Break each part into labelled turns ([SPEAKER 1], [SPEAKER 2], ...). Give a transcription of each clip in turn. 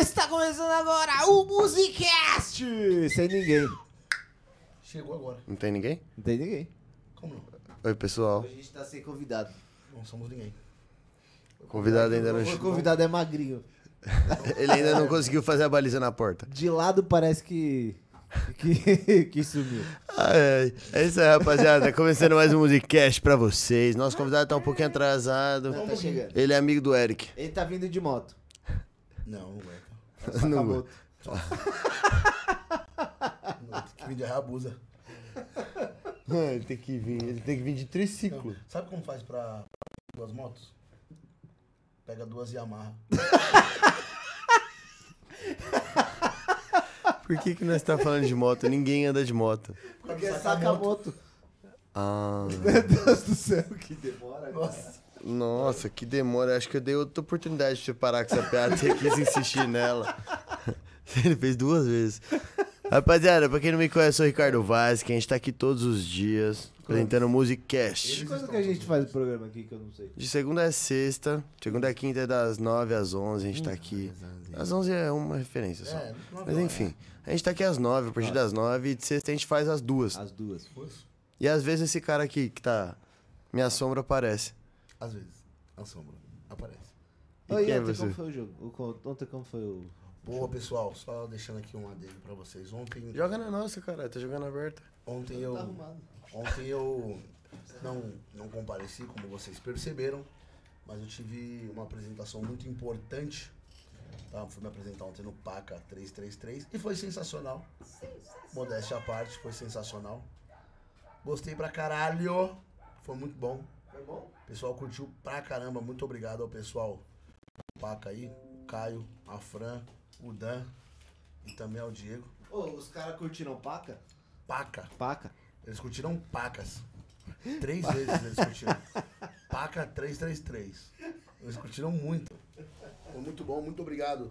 [SPEAKER 1] Está começando agora o Musicast! Sem ninguém.
[SPEAKER 2] Chegou agora.
[SPEAKER 3] Não tem ninguém?
[SPEAKER 1] Não tem ninguém.
[SPEAKER 2] Como não?
[SPEAKER 3] Oi, pessoal.
[SPEAKER 1] A gente tá sem convidado.
[SPEAKER 2] Não somos ninguém.
[SPEAKER 3] Convidado ainda não
[SPEAKER 1] O
[SPEAKER 3] chegou.
[SPEAKER 1] convidado é magrinho.
[SPEAKER 3] Ele ainda não conseguiu fazer a baliza na porta.
[SPEAKER 1] De lado parece que. que, que sumiu.
[SPEAKER 3] Ai, ai. é isso aí, rapaziada. Começando mais um Musicast pra vocês. Nosso convidado tá um pouquinho atrasado.
[SPEAKER 1] Tá chegando.
[SPEAKER 3] Ele é amigo do Eric.
[SPEAKER 1] Ele tá vindo de moto.
[SPEAKER 2] Não, não aguenta.
[SPEAKER 3] Não
[SPEAKER 1] Acabou.
[SPEAKER 2] Não aguenta. Que vídeo é abusa.
[SPEAKER 3] Ele tem que vir, ele tem que vir de triciclo.
[SPEAKER 2] Sabe como faz pra duas motos? Pega duas e amarra.
[SPEAKER 3] Por que que nós tá falando de moto? Ninguém anda de moto.
[SPEAKER 1] Porque é saca moto.
[SPEAKER 3] Ah,
[SPEAKER 1] Meu Deus do céu, que demora.
[SPEAKER 2] Nossa.
[SPEAKER 3] nossa, que demora. Acho que eu dei outra oportunidade de você parar com essa piada. Você quis insistir nela. Ele fez duas vezes. Rapaziada, pra quem não me conhece, eu sou o Ricardo Vaz, que a gente tá aqui todos os dias apresentando o Musicast.
[SPEAKER 1] Quando que a gente faz o programa aqui que eu não sei?
[SPEAKER 3] De segunda a sexta, segunda a quinta é das 9 às 11, a gente tá aqui. Às 11 é uma referência só.
[SPEAKER 2] É, não
[SPEAKER 3] Mas enfim, a gente tá aqui às 9, a partir das 9, e de sexta a gente faz as duas.
[SPEAKER 1] As duas.
[SPEAKER 2] Pois,
[SPEAKER 3] E às vezes esse cara aqui que tá. Minha sombra aparece.
[SPEAKER 2] Às vezes, a sombra aparece.
[SPEAKER 3] E
[SPEAKER 1] Oi,
[SPEAKER 3] quem é
[SPEAKER 1] ontem
[SPEAKER 3] você?
[SPEAKER 1] como foi o jogo? O con- Ontem como foi o.
[SPEAKER 2] Boa, pessoal. Só deixando aqui um adendo pra vocês. Ontem,
[SPEAKER 3] Joga na nossa, cara, tá jogando aberta.
[SPEAKER 2] ontem eu... Ontem eu não, não compareci, como vocês perceberam, mas eu tive uma apresentação muito importante. Tá? Fui me apresentar ontem no PACA 333 e foi sensacional. Modéstia à parte, foi sensacional. Gostei pra caralho, foi muito bom. Foi bom? O pessoal curtiu pra caramba, muito obrigado ao pessoal do PACA aí, o Caio, a Fran, o Dan e também ao Diego.
[SPEAKER 1] Ô, os caras curtiram paca?
[SPEAKER 2] PACA.
[SPEAKER 1] Paca?
[SPEAKER 2] Eles curtiram pacas. Três vezes eles curtiram. Paca 333. Eles curtiram muito. Foi muito bom, muito obrigado.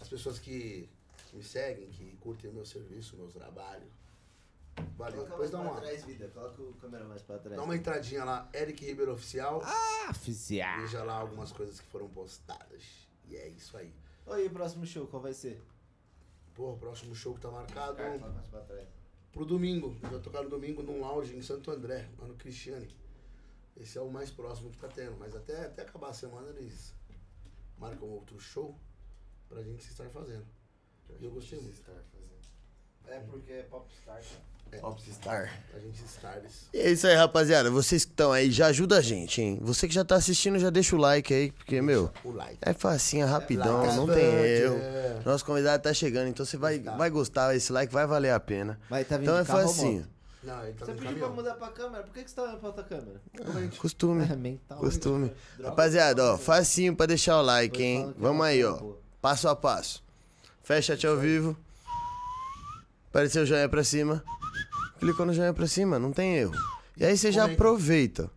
[SPEAKER 2] As pessoas que me seguem, que curtem o meu serviço, o meu trabalho. Valeu. Depois dá uma,
[SPEAKER 1] vida. Coloca o câmera mais pra trás.
[SPEAKER 2] dá uma entradinha lá, Eric Ribeiro Oficial.
[SPEAKER 1] Oficial.
[SPEAKER 2] Veja lá algumas coisas que foram postadas. E é isso aí.
[SPEAKER 1] Oi, o próximo show, qual vai ser?
[SPEAKER 2] Pô, o próximo show que tá marcado
[SPEAKER 1] Cara, coloca mais pra trás.
[SPEAKER 2] pro domingo. Eu vou tocar no domingo num lounge em Santo André, lá no Cristiane. Esse é o mais próximo que tá tendo, mas até, até acabar a semana eles marcam outro show pra gente estar fazendo. E eu gostei muito.
[SPEAKER 1] É porque é popstar, cara.
[SPEAKER 3] Popstar.
[SPEAKER 2] A É. gente estar. eles-
[SPEAKER 3] E é isso aí, rapaziada. Vocês que estão aí, já ajuda a gente, hein? Você que já tá assistindo, já deixa o like aí, porque, meu,
[SPEAKER 2] O like.
[SPEAKER 3] é facinho, é rapidão,
[SPEAKER 2] like,
[SPEAKER 3] não
[SPEAKER 2] é
[SPEAKER 3] tem
[SPEAKER 2] verdade,
[SPEAKER 3] erro.
[SPEAKER 2] é.
[SPEAKER 3] Nosso convidado tá chegando, então você vai, vai gostar, esse like vai valer a pena.
[SPEAKER 1] Mas tá vindo de
[SPEAKER 3] então é
[SPEAKER 1] carro ou
[SPEAKER 3] facinho.
[SPEAKER 1] moto?
[SPEAKER 2] Não, ele tá
[SPEAKER 1] Você pediu
[SPEAKER 2] no
[SPEAKER 1] pra
[SPEAKER 2] caminhão.
[SPEAKER 1] mudar pra câmera? Por que, que você tá olhando pra outra câmera?
[SPEAKER 3] Costume.
[SPEAKER 1] É mental.
[SPEAKER 3] Costume.
[SPEAKER 1] Droga.
[SPEAKER 3] Rapaziada, ó, facinho pra deixar o like,
[SPEAKER 1] Depois fala
[SPEAKER 3] hein?
[SPEAKER 1] que
[SPEAKER 3] Vamos
[SPEAKER 1] não
[SPEAKER 3] aí,
[SPEAKER 1] tá
[SPEAKER 3] ó.
[SPEAKER 1] boa.
[SPEAKER 3] Passo a passo. Fecha chat ao vivo. Apareceu o joinha pra cima. Clicou no joinha pra cima, não tem erro. E aí você já
[SPEAKER 2] Comenta.
[SPEAKER 3] aproveita.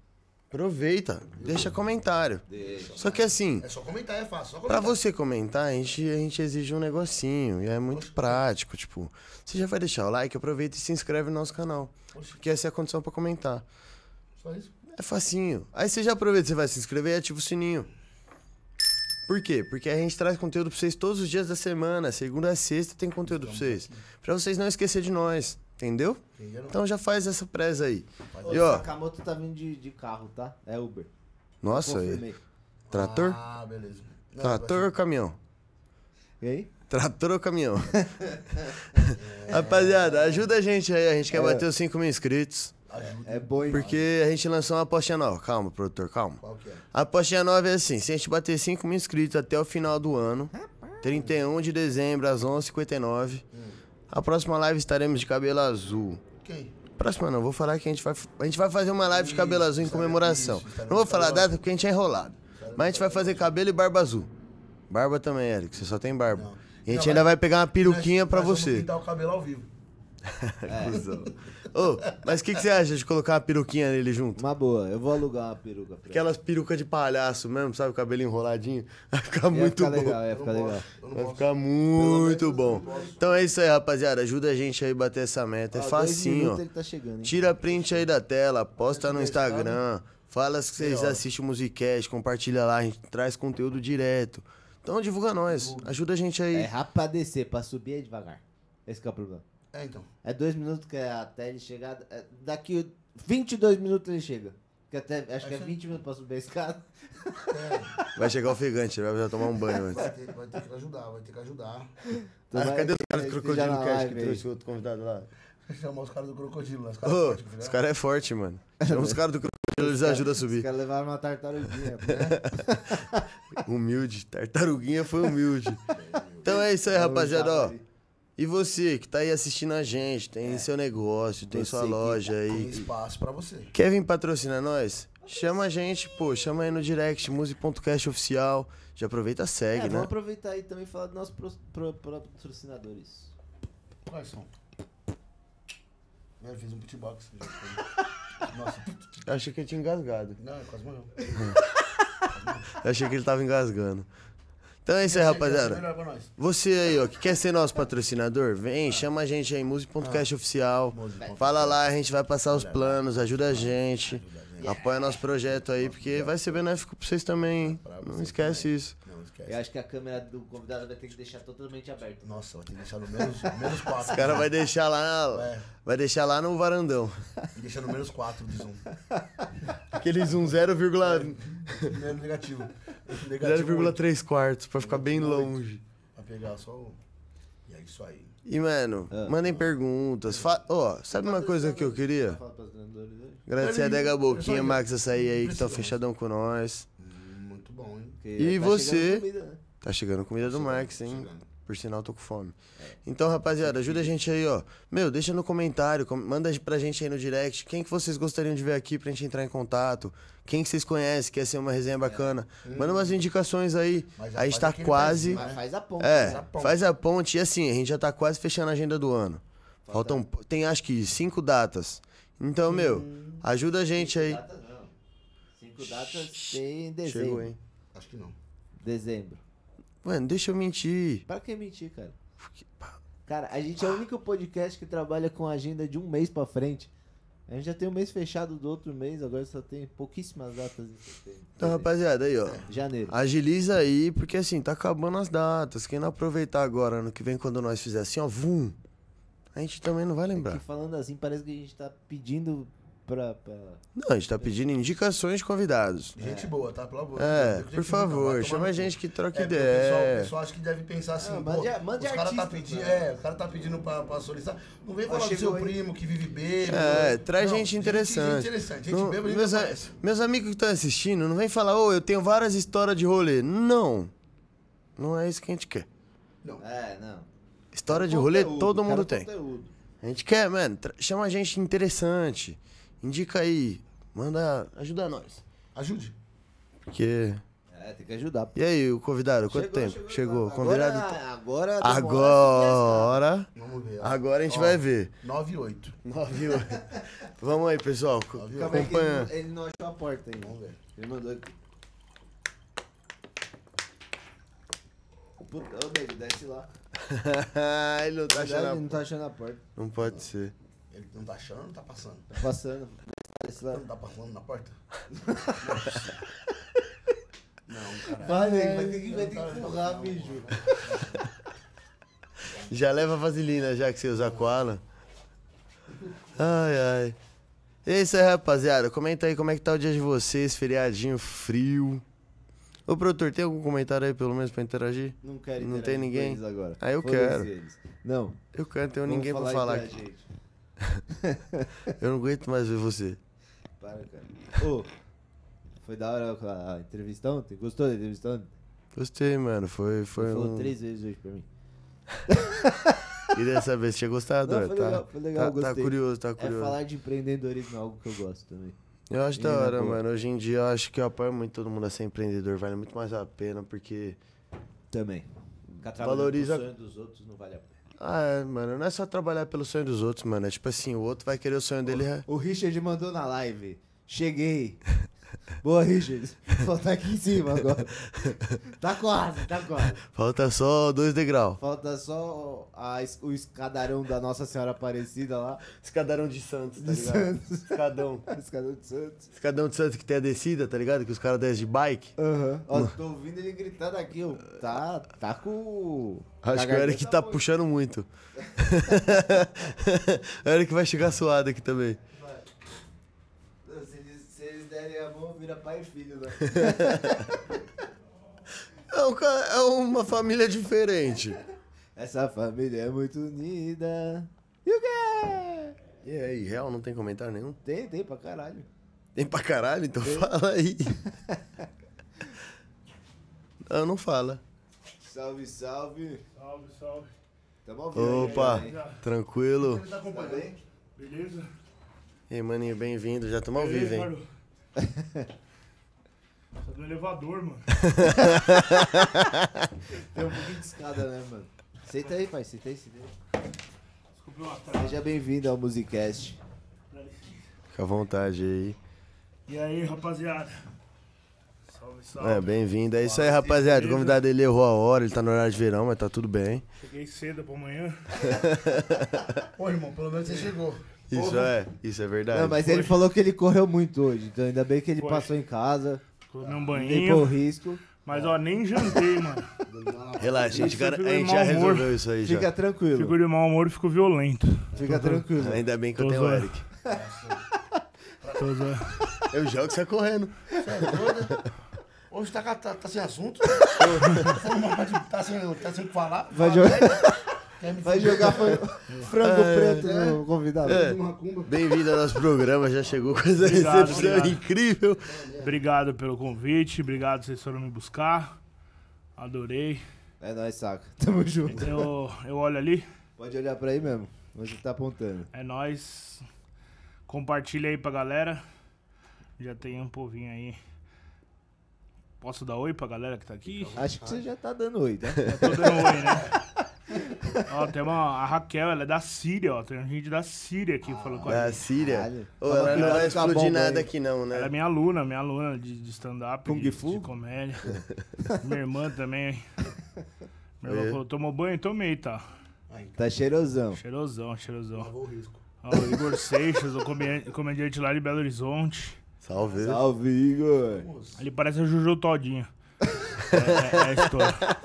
[SPEAKER 3] Aproveita, deixa comentário. Só que assim,
[SPEAKER 2] É só comentar, é fácil. Só
[SPEAKER 3] Pra
[SPEAKER 2] comentar.
[SPEAKER 3] você comentar, a gente, a gente exige um negocinho e é muito prático, tipo, você já vai deixar o like, aproveita e se inscreve no nosso canal, porque essa é a condição pra comentar.
[SPEAKER 2] Só isso.
[SPEAKER 3] É facinho. Aí você já aproveita, você vai se inscrever e ativa o sininho. Por quê? Porque a gente traz conteúdo pra vocês todos os dias da semana, segunda a sexta tem conteúdo pra vocês, Pra vocês não esquecer de nós, entendeu?
[SPEAKER 2] Entenderam?
[SPEAKER 3] Então já faz essa preza aí.
[SPEAKER 1] Ô,
[SPEAKER 3] E ó,
[SPEAKER 1] Sakamoto tá vindo de, de carro, tá? É Uber.
[SPEAKER 3] nossa, é
[SPEAKER 1] Confirmei.
[SPEAKER 3] trator?
[SPEAKER 2] Ah, beleza. Não,
[SPEAKER 3] Trator ou caminhão?
[SPEAKER 1] E aí?
[SPEAKER 3] Trator ou caminhão? Rapaziada, ajuda a gente aí. A gente quer bater os 5 mil inscritos.
[SPEAKER 2] Ajuda.
[SPEAKER 1] É boi.
[SPEAKER 3] Porque a gente lançou uma apostinha nova. Calma, produtor, calma.
[SPEAKER 2] Qual que é?
[SPEAKER 3] A apostinha nova é assim: se a gente bater 5 mil inscritos até o final do ano, 31 de dezembro, às 11h59, a próxima live estaremos de cabelo azul.
[SPEAKER 2] Quem?
[SPEAKER 3] Próxima não, vou falar que a gente vai, a gente vai fazer uma live de
[SPEAKER 2] Isso,
[SPEAKER 3] cabelo
[SPEAKER 2] tá
[SPEAKER 3] azul em
[SPEAKER 2] sabe
[SPEAKER 3] comemoração.
[SPEAKER 2] disso, sabe
[SPEAKER 3] não vou
[SPEAKER 2] de
[SPEAKER 3] falar a
[SPEAKER 2] cabelo
[SPEAKER 3] data porque a gente é enrolado.
[SPEAKER 2] Tá
[SPEAKER 3] Mas a gente vai fazer cabelo e barba azul. Barba também, Eric, você só tem barba.
[SPEAKER 2] Não.
[SPEAKER 3] E a gente
[SPEAKER 2] Não,
[SPEAKER 3] ainda
[SPEAKER 2] mas-
[SPEAKER 3] vai pegar uma peruquinha
[SPEAKER 2] Nós-
[SPEAKER 3] pra
[SPEAKER 2] nós vamos
[SPEAKER 3] você.
[SPEAKER 2] pintar o cabelo ao vivo.
[SPEAKER 3] Cusão. Ô, mas o que, que você acha de colocar uma peruquinha nele junto?
[SPEAKER 1] Uma boa, eu vou alugar uma peruca pra
[SPEAKER 3] Aquelas perucas de palhaço mesmo, sabe? O cabelo enroladinho. Vai ficar
[SPEAKER 1] Ia
[SPEAKER 3] é muito
[SPEAKER 1] ficar
[SPEAKER 3] bom.
[SPEAKER 1] legal, ia
[SPEAKER 2] Eu não
[SPEAKER 1] ficar legal.
[SPEAKER 2] posso, Eu não
[SPEAKER 3] Vai
[SPEAKER 2] posso.
[SPEAKER 3] ficar muito bom. Então é isso aí, rapaziada. Ajuda a gente aí a bater essa meta. É
[SPEAKER 1] Ó, Ah, dois
[SPEAKER 3] facinho,
[SPEAKER 1] minutos
[SPEAKER 3] ó.
[SPEAKER 1] Ele tá chegando, hein?
[SPEAKER 3] Tira print aí da tela, posta no Instagram. Fala que vocês
[SPEAKER 2] Melhor.
[SPEAKER 3] assistem o Musicast, compartilha lá, a gente traz conteúdo direto. Então divulga nós. Ajuda a gente aí.
[SPEAKER 1] É rápido pra descer, pra subir é devagar. Esse que é o problema.
[SPEAKER 2] É, então.
[SPEAKER 1] É dois minutos que é até ele chegar. é, daqui 22 minutos ele chega. Que até, acho que é
[SPEAKER 2] Acho-
[SPEAKER 1] 20 minutos pra subir a escada.
[SPEAKER 2] É,
[SPEAKER 3] Vai chegar ofegante, vai precisar tomar um banho antes.
[SPEAKER 2] vai, ter, vai ter que ajudar, vai ter que ajudar.
[SPEAKER 1] Então
[SPEAKER 3] Ah,
[SPEAKER 1] vai-
[SPEAKER 3] cadê os caras
[SPEAKER 1] vai-
[SPEAKER 3] do
[SPEAKER 1] já
[SPEAKER 3] Crocodilo
[SPEAKER 1] na
[SPEAKER 3] Cash
[SPEAKER 1] live
[SPEAKER 3] que
[SPEAKER 1] aí. Tá
[SPEAKER 3] trouxe o outro convidado lá?
[SPEAKER 2] Chamar os caras do crocodilo, né? Os caras
[SPEAKER 3] Ô,
[SPEAKER 2] fortes que
[SPEAKER 3] os
[SPEAKER 2] fizeram.
[SPEAKER 3] caras é forte, mano. Chama os caras do Crocodilo, eles ajudam a
[SPEAKER 1] Os
[SPEAKER 3] subir.
[SPEAKER 1] caras levaram uma tartaruguinha. né?
[SPEAKER 3] Humilde. Tartaruguinha foi humilde. Então é isso aí,
[SPEAKER 1] Tá
[SPEAKER 3] rapaziada, ó. E você que tá aí assistindo a gente, tem seu negócio, tem
[SPEAKER 1] Você
[SPEAKER 3] sua
[SPEAKER 1] que-
[SPEAKER 3] loja
[SPEAKER 2] Tem
[SPEAKER 3] aí.
[SPEAKER 2] espaço pra você.
[SPEAKER 3] Quer vir patrocinar nós? Chama a gente, pô. Chama aí no direct, Muse.cast oficial. Já aproveita, segue,
[SPEAKER 1] É,
[SPEAKER 3] né?
[SPEAKER 1] vamos aproveitar aí também e falar dos nossos pros- pro- pro- patrocinadores.
[SPEAKER 2] Quais são? Eu fiz um pitbox. Nossa,
[SPEAKER 3] Achei que eu tinha engasgado.
[SPEAKER 2] não, é quase morreu.
[SPEAKER 3] Achei que ele tava engasgando. Então é isso aí, rapaziada.
[SPEAKER 2] Melhor pra nós.
[SPEAKER 3] Você aí, ó, que quer ser nosso patrocinador, vem, chama a gente aí, Muse.cast Oficial.
[SPEAKER 2] Muse.cast.
[SPEAKER 3] Fala lá, a gente vai passar os planos, ajuda a gente. Apoia nosso projeto aí, porque vai ser benéfico pra vocês também, hein?
[SPEAKER 2] Pra
[SPEAKER 3] Não
[SPEAKER 2] vocês
[SPEAKER 3] esquece
[SPEAKER 2] também.
[SPEAKER 3] isso.
[SPEAKER 2] Não, esquece.
[SPEAKER 1] Eu acho que a câmera do convidado vai ter que deixar totalmente aberta.
[SPEAKER 2] Nossa, vai ter que deixar no menos, menos 4.
[SPEAKER 3] O cara vai deixar lá,
[SPEAKER 2] É.
[SPEAKER 3] vai deixar lá no varandão.
[SPEAKER 2] Deixar no menos 4 de zoom.
[SPEAKER 3] Aqueles um 0,
[SPEAKER 2] Menos negativo. Negativo
[SPEAKER 3] 0,3 quartos, pra ficar bem longe.
[SPEAKER 2] Vai pegar só o... E é isso aí.
[SPEAKER 3] E, mano,
[SPEAKER 1] Ah.
[SPEAKER 3] mandem perguntas. Fa- Ó, sabe uma coisa que eu queria?
[SPEAKER 1] Fala pros patrocinadores né? hoje.
[SPEAKER 3] Agradecer a
[SPEAKER 2] Ele-
[SPEAKER 3] Dega Boquinha,
[SPEAKER 2] Olha,
[SPEAKER 3] Max Açaí aí, que estão
[SPEAKER 2] precisa.
[SPEAKER 3] fechadão com nós.
[SPEAKER 2] Hum, Muito bom, hein?
[SPEAKER 1] Porque
[SPEAKER 3] E
[SPEAKER 1] tá
[SPEAKER 3] você?
[SPEAKER 1] chegando comida, né?
[SPEAKER 3] Tá chegando comida do
[SPEAKER 2] Chegando,
[SPEAKER 3] Max, hein?
[SPEAKER 2] chegando.
[SPEAKER 3] Por sinal, tô com fome. Então, rapaziada, ajuda a gente aí, ó. Meu, deixa no comentário, com- manda pra gente aí no direct quem que vocês gostariam de ver aqui pra gente entrar em contato. Quem que vocês conhecem, quer ser uma resenha bacana. Manda umas indicações aí.
[SPEAKER 2] É. Mas já
[SPEAKER 3] A
[SPEAKER 2] faz
[SPEAKER 3] gente tá
[SPEAKER 2] aquele né?
[SPEAKER 3] quase.
[SPEAKER 1] Mas faz a né? ponta.
[SPEAKER 3] É,
[SPEAKER 2] faz a ponte.
[SPEAKER 3] faz a ponte. E assim, a gente já tá quase fechando a agenda do ano. Faltam. Tem acho que cinco datas. Então, meu,
[SPEAKER 2] Hum.
[SPEAKER 3] ajuda a gente aí.
[SPEAKER 1] Datas não. Cinco datas tem em dezembro.
[SPEAKER 3] Chegou, hein?
[SPEAKER 2] Acho que não.
[SPEAKER 1] Dezembro.
[SPEAKER 3] Mano, deixa eu mentir.
[SPEAKER 1] Pra que mentir, cara? Cara, a gente é o único podcast que trabalha com agenda de um mês pra frente. A gente já tem um mês fechado do outro mês, agora só tem pouquíssimas datas em setembro.
[SPEAKER 3] Então, rapaziada, aí,
[SPEAKER 2] É.
[SPEAKER 3] ó.
[SPEAKER 1] Janeiro.
[SPEAKER 3] Agiliza aí, porque assim, tá acabando as datas. Quem não aproveitar agora, ano que vem, quando nós fizer assim, ó, vum, a gente também não vai
[SPEAKER 1] Que
[SPEAKER 3] lembrar.
[SPEAKER 1] falando assim, parece que a gente tá pedindo pra. pra-
[SPEAKER 3] Não, a gente tá pedindo indicações de convidados.
[SPEAKER 2] Gente boa, tá? Pelo amor de Deus.
[SPEAKER 3] É,
[SPEAKER 2] Gente
[SPEAKER 3] por
[SPEAKER 2] boa, vai
[SPEAKER 3] favor,
[SPEAKER 2] tomar
[SPEAKER 3] chama
[SPEAKER 2] no
[SPEAKER 3] a
[SPEAKER 2] cu.
[SPEAKER 3] gente que troca
[SPEAKER 2] É, porque o pessoal, o
[SPEAKER 3] ideia.
[SPEAKER 2] pessoal acho que deve pensar assim,
[SPEAKER 1] Ah,
[SPEAKER 2] pô,
[SPEAKER 1] mande- mande
[SPEAKER 2] os caras tá
[SPEAKER 1] artista,
[SPEAKER 2] pedindo,
[SPEAKER 1] né?
[SPEAKER 2] é, os cara tá pedindo pra, pra solicitar. Não vem
[SPEAKER 1] Ah,
[SPEAKER 2] falar do
[SPEAKER 1] chegou
[SPEAKER 2] seu
[SPEAKER 1] aí.
[SPEAKER 2] primo que vive bêbado.
[SPEAKER 3] É, traz
[SPEAKER 2] Não,
[SPEAKER 3] gente interessante.
[SPEAKER 2] Gente interessante, gente
[SPEAKER 3] Não- é-
[SPEAKER 2] bêbada, gente
[SPEAKER 3] meus, a-
[SPEAKER 2] aparece.
[SPEAKER 3] meus amigos que estão assistindo, não vem falar, ô, eu tenho várias histórias de rolê. Não. Não é isso que a gente quer.
[SPEAKER 2] Não,
[SPEAKER 1] É, não.
[SPEAKER 3] História Tá de rolê
[SPEAKER 1] Conteúdo,
[SPEAKER 3] todo
[SPEAKER 1] cara,
[SPEAKER 3] mundo tem.
[SPEAKER 1] conteúdo.
[SPEAKER 3] A gente quer, mano. tra- Chama a gente interessante. Indica aí. Manda. Ajuda nós.
[SPEAKER 2] ajude.
[SPEAKER 3] Porque.
[SPEAKER 1] É, tem que ajudar. pô.
[SPEAKER 3] E aí, o convidado, quanto tempo? Chegou. O convidado. então.
[SPEAKER 1] Agora. Agora. é demora pra
[SPEAKER 3] Agora.
[SPEAKER 2] Vamos ver. ó.
[SPEAKER 3] Agora a gente
[SPEAKER 2] Ó,
[SPEAKER 3] vai ver.
[SPEAKER 2] 9 e 8.
[SPEAKER 3] 9 Vamos aí, pessoal. co-
[SPEAKER 2] Nove e
[SPEAKER 1] se gastar. Calma aí que ele,
[SPEAKER 3] Acompanha.
[SPEAKER 1] não- ele não achou a porta ainda.
[SPEAKER 2] Vamos ver.
[SPEAKER 1] Ele mandou aqui. Puta, ô nego, desce lá.
[SPEAKER 3] Ele não tá achando.
[SPEAKER 1] Ele
[SPEAKER 3] a-
[SPEAKER 1] não tá achando a porta.
[SPEAKER 3] Não pode ser.
[SPEAKER 2] Ele não tá achando, não tá passando.
[SPEAKER 1] Tá passando. Desce lá.
[SPEAKER 2] Não tá passando na porta? Não, cara.
[SPEAKER 1] Vai, nego, vai ter que, vai
[SPEAKER 2] Não
[SPEAKER 1] ter
[SPEAKER 2] tá-
[SPEAKER 1] que empurrar,
[SPEAKER 2] não,
[SPEAKER 1] bicho.
[SPEAKER 3] Já leva a vaselina, já que você usa koala. Ai, ai. É isso aí, rapaziada. Comenta aí como é que tá o dia de vocês, feriadinho frio. Ô, produtor, tem algum comentário aí, pelo menos, pra interagir?
[SPEAKER 1] Não quero
[SPEAKER 3] Não
[SPEAKER 1] interagir
[SPEAKER 3] tem
[SPEAKER 1] com
[SPEAKER 3] ninguém?
[SPEAKER 1] eles agora.
[SPEAKER 3] Ah, eu
[SPEAKER 1] Foda-se
[SPEAKER 3] quero.
[SPEAKER 1] eles. Não.
[SPEAKER 3] Eu canto, tenho
[SPEAKER 1] vamos
[SPEAKER 3] ninguém pra falar
[SPEAKER 1] entre
[SPEAKER 3] aqui.
[SPEAKER 1] a gente.
[SPEAKER 3] Eu não aguento mais ver você.
[SPEAKER 1] Para, cara. Ô, foi da hora a entrevista ontem? Gostou da entrevista ontem?
[SPEAKER 3] Gostei, mano. Foi,
[SPEAKER 1] Ele
[SPEAKER 3] foi
[SPEAKER 1] falou
[SPEAKER 3] um...
[SPEAKER 1] três vezes hoje pra mim.
[SPEAKER 3] Queria saber se tinha gostado.
[SPEAKER 1] Não, foi
[SPEAKER 3] tá,
[SPEAKER 1] legal, foi legal,
[SPEAKER 3] tá, tá
[SPEAKER 1] gostei.
[SPEAKER 3] curioso, tá
[SPEAKER 1] É
[SPEAKER 3] curioso.
[SPEAKER 1] falar de empreendedorismo, é algo que eu gosto também.
[SPEAKER 3] Eu acho da
[SPEAKER 1] Menina
[SPEAKER 3] hora,
[SPEAKER 1] boa.
[SPEAKER 3] mano. Hoje em dia eu acho que eu apoio muito todo mundo a ser empreendedor. Vale muito mais a pena, porque...
[SPEAKER 1] Também. Ficar trabalhando
[SPEAKER 3] Valoriza-
[SPEAKER 1] com o sonho dos outros não vale a pena.
[SPEAKER 3] Ah, é, mano, não é só trabalhar pelo sonho dos outros, mano. É tipo assim, o outro vai querer o sonho dele...
[SPEAKER 1] O Richard mandou na live. Cheguei. Boa, Richard. Só tá aqui em cima agora. Tá quase, tá quase.
[SPEAKER 3] Falta só dois degraus.
[SPEAKER 1] Falta só a es- o escadarão da Nossa Senhora Aparecida lá.
[SPEAKER 3] Escadarão de Santos, tá
[SPEAKER 1] De
[SPEAKER 3] ligado?
[SPEAKER 1] Santos.
[SPEAKER 3] Escadão.
[SPEAKER 1] Escadarão de Santos.
[SPEAKER 3] Escadão de Santos que tem a descida, tá ligado? Que os caras descem de bike.
[SPEAKER 1] Aham. Ó, tô ouvindo ele gritando aqui. ó. Tá, tá com...
[SPEAKER 3] Acho que o Eric tá puxando muito. o Eric vai chegar suado aqui também.
[SPEAKER 1] Se eles, se eles derem a mão, vira pai e filho, né?
[SPEAKER 3] É, um ca- é uma família diferente.
[SPEAKER 1] Essa família é muito unida. E o quê?
[SPEAKER 3] E aí, real, não tem comentário nenhum?
[SPEAKER 1] Tem, tem pra caralho.
[SPEAKER 3] Tem pra caralho? Então fala aí. Ah, Não, não fala.
[SPEAKER 1] Salve, salve.
[SPEAKER 4] Salve, salve.
[SPEAKER 1] Tamo ao vivo.
[SPEAKER 3] Opa,
[SPEAKER 1] aí, né?
[SPEAKER 3] tranquilo?
[SPEAKER 2] Ele tá
[SPEAKER 1] Tá
[SPEAKER 2] acompanhando.
[SPEAKER 1] bem?
[SPEAKER 4] Beleza?
[SPEAKER 3] E aí, maninho, bem-vindo. Já estamos ao vivo,
[SPEAKER 4] Beleza,
[SPEAKER 3] hein?
[SPEAKER 4] garoto? Tá do elevador, mano.
[SPEAKER 1] Tem um pouquinho de escada, né, mano? Senta aí, pai. Senta aí, senta aí.
[SPEAKER 4] Desculpa o atraso.
[SPEAKER 1] Seja bem-vindo ao Musicast.
[SPEAKER 3] Fica à vontade aí.
[SPEAKER 4] E aí, rapaziada? Salve, salve.
[SPEAKER 3] É, bem-vindo. É isso aí, rapaziada. O convidado ele errou a hora, ele tá no horário de verão, mas tá tudo bem.
[SPEAKER 4] Cheguei cedo pra amanhã.
[SPEAKER 2] Ô, irmão, pelo
[SPEAKER 1] É.
[SPEAKER 2] menos você chegou.
[SPEAKER 3] Isso é, isso é verdade.
[SPEAKER 1] Não, mas
[SPEAKER 4] foi.
[SPEAKER 1] ele falou que ele correu muito hoje. Então ainda bem que ele
[SPEAKER 4] Foi.
[SPEAKER 1] passou em casa.
[SPEAKER 4] Comi um
[SPEAKER 1] Limpou o
[SPEAKER 4] banhinho.
[SPEAKER 1] risco.
[SPEAKER 4] Mas, ó, nem jantei, mano.
[SPEAKER 3] Relaxa, a gente,
[SPEAKER 4] Isso eu
[SPEAKER 3] cara-
[SPEAKER 4] fico
[SPEAKER 3] a gente
[SPEAKER 4] de
[SPEAKER 3] já
[SPEAKER 4] mau humor.
[SPEAKER 3] resolveu isso aí já.
[SPEAKER 1] Fica
[SPEAKER 4] Fico
[SPEAKER 1] tranquilo.
[SPEAKER 4] de mau humor e fico violento.
[SPEAKER 1] Fica tranquilo.
[SPEAKER 3] Ainda bem que eu
[SPEAKER 4] Tô
[SPEAKER 3] tenho o
[SPEAKER 4] zoando.
[SPEAKER 3] Eric.
[SPEAKER 4] Tô zoando.
[SPEAKER 3] Eu jogo você correndo.
[SPEAKER 2] é né? Hoje tá, ca- tá, tá sem assunto. tá, sem, tá sem o que falar.
[SPEAKER 1] Vai, jo-
[SPEAKER 2] Quer me
[SPEAKER 1] vai
[SPEAKER 2] fuder?
[SPEAKER 1] jogar fran- frango preto no convidado.
[SPEAKER 3] É.
[SPEAKER 2] Macumba.
[SPEAKER 3] Bem-vindo ao nosso programa, já chegou com essa
[SPEAKER 4] Obrigado,
[SPEAKER 3] recepção
[SPEAKER 4] obrigado.
[SPEAKER 3] incrível.
[SPEAKER 4] Obrigado pelo convite. Obrigado, vocês foram me buscar. Adorei.
[SPEAKER 1] É nóis, saca. Tamo junto.
[SPEAKER 4] Eu, eu olho ali.
[SPEAKER 1] Pode olhar pra aí mesmo. Você tá apontando.
[SPEAKER 4] É nóis. Compartilha aí pra galera. Já tem um povinho aí. Posso dar oi pra galera que tá aqui?
[SPEAKER 1] Acho que você já tá dando oi, tá?
[SPEAKER 4] Já tô dando oi, né? ó, tem uma. A Raquel, ela é da Síria, ó. Tem gente da Síria aqui falando com a
[SPEAKER 1] Ah,
[SPEAKER 3] Da
[SPEAKER 4] gente.
[SPEAKER 3] Síria.
[SPEAKER 1] Caralho.
[SPEAKER 3] Ô,
[SPEAKER 1] Tava
[SPEAKER 3] ela não
[SPEAKER 1] cuidado com
[SPEAKER 3] vai
[SPEAKER 1] a bomba
[SPEAKER 3] explodir nada
[SPEAKER 1] aí.
[SPEAKER 3] aqui não,
[SPEAKER 4] Ela é
[SPEAKER 3] né?
[SPEAKER 4] minha aluna, minha aluna de, de stand-up,
[SPEAKER 1] Kung
[SPEAKER 4] de,
[SPEAKER 1] Fu?
[SPEAKER 4] de comédia. minha irmã também. Minha irmã
[SPEAKER 3] Oi.
[SPEAKER 1] É.
[SPEAKER 4] falou, tomou banho? Tomei, tá.
[SPEAKER 1] Tá cheirosão.
[SPEAKER 4] Cheirosão, cheirosão.
[SPEAKER 2] Levou o risco.
[SPEAKER 4] Ó, o Igor Seixas, o comedi- comediante lá de Belo Horizonte.
[SPEAKER 3] Salve.
[SPEAKER 1] Salve, Igor.
[SPEAKER 2] Moço.
[SPEAKER 4] Ele parece a Juju Todinho. É, é, é a história.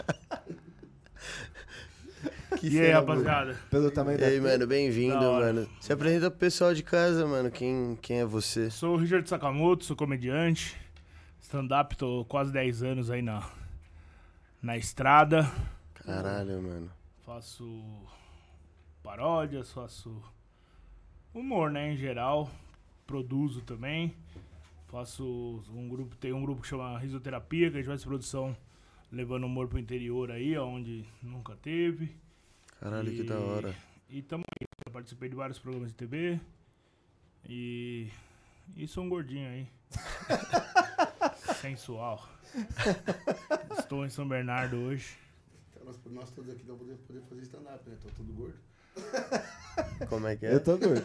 [SPEAKER 3] Que
[SPEAKER 4] E aí,
[SPEAKER 3] cena,
[SPEAKER 4] rapaziada?
[SPEAKER 1] Pelo tamanho
[SPEAKER 3] E
[SPEAKER 1] da...
[SPEAKER 3] aí, mano, bem-vindo,
[SPEAKER 4] Da hora.
[SPEAKER 3] mano. Se apresenta pro pessoal de casa, mano, quem, quem é você?
[SPEAKER 4] Sou o Richard Sakamoto, sou comediante. Stand-up, tô quase 10 anos aí na, na estrada.
[SPEAKER 3] Caralho, mano.
[SPEAKER 4] Faço paródias, faço humor, né, em geral. Produzo também. Faço um grupo, tem um grupo que chama Risoterapia, que a gente faz produção levando humor pro interior aí, onde nunca teve.
[SPEAKER 3] Caralho, que
[SPEAKER 4] E-
[SPEAKER 3] da hora.
[SPEAKER 4] E tamo aí. Eu participei de vários programas de TV. E. E sou um gordinho aí. Sensual. Estou em São Bernardo hoje.
[SPEAKER 2] Então, nós, nós todos aqui não podemos poder fazer stand-up, né? Tô tudo gordo.
[SPEAKER 3] Como é que é?
[SPEAKER 1] Eu tô gordo.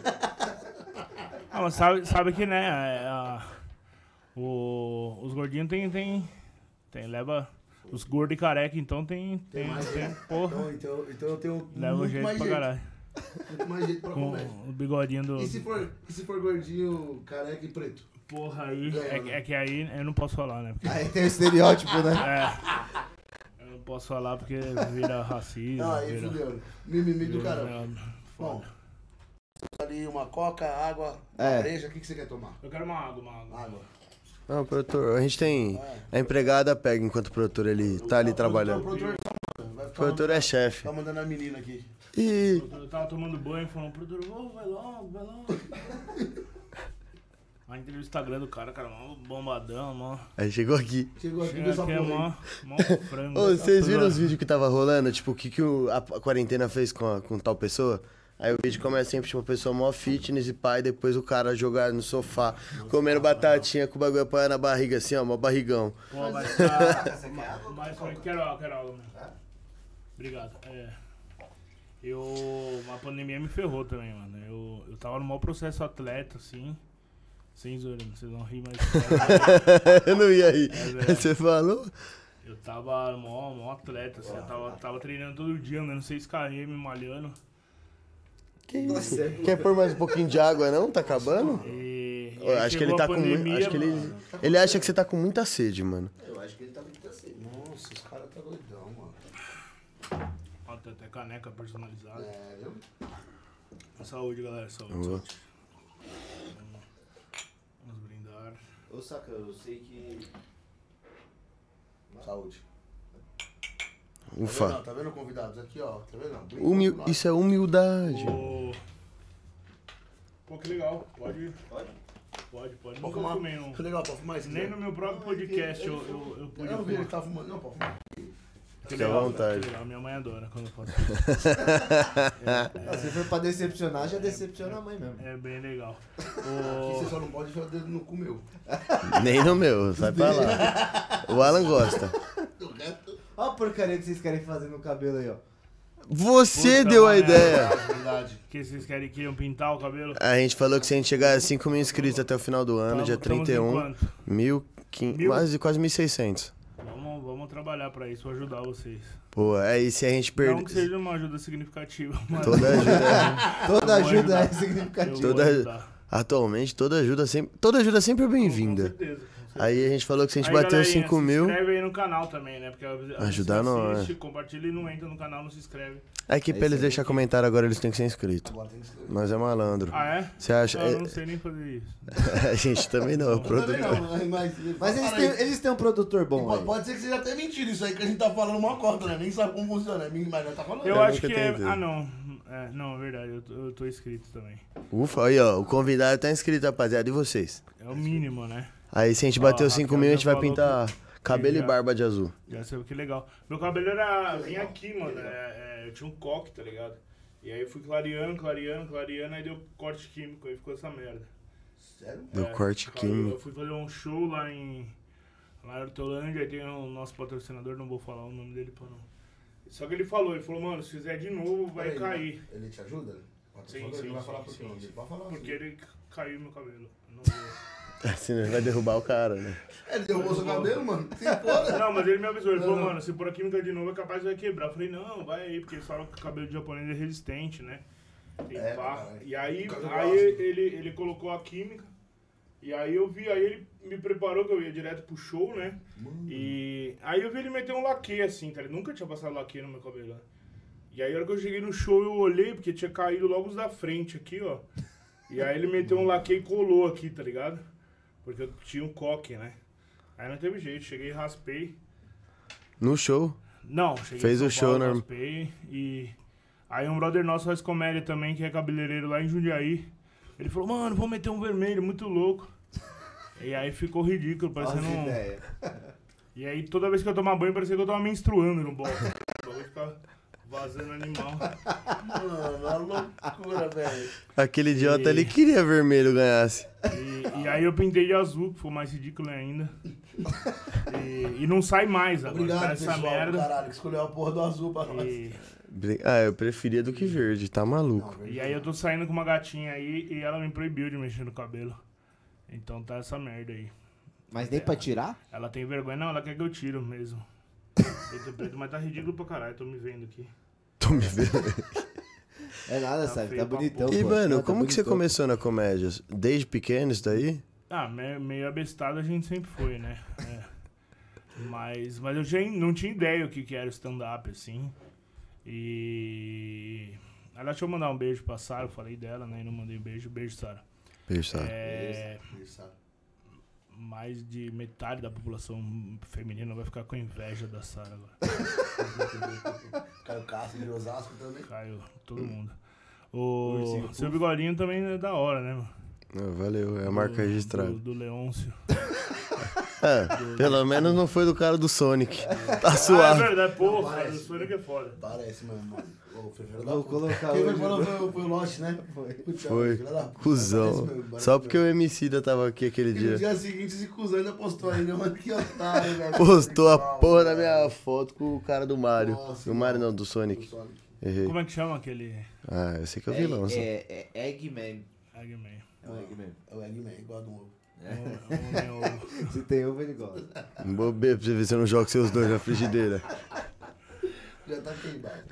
[SPEAKER 4] Ah, mas sabe, sabe que, né? é, a- o- os gordinhos tem, tem. Tem, leva. Os gordos e careca, então tem. Tem, tem,
[SPEAKER 2] Então,
[SPEAKER 4] porra.
[SPEAKER 2] então, então eu tenho
[SPEAKER 4] Leva o
[SPEAKER 2] muito
[SPEAKER 4] jeito
[SPEAKER 2] mais
[SPEAKER 4] pra
[SPEAKER 2] jeito.
[SPEAKER 4] caralho.
[SPEAKER 2] Muito mais jeito pra comédia.
[SPEAKER 4] Com o bigodinho do.
[SPEAKER 2] E se for, e se for gordinho, careca e preto?
[SPEAKER 4] Porra aí. É, é que aí eu não posso falar, né? Porque,
[SPEAKER 1] Aí tem o estereótipo, né?
[SPEAKER 4] é. Eu não posso falar porque vira racismo.
[SPEAKER 2] Ah, aí
[SPEAKER 4] vira-
[SPEAKER 2] fudeu. Mimimi do
[SPEAKER 4] vira-
[SPEAKER 2] caramba. Bom, ali uma coca, água,
[SPEAKER 1] É.
[SPEAKER 2] é. breja, o que, que você quer tomar?
[SPEAKER 4] Eu quero uma água, uma água.
[SPEAKER 2] Água.
[SPEAKER 3] Não, produtor, a gente tem. A empregada pega enquanto o produtor ele tá ali
[SPEAKER 2] O
[SPEAKER 3] trabalhando.
[SPEAKER 2] produtor, produtor, vai
[SPEAKER 3] O
[SPEAKER 2] ficar
[SPEAKER 3] produtor é chefe.
[SPEAKER 2] tá mandando a menina aqui.
[SPEAKER 3] E
[SPEAKER 4] Eu tava tomando banho, falando, produtor, ô, vai logo, vai logo. Aí entrei no Instagram do cara, cara, mó bombadão, mó.
[SPEAKER 3] aí chegou aqui.
[SPEAKER 2] Chegou aqui,
[SPEAKER 4] Chega
[SPEAKER 2] viu só Tá
[SPEAKER 4] aqui, é
[SPEAKER 2] porra.
[SPEAKER 4] mó, mó frango.
[SPEAKER 3] Ô, vocês viram os
[SPEAKER 4] Tudo-
[SPEAKER 3] vídeos que tava rolando? Tipo, o que, que o- a, a quarentena fez com, a- com tal pessoa? Aí o vídeo começa sempre, tipo, uma pessoa mó fitness e pai, depois o cara jogado no sofá, comendo batatinha com o bagulho apoiado na barriga, assim, ó, mó barrigão.
[SPEAKER 4] Pô, vai ficar. Mais frango. Quero água, quero água, mano. Obrigado. É. Eu. A pandemia me ferrou também, mano. Eu, eu tava no maior processo atleta, assim. Sem zoeira, vocês vão rir, mas
[SPEAKER 3] eu não ia aí.
[SPEAKER 4] Mas é.
[SPEAKER 3] Você falou?
[SPEAKER 4] eu tava mó, mó atleta, assim, eu tava, tava treinando todo dia, andando 6km, malhando.
[SPEAKER 3] Que isso? Quer pôr mais um pouquinho de água, não? Tá acabando?
[SPEAKER 4] E, e
[SPEAKER 3] Eu
[SPEAKER 4] aí
[SPEAKER 3] acho que ele
[SPEAKER 4] chegou
[SPEAKER 3] tá
[SPEAKER 4] a
[SPEAKER 3] com muito.
[SPEAKER 4] pandemia,
[SPEAKER 3] Acho que ele,
[SPEAKER 4] mano.
[SPEAKER 3] ele acha que você tá com muita sede, mano.
[SPEAKER 2] Eu acho que ele tá muito assim. Nossa, esse cara tá doidão, mano.
[SPEAKER 4] Ó, tem até caneca personalizada.
[SPEAKER 2] É, viu?
[SPEAKER 4] Saúde, galera, saúde.
[SPEAKER 3] Boa.
[SPEAKER 4] saúde. Vamos brindar.
[SPEAKER 1] Ô, saca, eu sei que.
[SPEAKER 2] Saúde. Tá vendo,
[SPEAKER 3] Ufa.
[SPEAKER 2] tá vendo, convidados? Aqui, ó. Tá vendo? Brinca
[SPEAKER 3] Humil...
[SPEAKER 2] com nós.
[SPEAKER 3] Isso é humildade.
[SPEAKER 4] Ô, Pô, que legal. Pode,
[SPEAKER 1] Pode?
[SPEAKER 4] pode, pode.
[SPEAKER 2] Pode
[SPEAKER 4] Nunca
[SPEAKER 2] fumar.
[SPEAKER 4] fumei, não.
[SPEAKER 2] Que legal, pode fumar esse
[SPEAKER 4] Nem no meu próprio podcast eu, eu, eu
[SPEAKER 2] Eu
[SPEAKER 4] pude
[SPEAKER 2] não vi ele
[SPEAKER 4] fumar.
[SPEAKER 2] tá fumando. Não, pode fumar.
[SPEAKER 4] Que
[SPEAKER 3] Fica à
[SPEAKER 4] legal,
[SPEAKER 3] vontade.
[SPEAKER 4] que legal. Minha mãe adora quando eu faço
[SPEAKER 1] Ah, se for pra decepcionar, já decepciona a mãe mesmo.
[SPEAKER 4] É bem legal.
[SPEAKER 2] Aqui você
[SPEAKER 4] Ô,
[SPEAKER 2] só não pode enfiar o dedo no cu meu.
[SPEAKER 3] Nem no meu, sai pra lá. O Alan gosta.
[SPEAKER 2] Do resto.
[SPEAKER 1] Ó a porcaria que vocês querem fazer no cabelo aí, ó.
[SPEAKER 3] Você
[SPEAKER 4] Puta
[SPEAKER 3] deu a
[SPEAKER 4] merda.
[SPEAKER 3] ideia.
[SPEAKER 2] Ah, é Verdade.
[SPEAKER 4] é que vocês querem que eu pintar o cabelo?
[SPEAKER 3] A gente falou que se a gente chegar a 5 mil inscritos até o final do ano,
[SPEAKER 4] Tamo-
[SPEAKER 3] dia
[SPEAKER 4] estamos em
[SPEAKER 3] 31,
[SPEAKER 4] quanto?
[SPEAKER 3] mil, quin-
[SPEAKER 4] Mil?
[SPEAKER 3] quase, quase 1.600.
[SPEAKER 4] Vamos, vamos trabalhar pra isso, ajudar vocês.
[SPEAKER 3] Pô, aí se a gente
[SPEAKER 4] Não que
[SPEAKER 3] perder.
[SPEAKER 4] seja uma ajuda significativa, mas
[SPEAKER 3] Toda ajuda. né?
[SPEAKER 1] Toda
[SPEAKER 4] Eu vou
[SPEAKER 1] ajuda é
[SPEAKER 4] ajudar. eu vou
[SPEAKER 1] significativa.
[SPEAKER 3] Toda-
[SPEAKER 4] ajudar.
[SPEAKER 3] Atualmente, toda ajuda sempre, toda ajuda sempre é
[SPEAKER 4] Com
[SPEAKER 3] bem-vinda.
[SPEAKER 4] certeza. com certeza.
[SPEAKER 3] Aí a gente falou que se a gente
[SPEAKER 4] Aí,
[SPEAKER 3] bateu
[SPEAKER 4] galerinha,
[SPEAKER 3] 5 mil.
[SPEAKER 4] Se inscreve aí no canal também, né? Porque
[SPEAKER 3] Ajudar não,
[SPEAKER 4] não, assiste, compartilha e não entra no canal, não se inscreve.
[SPEAKER 1] É isso
[SPEAKER 3] Aqui é pra eles
[SPEAKER 1] aí.
[SPEAKER 3] deixar comentário agora, eles têm que ser inscritos.
[SPEAKER 2] Agora tem que escrever.
[SPEAKER 3] Nós é malandro.
[SPEAKER 4] Ah, é?
[SPEAKER 3] Você acha?
[SPEAKER 4] Ah, Eu não sei nem fazer isso.
[SPEAKER 3] É, a gente também não, é o
[SPEAKER 2] Também
[SPEAKER 3] produtor.
[SPEAKER 2] não, né? mas,
[SPEAKER 1] Mas eles
[SPEAKER 2] para
[SPEAKER 1] têm,
[SPEAKER 2] aí.
[SPEAKER 1] eles têm um produtor bom
[SPEAKER 2] Pode,
[SPEAKER 1] aí.
[SPEAKER 2] pode ser que seja até mentira isso aí que a gente tá falando uma corda, né? Nem sabe como funciona, mas nós tá falando.
[SPEAKER 4] Eu,
[SPEAKER 3] Eu
[SPEAKER 4] acho
[SPEAKER 3] nunca
[SPEAKER 4] que é.
[SPEAKER 3] tentei.
[SPEAKER 4] Ah, não. É, não, é verdade. Eu tô, eu tô inscrito também.
[SPEAKER 3] Ufa, aí ó, o convidado tá inscrito, rapaziada, e vocês?
[SPEAKER 4] É o mínimo, né?
[SPEAKER 3] Aí se a gente
[SPEAKER 4] Ó,
[SPEAKER 3] bater
[SPEAKER 4] Rafael
[SPEAKER 3] os 5 mil, a gente
[SPEAKER 4] já
[SPEAKER 3] vai pintar cabelo e
[SPEAKER 4] já-
[SPEAKER 3] barba de azul.
[SPEAKER 4] Já sei que legal. Meu cabelo era. Vinha aqui, mano. é- é, eu tinha um coque, tá ligado? E aí eu fui clareando, clareando, clareando, aí deu corte químico, aí ficou essa merda.
[SPEAKER 2] Sério?
[SPEAKER 3] Deu
[SPEAKER 4] É,
[SPEAKER 3] corte
[SPEAKER 4] claro,
[SPEAKER 3] químico.
[SPEAKER 4] Eu fui fazer um show lá em. Lá em Hortolândia, aí tem o nosso patrocinador, não vou falar o nome dele pra não. Só que ele falou, ele falou, mano, se fizer de novo, vai
[SPEAKER 2] Peraí, né?
[SPEAKER 4] cair.
[SPEAKER 2] Ele te ajuda? Pode
[SPEAKER 4] Sim,
[SPEAKER 2] falar,
[SPEAKER 4] sim,
[SPEAKER 2] ele vai
[SPEAKER 4] sim,
[SPEAKER 2] falar por quê?
[SPEAKER 4] sim,
[SPEAKER 2] Ele
[SPEAKER 4] sim.
[SPEAKER 2] vai falar
[SPEAKER 4] Porque
[SPEAKER 2] assim.
[SPEAKER 4] ele caiu meu cabelo. Não, vou-
[SPEAKER 3] Assim, né, vai derrubar o cara, né?
[SPEAKER 2] É, Ele derrubou seu cabelo, mano. Se foda.
[SPEAKER 4] Não, mas ele me avisou, ele falou,
[SPEAKER 2] Não, não.
[SPEAKER 4] mano, se pôr a química de novo é capaz de vai quebrar. Eu falei, não, vai aí, porque eles falam que o cabelo de japonês é resistente, né? E,
[SPEAKER 2] É,
[SPEAKER 4] pá.
[SPEAKER 2] caralho.
[SPEAKER 4] e aí,
[SPEAKER 2] Por causa do
[SPEAKER 4] aí
[SPEAKER 2] ácido.
[SPEAKER 4] ele, ele colocou a química, e aí eu vi, aí ele me preparou que eu ia direto pro show, né? E aí eu vi ele meter um laque assim, cara. Ele nunca tinha passado laque no meu cabelo. né? E aí a hora que eu cheguei no show, eu olhei, porque tinha caído logo os da frente aqui, ó. E aí ele meteu um laque e colou aqui, tá ligado? Porque eu tinha um coque, né? Aí não teve jeito, cheguei e raspei.
[SPEAKER 3] No show.
[SPEAKER 4] Não, cheguei
[SPEAKER 3] Fez
[SPEAKER 4] em
[SPEAKER 3] o
[SPEAKER 4] São
[SPEAKER 3] show,
[SPEAKER 4] Paulo,
[SPEAKER 3] né?
[SPEAKER 4] Raspei, e aí um brother nosso faz comédia também, que é cabeleireiro lá em Jundiaí. Ele falou, mano, vou meter um vermelho, muito louco. E aí ficou ridículo,
[SPEAKER 1] Olha
[SPEAKER 4] parecendo
[SPEAKER 1] as
[SPEAKER 4] um...
[SPEAKER 1] ideias.
[SPEAKER 4] E aí toda vez que eu tomar banho, parecia que eu tava menstruando no bolo. O bagulho ficava vazando animal.
[SPEAKER 2] Mano, a loucura, velho.
[SPEAKER 3] Aquele idiota
[SPEAKER 4] E-
[SPEAKER 3] ali queria vermelho ganhasse.
[SPEAKER 4] E, e aí eu pintei de azul, que foi mais ridículo ainda. E, e não sai mais agora, tá
[SPEAKER 2] Obrigado,
[SPEAKER 4] essa
[SPEAKER 2] pessoal do
[SPEAKER 4] merda.
[SPEAKER 2] caralho, que escolheu a porra do azul pra nós.
[SPEAKER 4] E,
[SPEAKER 3] Bri- Ah, eu preferia do que verde, tá
[SPEAKER 2] Não,
[SPEAKER 3] maluco.
[SPEAKER 4] e aí eu tô saindo com uma gatinha aí e ela me proibiu de mexer no cabelo. Então tá essa merda aí.
[SPEAKER 1] Mas nem pra tirar?
[SPEAKER 4] Ela tem vergonha, não, ela quer que eu tiro mesmo. Preto, preto, mas tá ridículo pra caralho, tô me vendo aqui.
[SPEAKER 3] Tô me vendo.
[SPEAKER 1] É nada,
[SPEAKER 4] Tá
[SPEAKER 1] sabe?
[SPEAKER 4] feio
[SPEAKER 1] Tá
[SPEAKER 4] pra
[SPEAKER 1] bonitão.
[SPEAKER 3] E,
[SPEAKER 1] pô.
[SPEAKER 3] mano,
[SPEAKER 1] Tá
[SPEAKER 3] como que você
[SPEAKER 1] bonitão.
[SPEAKER 3] começou na comédia? Desde pequeno isso daí?
[SPEAKER 4] Ah, me- meio abestado a gente sempre foi, né? É. Mas, mas eu já não tinha ideia o que, que era o stand-up, assim. E. Aliás, deixa eu mandar um beijo pra Sara, eu falei dela, né? E não mandei beijo. Beijo, Sara.
[SPEAKER 3] Peixe, tá.
[SPEAKER 4] É,
[SPEAKER 2] Isso.
[SPEAKER 4] mais de metade da população feminina vai ficar com inveja da Sara agora.
[SPEAKER 2] Caio Castro de Osasco também.
[SPEAKER 4] Caiu todo mundo. O
[SPEAKER 1] Ursinho
[SPEAKER 4] seu bigodinho também é da hora, né, mano?
[SPEAKER 3] Ah, valeu, é a marca registrada.
[SPEAKER 4] Do, do Leôncio.
[SPEAKER 3] É, pelo menos não foi do cara do Sonic. Tá
[SPEAKER 4] Ah, é
[SPEAKER 3] suave.
[SPEAKER 4] verdade, porra. O
[SPEAKER 2] Parece.
[SPEAKER 4] Sonic é foda.
[SPEAKER 2] Parece mesmo, mano. Ô, foi filho da
[SPEAKER 1] Vou
[SPEAKER 2] puta.
[SPEAKER 1] colocar
[SPEAKER 2] Quem
[SPEAKER 1] hoje,
[SPEAKER 2] foi falar
[SPEAKER 1] viu?
[SPEAKER 2] foi, foi o Lost, né?
[SPEAKER 1] Foi.
[SPEAKER 5] é
[SPEAKER 2] Puta,
[SPEAKER 3] Foi.
[SPEAKER 2] filho da puta.
[SPEAKER 3] Cusão.
[SPEAKER 2] Parece mesmo, parece
[SPEAKER 3] Só porque
[SPEAKER 2] mesmo.
[SPEAKER 3] o MC da tava aqui aquele
[SPEAKER 2] E no
[SPEAKER 3] dia.
[SPEAKER 2] dia seguinte, esse cuzão ainda postou
[SPEAKER 5] né,
[SPEAKER 2] ainda, mano. Que otário, velho.
[SPEAKER 3] Postou a
[SPEAKER 2] Igual,
[SPEAKER 3] porra da
[SPEAKER 2] velho.
[SPEAKER 3] minha foto com o cara do Mario.
[SPEAKER 2] né? Nossa,
[SPEAKER 3] Do Mario
[SPEAKER 2] mano.
[SPEAKER 3] não, do Sonic.
[SPEAKER 2] Sonic.
[SPEAKER 3] Errei.
[SPEAKER 4] Como é que chama aquele
[SPEAKER 3] Ah, eu sei que é o vilão. só.
[SPEAKER 1] É, é, é Eggman.
[SPEAKER 4] Eggman?
[SPEAKER 6] É o Eggman.
[SPEAKER 5] É o Eggman, igual a do ovo.
[SPEAKER 4] É um- é um-
[SPEAKER 6] Se tem ovo, ele gosta.
[SPEAKER 3] Bobeira pra você ver se eu não jogo seus dois na frigideira.
[SPEAKER 5] Já tá queimado.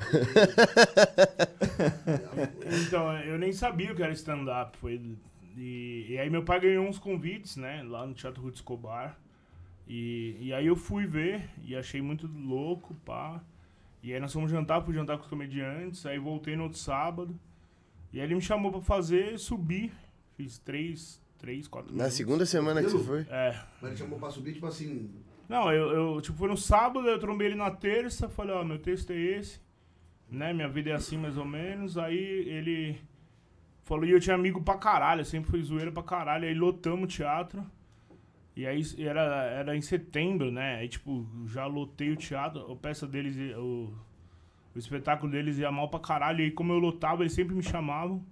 [SPEAKER 4] Então, eu nem sabia o que era stand-up. Foi... E, e aí meu pai ganhou uns convites, né? Lá no Teatro Ruth Escobar. E, e aí eu fui ver e achei muito louco, pá. E aí nós fomos jantar, fui jantar com os comediantes. Aí voltei no outro sábado. E aí ele me chamou pra fazer, subi. Fiz três, três, quatro
[SPEAKER 3] Na
[SPEAKER 4] minutos.
[SPEAKER 3] segunda semana que você foi?
[SPEAKER 4] É,
[SPEAKER 5] Mas ele chamou pra subir, tipo assim.
[SPEAKER 4] Não, eu, eu, tipo, foi no sábado, eu trombei ele na terça, falei, ó, meu texto é esse, né, minha vida é assim mais ou menos, aí ele falou, e eu tinha amigo pra caralho, eu sempre fui zoeira pra caralho, aí lotamos o teatro, e aí s- era, era em setembro, né, aí, tipo, já lotei o teatro, a peça deles, e- o, o espetáculo deles ia mal pra caralho, e aí como eu lotava, eles sempre me chamavam,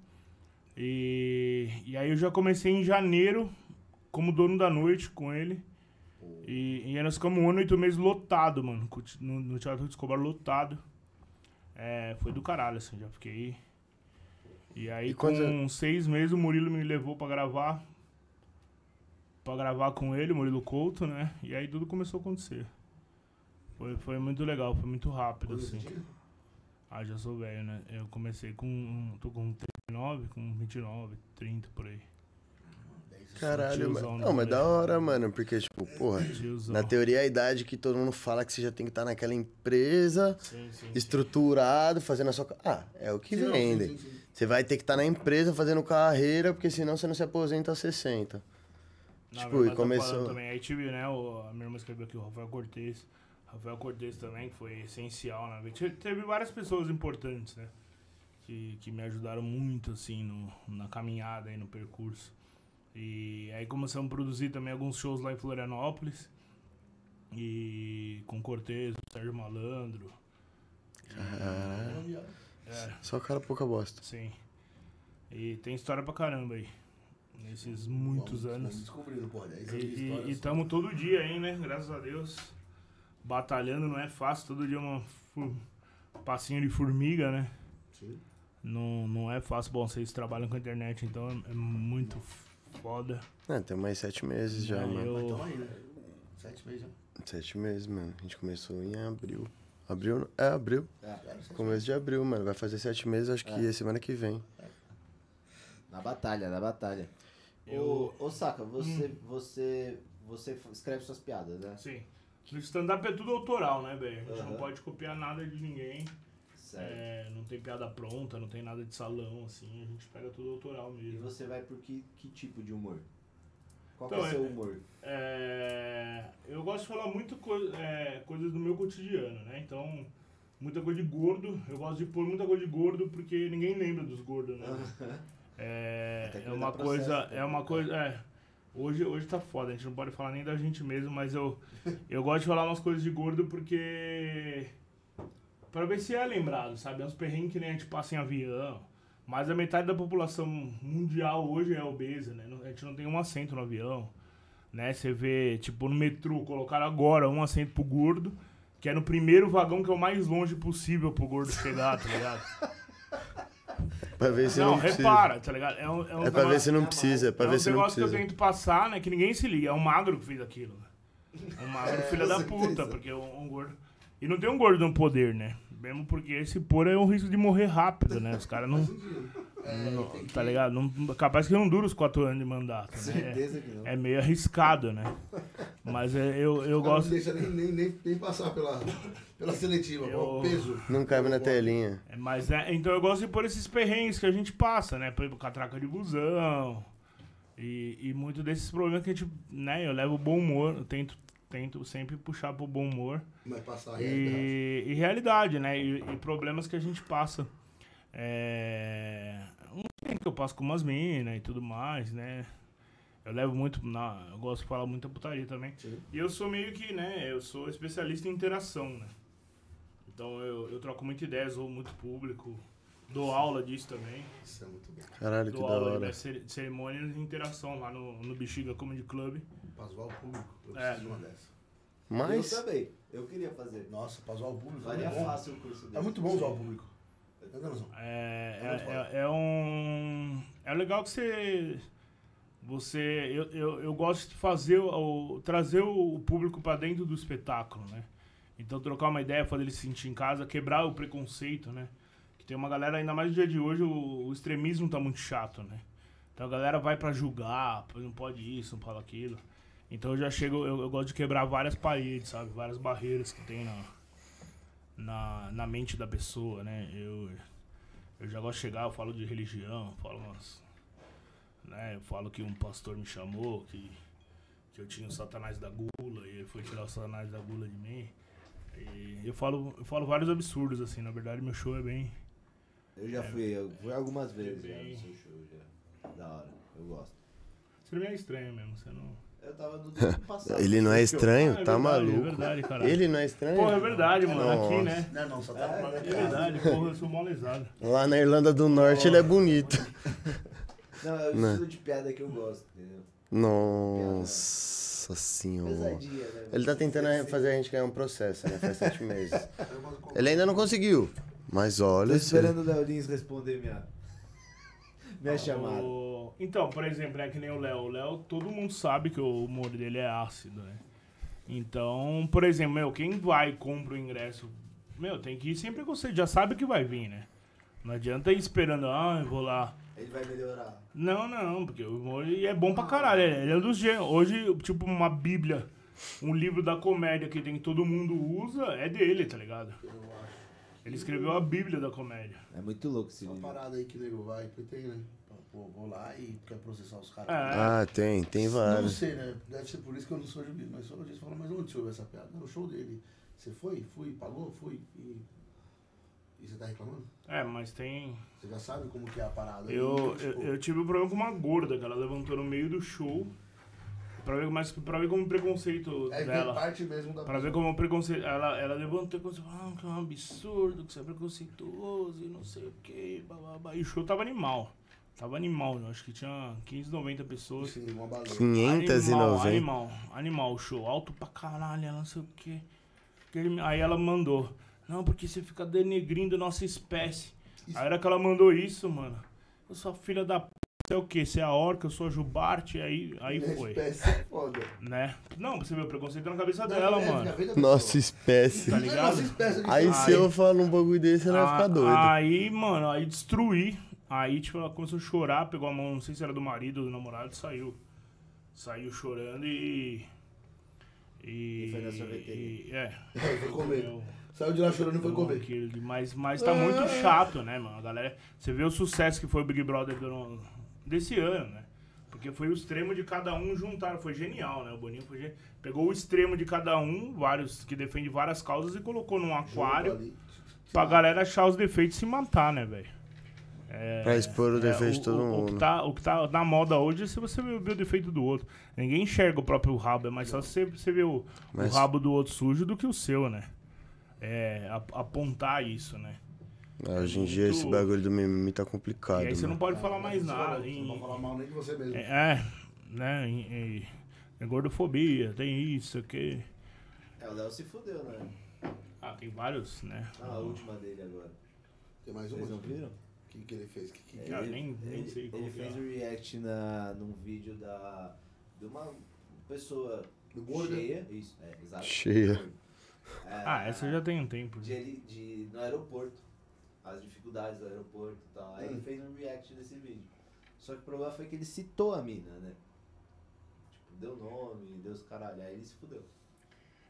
[SPEAKER 4] e, e aí eu já comecei em janeiro, como dono da noite com ele, e, e aí nós ficamos um ano e oito meses lotado, mano. com o te- No, no Teatro de Escobar lotado. É, foi do caralho, assim, já fiquei. E aí
[SPEAKER 3] E
[SPEAKER 4] com
[SPEAKER 3] quantos
[SPEAKER 4] seis meses o Murilo me levou pra gravar. Pra gravar com ele, o Murilo Couto, né? E aí tudo começou a acontecer. Foi, foi muito legal, foi muito rápido, assim. Ah, já sou velho, né? Eu comecei com. tô com 39, com 29, 30 por aí.
[SPEAKER 3] Caralho, mano.
[SPEAKER 4] Tiozão, né,
[SPEAKER 3] Não, mas
[SPEAKER 4] velho?
[SPEAKER 3] da hora, mano, porque, tipo, porra,
[SPEAKER 4] Tiozão.
[SPEAKER 3] na teoria é a idade que todo mundo fala que você já tem que estar naquela empresa,
[SPEAKER 4] Sim, sim.
[SPEAKER 3] estruturado, fazendo a sua. ca- Ah, é o que
[SPEAKER 5] Sim, não,
[SPEAKER 3] vendem.
[SPEAKER 5] sim, sim, sim.
[SPEAKER 3] Você vai ter que estar na empresa fazendo carreira, porque senão você não se aposenta aos 60.
[SPEAKER 4] Na
[SPEAKER 3] Tipo,
[SPEAKER 4] minha
[SPEAKER 3] e
[SPEAKER 4] irmã tá
[SPEAKER 3] começou.
[SPEAKER 4] falando Também. Aí tive, né, o- a minha irmã escreveu aqui, o Rafael Cortez. Rafael Cortez também, que foi essencial na vida. Te- Teve várias pessoas importantes, né? Que, que me ajudaram muito, assim, no, na caminhada e no percurso. E aí começamos a produzir também alguns shows lá em Florianópolis. E com Cortez, o Sérgio Malandro.
[SPEAKER 3] Caralho.
[SPEAKER 4] É,
[SPEAKER 3] Só o cara pouca bosta.
[SPEAKER 4] sim. E tem história pra caramba aí. Nesses muitos
[SPEAKER 5] Vamos-
[SPEAKER 4] anos.
[SPEAKER 5] vamos Descobrindo, pô, 10 anos de
[SPEAKER 4] E- E
[SPEAKER 5] história. assim.
[SPEAKER 4] estamos todo dia aí, né? Graças a Deus. Batalhando não é fácil, todo dia é uma fu- passinho de formiga, né?
[SPEAKER 5] Sim.
[SPEAKER 4] Não, não é fácil. Bom, vocês trabalham com a internet, então é, é muito foda.
[SPEAKER 3] Ah, tem mais sete meses já,
[SPEAKER 4] Aí
[SPEAKER 3] mano.
[SPEAKER 4] eu-
[SPEAKER 5] Então aí, né? Sete meses já.
[SPEAKER 3] Sete meses, mano. A gente começou em abril. Abril? não- É, abril.
[SPEAKER 5] Cara, sete
[SPEAKER 3] Começo de abril, mano. Vai fazer sete meses, acho que é semana que vem.
[SPEAKER 6] Na batalha, na batalha.
[SPEAKER 4] Eu-
[SPEAKER 6] Ô, ô Saca, você, você, você f- escreve suas piadas, né?
[SPEAKER 4] Assim, no stand-up é tudo autoral, né, velho? A gente não
[SPEAKER 6] Aham.
[SPEAKER 4] pode copiar nada de ninguém.
[SPEAKER 6] Certo.
[SPEAKER 4] É, não tem piada pronta, não tem nada de salão, assim. A gente pega tudo autoral
[SPEAKER 6] E
[SPEAKER 4] mesmo.
[SPEAKER 6] você vai por que, que tipo de humor? Qual que
[SPEAKER 4] Então,
[SPEAKER 6] é o
[SPEAKER 4] é-
[SPEAKER 6] seu humor?
[SPEAKER 4] É, eu gosto de falar muito coi- é, coisas do meu cotidiano, né? Então, muita coisa de gordo. Eu gosto de pôr muita coisa de gordo porque ninguém lembra dos gordos, né? É,
[SPEAKER 6] Até que
[SPEAKER 4] é
[SPEAKER 6] vai
[SPEAKER 4] uma
[SPEAKER 6] dar processo,
[SPEAKER 4] coisa,
[SPEAKER 6] tá
[SPEAKER 4] é uma coisa, é. Hoje, hoje tá foda, a gente não pode falar nem da gente mesmo, mas eu, eu gosto de falar umas coisas de gordo porque. Pra ver se é lembrado, sabe? É uns perrengues que nem a gente passa em avião. Mas a metade da população mundial hoje é obesa, né? Não- A gente não tem um assento no avião. Né? Você vê, tipo, no metrô, colocaram agora um assento pro gordo, que é no primeiro vagão que é o mais longe possível pro gordo chegar, tá ligado?
[SPEAKER 3] Pra ver se não,
[SPEAKER 4] não,
[SPEAKER 3] precisa.
[SPEAKER 4] repara, tá ligado? É, um, é, um
[SPEAKER 3] É pra ver
[SPEAKER 4] negócio-
[SPEAKER 3] se não precisa, é pra
[SPEAKER 4] é um
[SPEAKER 3] ver se não
[SPEAKER 4] negócio que eu
[SPEAKER 3] precisa.
[SPEAKER 4] tento passar, né? Que ninguém se liga. É um magro que fez aquilo. É um magro filho da puta, porque um, um gordo. E não tem um gordo no poder, né? Mesmo porque esse pôr é um risco de morrer rápido, né? Os caras não.
[SPEAKER 6] É,
[SPEAKER 4] não- tá ligado? Não, capaz que não dura os quatro anos de mandato. Né?
[SPEAKER 6] Certeza que não.
[SPEAKER 4] É, é meio arriscado, né? Mas é, eu, eu
[SPEAKER 5] O cara
[SPEAKER 4] gosto.
[SPEAKER 5] Não deixa nem, nem, nem, nem passar pela, pela seletiva,
[SPEAKER 4] Eu-
[SPEAKER 5] pô, o peso.
[SPEAKER 3] Não cabe na telinha.
[SPEAKER 4] É, Mas é, então eu gosto de pôr esses perrengues que a gente passa, né? Por exemplo, catraca de busão. E, e muito desses problemas que a gente, né? Eu levo bom humor, eu tento, tento sempre puxar pro bom humor.
[SPEAKER 2] é
[SPEAKER 5] Mas passar a realidade.
[SPEAKER 4] E, e realidade, né? E, e problemas que a gente passa. É, um tempo que eu passo com umas minas e tudo mais, né? Eu levo muito. Na, eu gosto de falar muita putaria também.
[SPEAKER 5] Sim.
[SPEAKER 4] E eu sou meio que, né? Eu sou especialista em interação, né? Então eu, eu troco muita ideia, sou muito público. Dou aula disso também.
[SPEAKER 5] Isso é muito bom.
[SPEAKER 3] Caralho, que
[SPEAKER 4] Dou
[SPEAKER 3] da
[SPEAKER 4] aula
[SPEAKER 3] hora.
[SPEAKER 4] de cere- cerimônias de interação lá no, no Bexiga Comedy Club.
[SPEAKER 5] Pra zoar o público, eu preciso
[SPEAKER 4] É.
[SPEAKER 5] de uma dessa.
[SPEAKER 3] Mas.
[SPEAKER 6] Eu também. Eu queria fazer.
[SPEAKER 5] Nossa, pra zoar o
[SPEAKER 4] Tá
[SPEAKER 5] público. é
[SPEAKER 6] Faria
[SPEAKER 5] muito bom.
[SPEAKER 6] fácil o curso dele.
[SPEAKER 5] É muito bom zoar o público.
[SPEAKER 2] Tá
[SPEAKER 5] Entendeu, Zão?
[SPEAKER 4] É,
[SPEAKER 5] É muito
[SPEAKER 4] é, é- é um. É legal que você. Você, eu, eu, eu gosto de fazer, o, o- trazer o público pra dentro do espetáculo, né? Então trocar uma ideia, fazer ele se sentir em casa, quebrar o preconceito, né? Que tem uma galera, ainda mais no dia de hoje, o, o extremismo tá muito chato, né? Então a galera vai pra julgar, pô, não pode isso, não fala aquilo. Então eu já chego, eu, eu gosto de quebrar várias paredes, sabe? Várias barreiras que tem na, na, na mente da pessoa, né? Eu, eu já gosto de chegar, eu falo de religião, falo umas. Né? Eu falo que um pastor me chamou, que, que eu tinha o Satanás da gula, e ele foi tirar o Satanás da gula de mim. E eu falo, eu falo vários absurdos, assim, na verdade meu show é bem.
[SPEAKER 1] Eu já fui, eu fui algumas vezes já
[SPEAKER 4] É. bem.
[SPEAKER 1] no seu show, já. Da hora, eu gosto.
[SPEAKER 4] Você é meio estranho mesmo, você não.
[SPEAKER 1] Eu tava no domingo passado.
[SPEAKER 3] Ele não é estranho,
[SPEAKER 4] Ah, é
[SPEAKER 3] tá
[SPEAKER 4] verdade,
[SPEAKER 3] maluco.
[SPEAKER 4] É verdade, cara.
[SPEAKER 3] Ele não é estranho?
[SPEAKER 4] Pô, é verdade, mano, aqui,
[SPEAKER 3] Nossa.
[SPEAKER 4] né?
[SPEAKER 2] Não, não, só tá no
[SPEAKER 4] É
[SPEAKER 2] planeta.
[SPEAKER 4] verdade, porra, eu sou molezado.
[SPEAKER 3] Lá na Irlanda do Norte ele é bonito.
[SPEAKER 1] Não, é o
[SPEAKER 3] Não.
[SPEAKER 1] estilo de piada que eu gosto, entendeu?
[SPEAKER 3] Nossa senhora.
[SPEAKER 1] Pesadinha, né?
[SPEAKER 3] Ele tá tentando fazer a gente ganhar um processo, né? Faz sete meses.
[SPEAKER 2] é,
[SPEAKER 3] Ele ainda não conseguiu. Mas
[SPEAKER 1] Tô
[SPEAKER 3] olha,
[SPEAKER 1] tá esperando o Léo Lins responder minha,
[SPEAKER 4] Tá
[SPEAKER 1] minha chamada.
[SPEAKER 4] O- Então, por exemplo, é que nem o Léo. O Léo, todo mundo sabe que o humor dele é ácido, né? Então, por exemplo, meu, quem vai e compra o ingresso, meu, tem que ir sempre com você, já sabe que vai vir, né? Não adianta ir esperando, ah, eu vou lá.
[SPEAKER 1] Ele vai melhorar.
[SPEAKER 4] Não, não, porque o humor ele é bom pra caralho. Ele é um dos gêneros. Hoje, tipo, uma bíblia, um livro da comédia que tem todo mundo usa, é dele, tá ligado? Ele escreveu a bíblia da comédia.
[SPEAKER 1] É muito louco esse
[SPEAKER 2] Uma
[SPEAKER 1] livro.
[SPEAKER 2] parada aí que o nego vai, porque tem, né? Pô, vou lá e quer processar os caras.
[SPEAKER 4] É.
[SPEAKER 3] Ah, tem, tem
[SPEAKER 2] Não
[SPEAKER 3] vários.
[SPEAKER 2] sei, né? Deve ser por isso que eu não sou juiz, mas só disso fala, mas onde você ouviu essa piada? Não, o show dele. Você foi? Fui, pagou? Fui. E, e você tá reclamando?
[SPEAKER 4] É, mas tem.
[SPEAKER 2] Você já sabe como que é a parada.
[SPEAKER 4] Eu,
[SPEAKER 2] Então,
[SPEAKER 4] eu,
[SPEAKER 2] tipo,
[SPEAKER 4] eu tive um problema com uma gorda que ela levantou no meio do show. Pra ver, mas pra ver como o preconceito
[SPEAKER 2] É ver
[SPEAKER 4] dela.
[SPEAKER 2] parte mesmo da
[SPEAKER 4] Pra ver como o preconceito. Ela, ela levantou e começou a falar "Ah, que é um absurdo, que você é preconceituoso e não sei o que. Bababá. E o show tava animal. Tava animal, eu acho que tinha 15, 90 pessoas.
[SPEAKER 2] Sim, uma baleia.
[SPEAKER 3] 590.
[SPEAKER 4] Animal, animal, animal, show. Alto pra caralho, ela não sei o quê. Que ele- Aí ela mandou. Não, porque você fica denegrindo nossa espécie. Aí era que ela mandou isso, mano. Eu sou a filha da p. Você é o quê? Você é a orca, eu sou a jubarte. Aí, aí
[SPEAKER 2] Minha
[SPEAKER 4] foi.
[SPEAKER 2] espécie é foda.
[SPEAKER 4] Né? Não, você vê o preconceito na cabeça
[SPEAKER 2] Não,
[SPEAKER 4] dela,
[SPEAKER 2] é, fica
[SPEAKER 4] mano.
[SPEAKER 2] vendo a pessoa.
[SPEAKER 3] Nossa espécie.
[SPEAKER 4] Tá
[SPEAKER 2] Não é
[SPEAKER 4] ligado?
[SPEAKER 2] nossa espécie de
[SPEAKER 3] Aí
[SPEAKER 2] ser-
[SPEAKER 3] se eu falar um bagulho desse, ela vai
[SPEAKER 4] Ah,
[SPEAKER 3] ficar doida.
[SPEAKER 4] Aí, mano, aí destruí. Aí, tipo, ela começou a chorar, pegou a mão, não sei se era do marido ou do namorado, e saiu. Saiu chorando e. E.
[SPEAKER 1] E foi na sorveteria.
[SPEAKER 4] e- é.
[SPEAKER 2] Aí foi comer.
[SPEAKER 4] Eu-
[SPEAKER 2] Saiu de lá chorando e foi
[SPEAKER 4] eu-
[SPEAKER 2] comer.
[SPEAKER 4] aquilo, mas, mas tá muito chato, né, mano? A galera. Você vê o sucesso que foi o Big Brother do- desse ano, né? Porque foi o extremo de cada um juntaram. Foi genial, né? O Boninho foi gen- Pegou o extremo de cada um, vários, que defende várias causas, e colocou num aquário.
[SPEAKER 2] Ali.
[SPEAKER 4] Pra galera achar os defeitos e se matar, né, velho? É,
[SPEAKER 3] Pra expor o defeito de
[SPEAKER 4] o-
[SPEAKER 3] todo
[SPEAKER 4] o- O
[SPEAKER 3] mundo.
[SPEAKER 4] que, tá, o que tá na moda hoje é se você ver ver o defeito do outro. Ninguém enxerga o próprio rabo, é mais só você, você ver o,
[SPEAKER 3] Mas-
[SPEAKER 4] o rabo do outro sujo do que o seu, né? É, a- apontar isso, né?
[SPEAKER 3] Ah, Hoje em dia esse
[SPEAKER 4] muito-
[SPEAKER 3] bagulho do mimimi tá complicado.
[SPEAKER 4] e aí você não
[SPEAKER 3] mano.
[SPEAKER 4] pode falar mais
[SPEAKER 2] Você
[SPEAKER 4] nada.
[SPEAKER 2] falou, é Você não
[SPEAKER 4] em-
[SPEAKER 2] pode falar mal nem de você mesmo.
[SPEAKER 4] é, é, né? em- em- é gordofobia, tem isso, aqui.
[SPEAKER 1] É, o Léo se fudeu, né?
[SPEAKER 4] Ah, tem vários, né?
[SPEAKER 1] Ah, a última dele agora.
[SPEAKER 2] Tem mais uma?
[SPEAKER 1] Vocês não viram?
[SPEAKER 2] O que, que ele fez? Que, que, que-
[SPEAKER 4] Cara, nem- nem
[SPEAKER 1] ele,
[SPEAKER 4] sei como
[SPEAKER 1] ele
[SPEAKER 4] que é.
[SPEAKER 1] fez o react na, num vídeo da, de uma pessoa
[SPEAKER 2] Do gordo?
[SPEAKER 1] cheia. Isso, é, exato.
[SPEAKER 3] Cheia.
[SPEAKER 1] É,
[SPEAKER 4] Ah, essa já tem um tempo.
[SPEAKER 1] de, ele- de, no aeroporto. As dificuldades do aeroporto e tal. Aí
[SPEAKER 6] Hum.
[SPEAKER 1] ele fez um react desse vídeo. Só que o problema foi que ele citou a mina, né? Tipo, deu nome, deu os caralho. Aí ele se fudeu.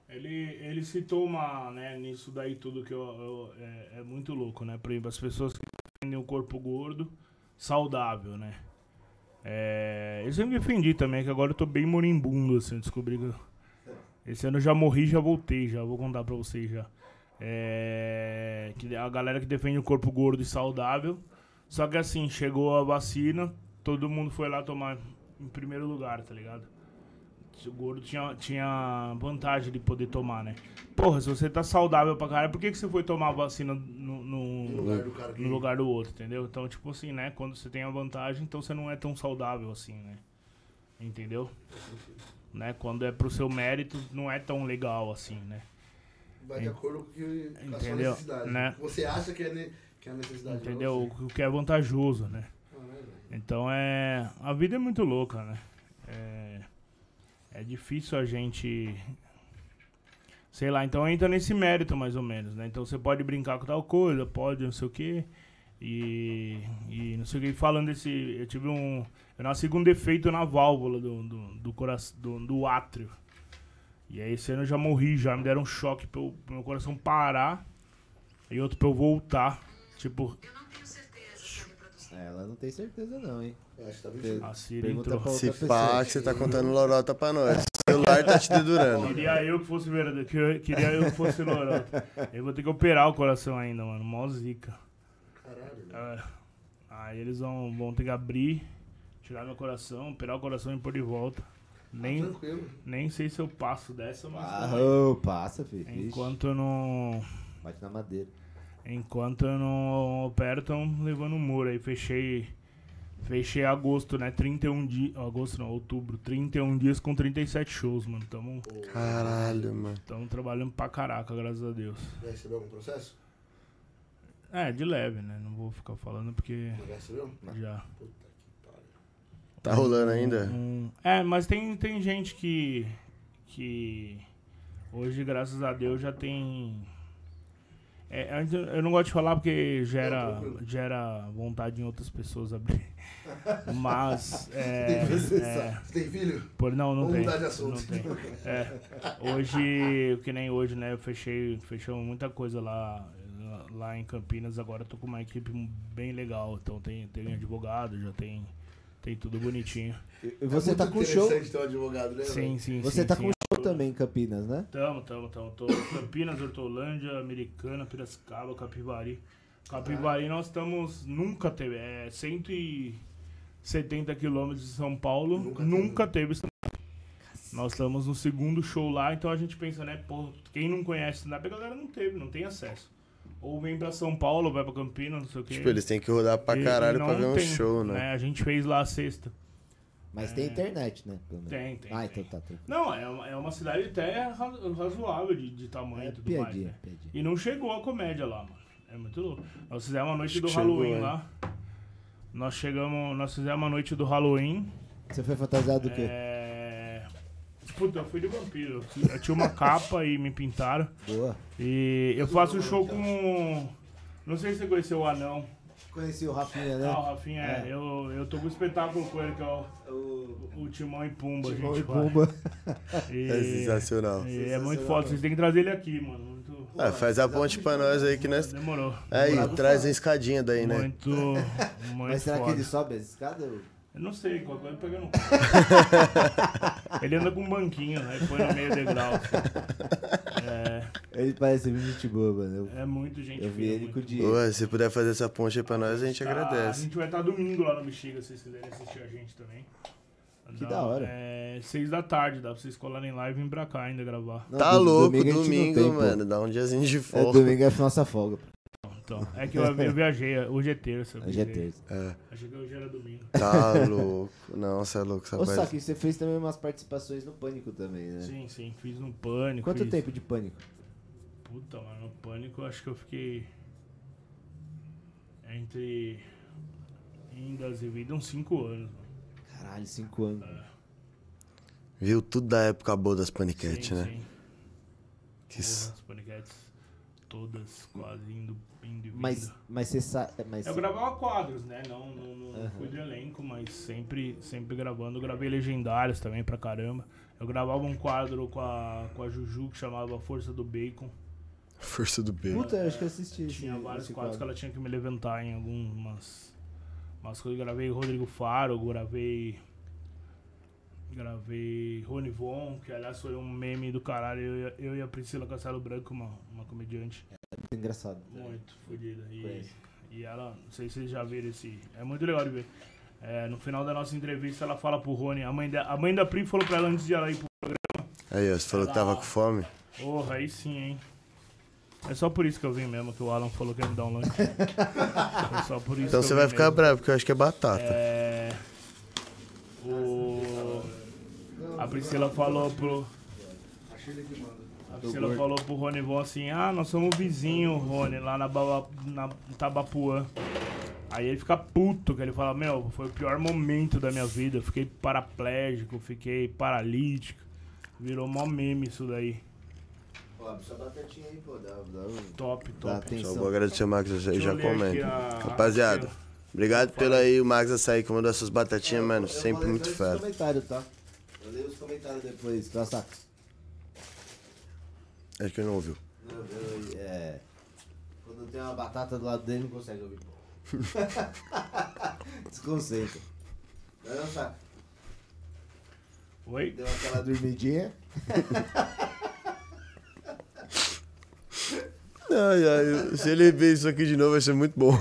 [SPEAKER 4] Ele, ele citou uma, né, nisso daí tudo que eu, eu- é, é muito louco, né? Por exemplo, as pessoas que defendem o um corpo gordo, saudável, né? É, eu sempre defendi também, que agora eu tô bem moribundo, assim, eu descobri que eu- esse ano eu já morri, já voltei, já vou contar pra vocês já. É, que a galera que defende o corpo gordo e saudável, só que assim, chegou a vacina, todo mundo foi lá tomar em primeiro lugar, tá ligado? O gordo tinha, tinha vantagem de poder tomar, né? Porra, se você tá saudável pra caralho, por que, que você foi tomar a vacina no, no-
[SPEAKER 2] No lugar do cara que-
[SPEAKER 4] no lugar do outro, entendeu? Então, tipo assim, né? Quando você tem a vantagem, então você não é tão saudável assim, né? Entendeu? Né? Quando é pro seu mérito, não é tão legal assim, né?
[SPEAKER 2] Vai de acordo com, que, com a sua
[SPEAKER 4] É. Entendeu?
[SPEAKER 2] necessidade.
[SPEAKER 4] Né?
[SPEAKER 2] Você acha que é, ne- que é a necessidade. pra
[SPEAKER 4] Entendeu? O que é vantajoso, né?
[SPEAKER 2] você. Caralho, velho.
[SPEAKER 4] Então é. A vida é muito louca, né? É, é difícil a gente. Sei lá, então entra nesse mérito mais ou menos, né? Então você pode brincar com tal coisa, pode não sei o quê. E, e não sei o que, falando desse. Eu tive um. Eu nasci com um defeito na válvula do, do, do, coração, do, do átrio. E aí esse ano eu já morri, já me deram um choque pra eu- pro meu coração parar e outro pra eu voltar. Tipo,
[SPEAKER 6] É, Ela não tem certeza não, hein?
[SPEAKER 5] Eu acho que tá mentindo.
[SPEAKER 4] a Siri
[SPEAKER 6] Pergunta
[SPEAKER 4] entrou.
[SPEAKER 6] pra outra
[SPEAKER 3] Se
[SPEAKER 6] pessoa.
[SPEAKER 3] pá, que você tá contando lorota pra nós. O celular tá te dedurando.
[SPEAKER 4] Queria eu que fosse verdadeiro, que eu- queria eu que fosse lorota. Eu vou ter que operar o coração ainda, mano. Mó zica.
[SPEAKER 5] Caralho, né?
[SPEAKER 4] É. Aí eles vão, vão ter que abrir, tirar meu coração, operar o coração e pôr de volta.
[SPEAKER 2] Ah, tá.
[SPEAKER 4] Nem,
[SPEAKER 5] Tranquilo.
[SPEAKER 4] nem sei se eu passo dessa, mas.
[SPEAKER 6] Ah,
[SPEAKER 4] também.
[SPEAKER 6] ô, passa, filho. Vixe,
[SPEAKER 4] Enquanto eu não.
[SPEAKER 6] Bate na madeira.
[SPEAKER 4] Enquanto eu não opero, estão levando o muro. Aí fechei. Fechei agosto, né? 31 dias. Agosto não, outubro. 31 dias com 37 shows, mano. Tamo,
[SPEAKER 3] Caralho, mano.
[SPEAKER 4] tamo trabalhando pra caraca, graças a Deus.
[SPEAKER 5] Já recebeu algum processo?
[SPEAKER 4] É, de leve, né? Não vou ficar falando porque
[SPEAKER 5] Já recebeu?
[SPEAKER 4] já.
[SPEAKER 5] Puta que pariu.
[SPEAKER 3] Tá rolando ainda?
[SPEAKER 4] Hum, é, mas tem, tem gente que. que. Hoje, graças a Deus, já tem. É, antes eu eu não gosto de falar porque gera, gera vontade em outras pessoas abrir. Mas. É, é,
[SPEAKER 5] Você tem filho?
[SPEAKER 4] por, não, não
[SPEAKER 5] Vamos
[SPEAKER 4] tem.
[SPEAKER 5] mudar de assunto.
[SPEAKER 4] Não tem. É, hoje, que nem hoje, né? Eu fechei, fechou muita coisa lá, lá em Campinas. Agora eu tô com uma equipe bem legal. Então tem, tem advogado, já tem, tem tudo bonitinho.
[SPEAKER 6] E- e você
[SPEAKER 5] É
[SPEAKER 6] tá
[SPEAKER 5] muito
[SPEAKER 6] com show.
[SPEAKER 5] interessante ter um advogado, né?
[SPEAKER 4] Sim, sim,
[SPEAKER 6] Você
[SPEAKER 4] sim,
[SPEAKER 6] tá
[SPEAKER 4] sim.
[SPEAKER 6] com show também em Campinas, né?
[SPEAKER 4] Tamo, tamo, tamo. Tô em Campinas, Hortolândia, Americana, Piracicaba, Capivari. Capivari nós estamos. Nunca teve. É 170 quilômetros de São Paulo.
[SPEAKER 5] Nunca
[SPEAKER 4] Nunca,
[SPEAKER 5] teve.
[SPEAKER 4] teve. stand-up. Nós estamos no segundo show lá, então a gente pensa, né? Pô, quem não conhece stand-up, a galera não teve, não tem acesso. Ou vem pra São Paulo, vai pra Campinas, não sei o quê.
[SPEAKER 3] Tipo, eles têm que rodar pra
[SPEAKER 4] E- e
[SPEAKER 3] caralho
[SPEAKER 4] não
[SPEAKER 3] pra ver um
[SPEAKER 4] tem,
[SPEAKER 3] show, né?
[SPEAKER 4] A gente fez lá a sexta.
[SPEAKER 6] Mas
[SPEAKER 4] É.
[SPEAKER 6] tem internet, né? Pelo menos.
[SPEAKER 4] Tem, tem,
[SPEAKER 6] Ah,
[SPEAKER 4] tem.
[SPEAKER 6] então tá tranquilo.
[SPEAKER 4] Não, é uma, é uma cidade até razo- razoável de, de tamanho
[SPEAKER 6] É
[SPEAKER 4] e tudo mais.
[SPEAKER 6] piadinha,
[SPEAKER 4] Né?
[SPEAKER 6] piadinha.
[SPEAKER 4] E não chegou a comédia lá, mano. É muito louco. Nós fizemos uma noite
[SPEAKER 3] Acho
[SPEAKER 4] do
[SPEAKER 3] que chegou,
[SPEAKER 4] Halloween
[SPEAKER 3] hein?
[SPEAKER 4] lá. Nós chegamos. Nós fizemos uma noite do Halloween.
[SPEAKER 6] Você foi fantasiado do quê?
[SPEAKER 4] É... Puta, eu fui de vampiro. Eu tinha uma capa e me pintaram.
[SPEAKER 6] Boa.
[SPEAKER 4] E eu faço show com. Não sei se você conheceu o Anão.
[SPEAKER 6] Conheci o Rafinha, né?
[SPEAKER 4] Ah, o Rafinha, é. Eu, eu tô com um espetáculo com ele, que é o,
[SPEAKER 6] O
[SPEAKER 4] o Timão e Pumba.
[SPEAKER 6] Timão
[SPEAKER 4] a
[SPEAKER 6] e
[SPEAKER 4] gente faz.
[SPEAKER 6] Pumba.
[SPEAKER 4] E-
[SPEAKER 3] É sensacional.
[SPEAKER 4] e é muito foda. Vocês têm que trazer ele aqui, mano. Muito...
[SPEAKER 3] Ah, faz a ponte pra nós aí que nós.
[SPEAKER 4] Demorou.
[SPEAKER 3] Aí, traz a escadinha daí, é né?
[SPEAKER 4] Muito, muito
[SPEAKER 6] Mas será
[SPEAKER 4] foda.
[SPEAKER 6] que ele sobe as escadas?
[SPEAKER 4] Eu não sei, qualquer coisa pegando um. ele anda com um banquinho, aí põe no meio do degrau. assim.
[SPEAKER 6] Ele parece muito gente boa, mano. Eu,
[SPEAKER 4] É, é muito gente.
[SPEAKER 6] eu vi
[SPEAKER 4] fina,
[SPEAKER 6] ele
[SPEAKER 4] muito
[SPEAKER 6] com o Diego.
[SPEAKER 3] Pô, se puder fazer essa ponte aí pra nós, a gente
[SPEAKER 4] Tá, A
[SPEAKER 3] agradece.
[SPEAKER 4] gente vai estar domingo lá no Bexiga, se vocês quiserem assistir a gente também.
[SPEAKER 6] Que da hora.
[SPEAKER 4] É, seis da tarde, dá pra vocês colarem lá e virem pra cá ainda gravar.
[SPEAKER 6] Não,
[SPEAKER 3] Tá
[SPEAKER 6] do-
[SPEAKER 3] louco,
[SPEAKER 6] a gente não
[SPEAKER 3] domingo,
[SPEAKER 6] tem, pô.
[SPEAKER 3] mano. Dá um diazinho de
[SPEAKER 6] É,
[SPEAKER 3] folga.
[SPEAKER 6] domingo é a nossa folga. pô.
[SPEAKER 4] Então, é que eu, eu viajei, hoje é terça. eu
[SPEAKER 6] Hoje é
[SPEAKER 4] viajei.
[SPEAKER 6] terça.
[SPEAKER 3] É,
[SPEAKER 4] Achei que hoje era domingo.
[SPEAKER 3] tá louco. Não, você é louco,
[SPEAKER 6] Ô,
[SPEAKER 3] rapaz.
[SPEAKER 6] Saki, você fez também umas participações no Pânico também, né?
[SPEAKER 4] Sim, sim, fiz no pânico.
[SPEAKER 6] Quanto
[SPEAKER 4] fiz-
[SPEAKER 6] tempo de Pânico?
[SPEAKER 4] Puta, mano, no pânico eu acho que eu fiquei. Entre. Indas e vidas, uns 5 anos, mano.
[SPEAKER 6] Caralho, cinco anos.
[SPEAKER 4] É,
[SPEAKER 3] Viu tudo da época boa das paniquete,
[SPEAKER 4] Sim,
[SPEAKER 3] né?
[SPEAKER 4] sim.
[SPEAKER 3] Que s-
[SPEAKER 4] Porra, as paniquetes todas quase indo, indo e vindo.
[SPEAKER 6] Mas, mas você sabe. Mas...
[SPEAKER 4] Eu gravava quadros, né? Não, não, não não fui de elenco, mas sempre, sempre gravando. Eu gravei legendários também pra caramba. Eu gravava um quadro com a, com a Juju que chamava Força do Bacon.
[SPEAKER 3] Força do B.
[SPEAKER 6] Puta, eu acho que eu assisti. esse-
[SPEAKER 4] Tinha vários
[SPEAKER 6] esse
[SPEAKER 4] quadros que
[SPEAKER 6] quadro.
[SPEAKER 4] ela tinha que me levantar em algumas umas coisas. Gravei Rodrigo Faro, gravei. Gravei Rony Von, que aliás foi um meme do caralho. Eu, e a- eu e a Priscila Castelo Branco, uma, uma comediante
[SPEAKER 6] Muito engraçado.
[SPEAKER 4] muito fodida. E,
[SPEAKER 6] É Conheço.
[SPEAKER 4] e ela, não sei se vocês já viram esse. É muito legal de ver. É, no final da nossa entrevista, ela fala pro Rony, a mãe da, a mãe da Pri falou pra ela antes de ela ir pro.
[SPEAKER 3] Aí, ó, você falou que tava com fome?
[SPEAKER 4] Porra, aí sim, hein? É só por isso que eu vim mesmo, que o Alan falou que ia me dar um lanche. é só por isso
[SPEAKER 3] Então
[SPEAKER 4] que
[SPEAKER 3] você
[SPEAKER 4] eu
[SPEAKER 3] vai
[SPEAKER 4] vim
[SPEAKER 3] ficar
[SPEAKER 4] mesmo.
[SPEAKER 3] bravo, porque eu acho que é batata.
[SPEAKER 4] É. O. A Priscila falou pro.
[SPEAKER 5] Achei ele que manda.
[SPEAKER 4] A Priscila falou pro Rony Von assim, ah, nós somos vizinho, Rony, lá na, Baba, na Tabapuã. Aí ele fica puto, que ele fala, meu, foi o pior momento da minha vida, eu fiquei paraplégico, fiquei paralítico. Virou mó meme isso daí.
[SPEAKER 1] Ó, abre sua batatinha aí, pô. Dá, dá, um-
[SPEAKER 4] Top,
[SPEAKER 1] dá
[SPEAKER 4] top.
[SPEAKER 3] Só
[SPEAKER 1] atenção.
[SPEAKER 3] vou agradecer o Max Açaí e
[SPEAKER 4] Deixa
[SPEAKER 3] já
[SPEAKER 4] eu ler aqui
[SPEAKER 3] comento.
[SPEAKER 4] a-
[SPEAKER 3] Rapaziada, obrigado pelo aí o Max Açaí que mandou essas batatinhas, mano.
[SPEAKER 1] Eu vou
[SPEAKER 3] Sempre
[SPEAKER 1] ler
[SPEAKER 3] muito
[SPEAKER 1] todos os
[SPEAKER 3] fera.
[SPEAKER 1] comentários, tá? Eu leio os comentários depois, tá saca?
[SPEAKER 3] Acho que ele não ouviu.
[SPEAKER 1] Não, eu- eu- é, Quando tem uma batata do lado dele, não consegue ouvir. Desconceito. Não, saca?
[SPEAKER 4] Oi?
[SPEAKER 1] Deu aquela dormidinha.
[SPEAKER 3] Não, já, se ele ver isso aqui de novo vai ser muito bom.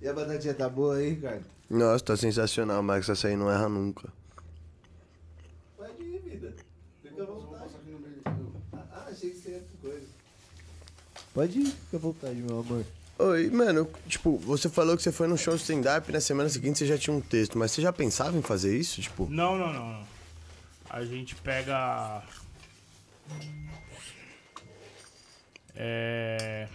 [SPEAKER 1] E a batatinha tá boa aí, Ricardo?
[SPEAKER 3] Nossa, tá sensacional. O Max Açaí não erra nunca.
[SPEAKER 1] Pode ir, vida. Fica à vontade. Ah, achei que você ia com coisa. Pode ir, fica à vontade, meu amor.
[SPEAKER 3] Oi, mano, tipo, você falou que você foi num show de stand-up e na semana seguinte você já tinha um texto, mas você já pensava em fazer isso? Tipo,
[SPEAKER 4] Não, não, não, não. A gente pega. É.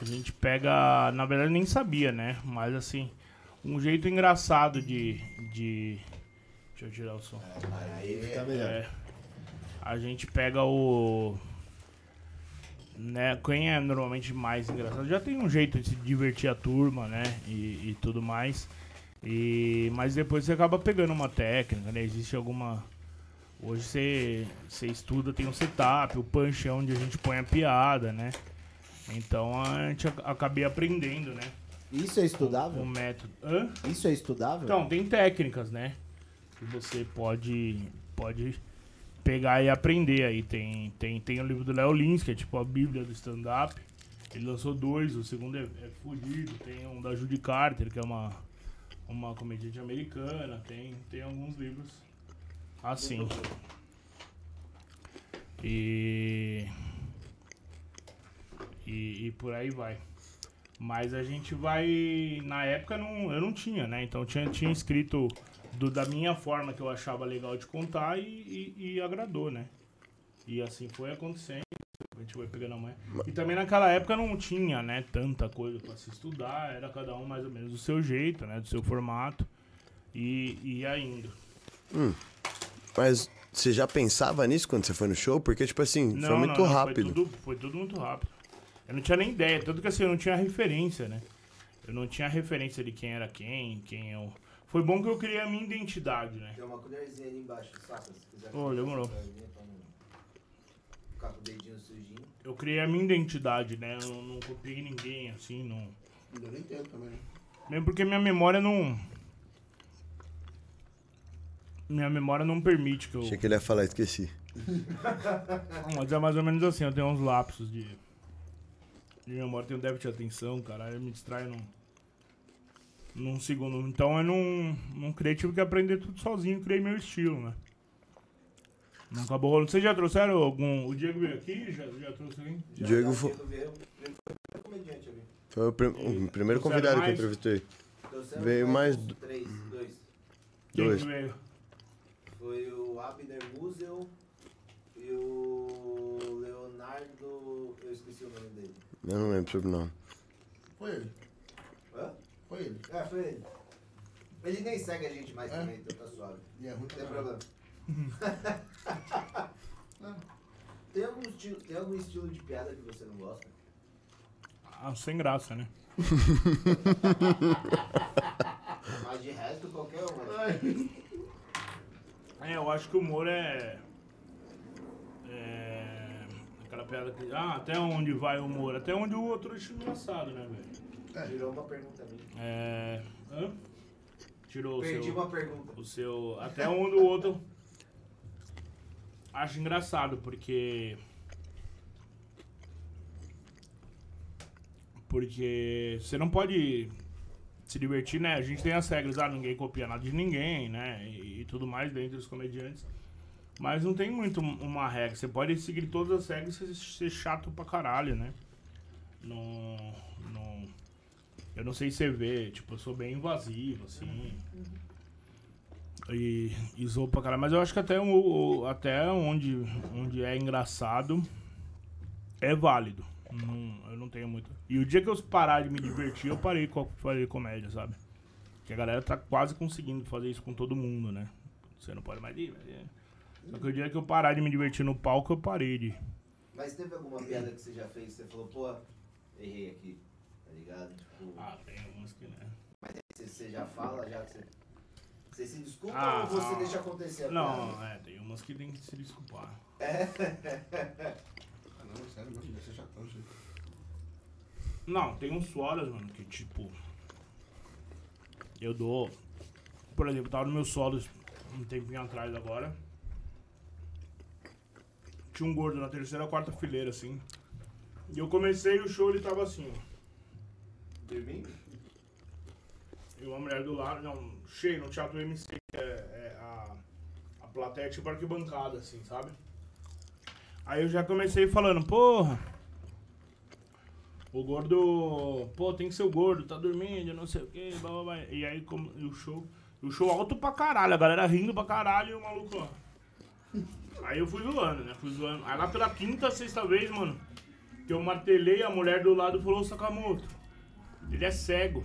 [SPEAKER 4] A gente pega. Na verdade, nem sabia, né? Mas assim, um jeito engraçado de. de... Deixa eu tirar o som.
[SPEAKER 1] Aí fica melhor.
[SPEAKER 4] É. A gente pega o. Né, quem é normalmente mais engraçado já tem um jeito de se divertir a turma, né? E, e tudo mais. E, mas depois você acaba pegando uma técnica, né? Existe alguma. Hoje você, você estuda, tem um setup, o punch é onde a gente põe a piada, né? Então a gente ac- acabei aprendendo, né?
[SPEAKER 1] Isso é
[SPEAKER 4] O
[SPEAKER 1] estudável?
[SPEAKER 4] método. Hã?
[SPEAKER 1] Isso é estudável?
[SPEAKER 4] Então, tem técnicas, né? Que você pode, pode pegar e aprender aí. Tem, tem, tem o livro do Léo Lins, que é tipo a bíblia do stand-up. Ele lançou dois, o segundo é, é fodido. Tem um da Judy Carter, que é uma, uma comediante americana. Tem, tem alguns livros assim. E, e... E por aí vai. Mas a gente vai. Na época não, eu não tinha, né? Então eu tinha, tinha escrito do, da minha forma que eu achava legal de contar e, e- e agradou, né? E assim foi acontecendo. A gente vai pegando a manhã. E também naquela época não tinha, né? Tanta coisa pra se estudar. Era cada um mais ou menos do seu jeito, né? Do seu formato. E, e ainda.
[SPEAKER 3] mas você já pensava nisso quando você foi no show? Porque, tipo assim, foi muito rápido.
[SPEAKER 4] Foi tudo, foi tudo muito rápido. Eu não tinha nem ideia, tanto que assim, eu não tinha referência, né? Eu não tinha referência de quem era quem, quem eu. Foi bom que eu criei a minha identidade, né?
[SPEAKER 1] Tem uma colherzinha ali embaixo, saca? Se quiser.
[SPEAKER 4] Ô, demorou.
[SPEAKER 1] colherzinha pra não Ficar com o dedinho sujinho.
[SPEAKER 4] Eu criei a minha identidade, né? Eu não, não copiei ninguém, assim, não.
[SPEAKER 2] Eu nem entendo também.
[SPEAKER 4] Mesmo porque minha memória não. Minha memória não permite que eu.
[SPEAKER 3] Achei que ele ia falar, esqueci.
[SPEAKER 4] Mas é mais ou menos assim, eu tenho uns lapsos de. De memória, tenho déficit de atenção, cara. Eu me distraio num. Num segundo. Então eu não. Não criei, tive que aprender tudo sozinho, criei meu estilo, né? Não acabou rolando. Vocês já trouxeram algum. O Diego veio aqui? Já, já trouxe alguém?
[SPEAKER 3] Diego
[SPEAKER 1] tá
[SPEAKER 3] foi,
[SPEAKER 1] veio. Ele foi o primeiro comediante é ali.
[SPEAKER 3] foi o, prim- o primeiro
[SPEAKER 4] Trouxeram
[SPEAKER 3] convidado que eu
[SPEAKER 4] mais?
[SPEAKER 3] entrevistei.
[SPEAKER 1] Trouxeram
[SPEAKER 3] Veio mais
[SPEAKER 1] uns
[SPEAKER 3] do-
[SPEAKER 1] Três, dois.
[SPEAKER 4] Quem
[SPEAKER 3] Dois.
[SPEAKER 4] que veio?
[SPEAKER 1] Foi o Abner Musel e o Leonardo. Eu esqueci o nome dele.
[SPEAKER 3] Eu não lembro sobre o nome.
[SPEAKER 2] Foi ele.
[SPEAKER 1] Hã?
[SPEAKER 2] Foi ele.
[SPEAKER 1] É, foi ele. Ele nem segue a gente mais
[SPEAKER 2] É?
[SPEAKER 1] também, então tá suave.
[SPEAKER 2] E é ruim
[SPEAKER 1] Não tem
[SPEAKER 2] também.
[SPEAKER 1] problema. tem, algum estilo, tem algum estilo de piada que você não gosta?
[SPEAKER 4] Ah, sem graça, né?
[SPEAKER 1] Mas de resto, qualquer um. né?
[SPEAKER 4] É, eu acho que o humor é. É. Aquela piada que. Ah, até onde vai o humor? Até onde o outro acha engraçado, né, velho?
[SPEAKER 1] Virou uma pergunta minha.
[SPEAKER 4] É. Hã? Tirou o
[SPEAKER 1] Perdi
[SPEAKER 4] seu.
[SPEAKER 1] uma pergunta.
[SPEAKER 4] O seu. Até um do outro. Acho engraçado, porque. Porque você não pode se divertir, né? A gente tem as regras, ah, ninguém copia nada de ninguém, né? E, e tudo mais dentro dos comediantes. Mas não tem muito um- uma regra. Você pode seguir todas as regras e ser- ser chato pra caralho, né? Não. não... Eu não sei se você vê, tipo, eu sou bem invasivo, assim e, e zoou pra caralho. Mas eu acho que até, o- o- até onde, onde é engraçado é válido, Não, eu não tenho muito. E o dia que eu parar de me divertir, eu parei com a- fazer comédia, sabe? Porque a galera tá quase conseguindo fazer isso com todo mundo, né? Você não pode mais ir, mas é. Só que o dia que eu parar de me divertir no palco, eu parei de.
[SPEAKER 6] Mas teve alguma piada que você já fez que você falou, pô, errei aqui, tá ligado? Tipo,
[SPEAKER 4] Ah, tem algumas que, né?
[SPEAKER 6] você, você já fala, já que você. Você se desculpa
[SPEAKER 4] Ah,
[SPEAKER 6] ou você
[SPEAKER 4] não.
[SPEAKER 6] deixa acontecer a piada?
[SPEAKER 4] Não, é, tem umas que tem que se desculpar.
[SPEAKER 2] Ah, não, sério, mano, deve ser chatão, gente.
[SPEAKER 4] Não, tem uns solos, mano, que tipo. Eu dou. Por exemplo, tava nos meus solos um tempinho atrás agora. Tinha um gordo na terceira ou quarta fileira, assim. E eu comecei o show, ele tava assim, ó.
[SPEAKER 6] Dormindo?
[SPEAKER 4] E uma mulher do lado, não, cheio, no teatro MC, é, é a, a plateia é tipo arquibancada, assim, sabe? Aí eu já comecei falando, porra, o gordo, pô, tem que ser o gordo, tá dormindo, não sei o que, blá blá blá. E aí como, e o show, e o show alto pra caralho, a galera rindo pra caralho e o maluco, ó. Aí eu fui zoando, né? Fui zoando. Aí lá pela quinta, sexta vez, mano, que eu martelei, a mulher do lado falou, Sakamoto, ele é cego.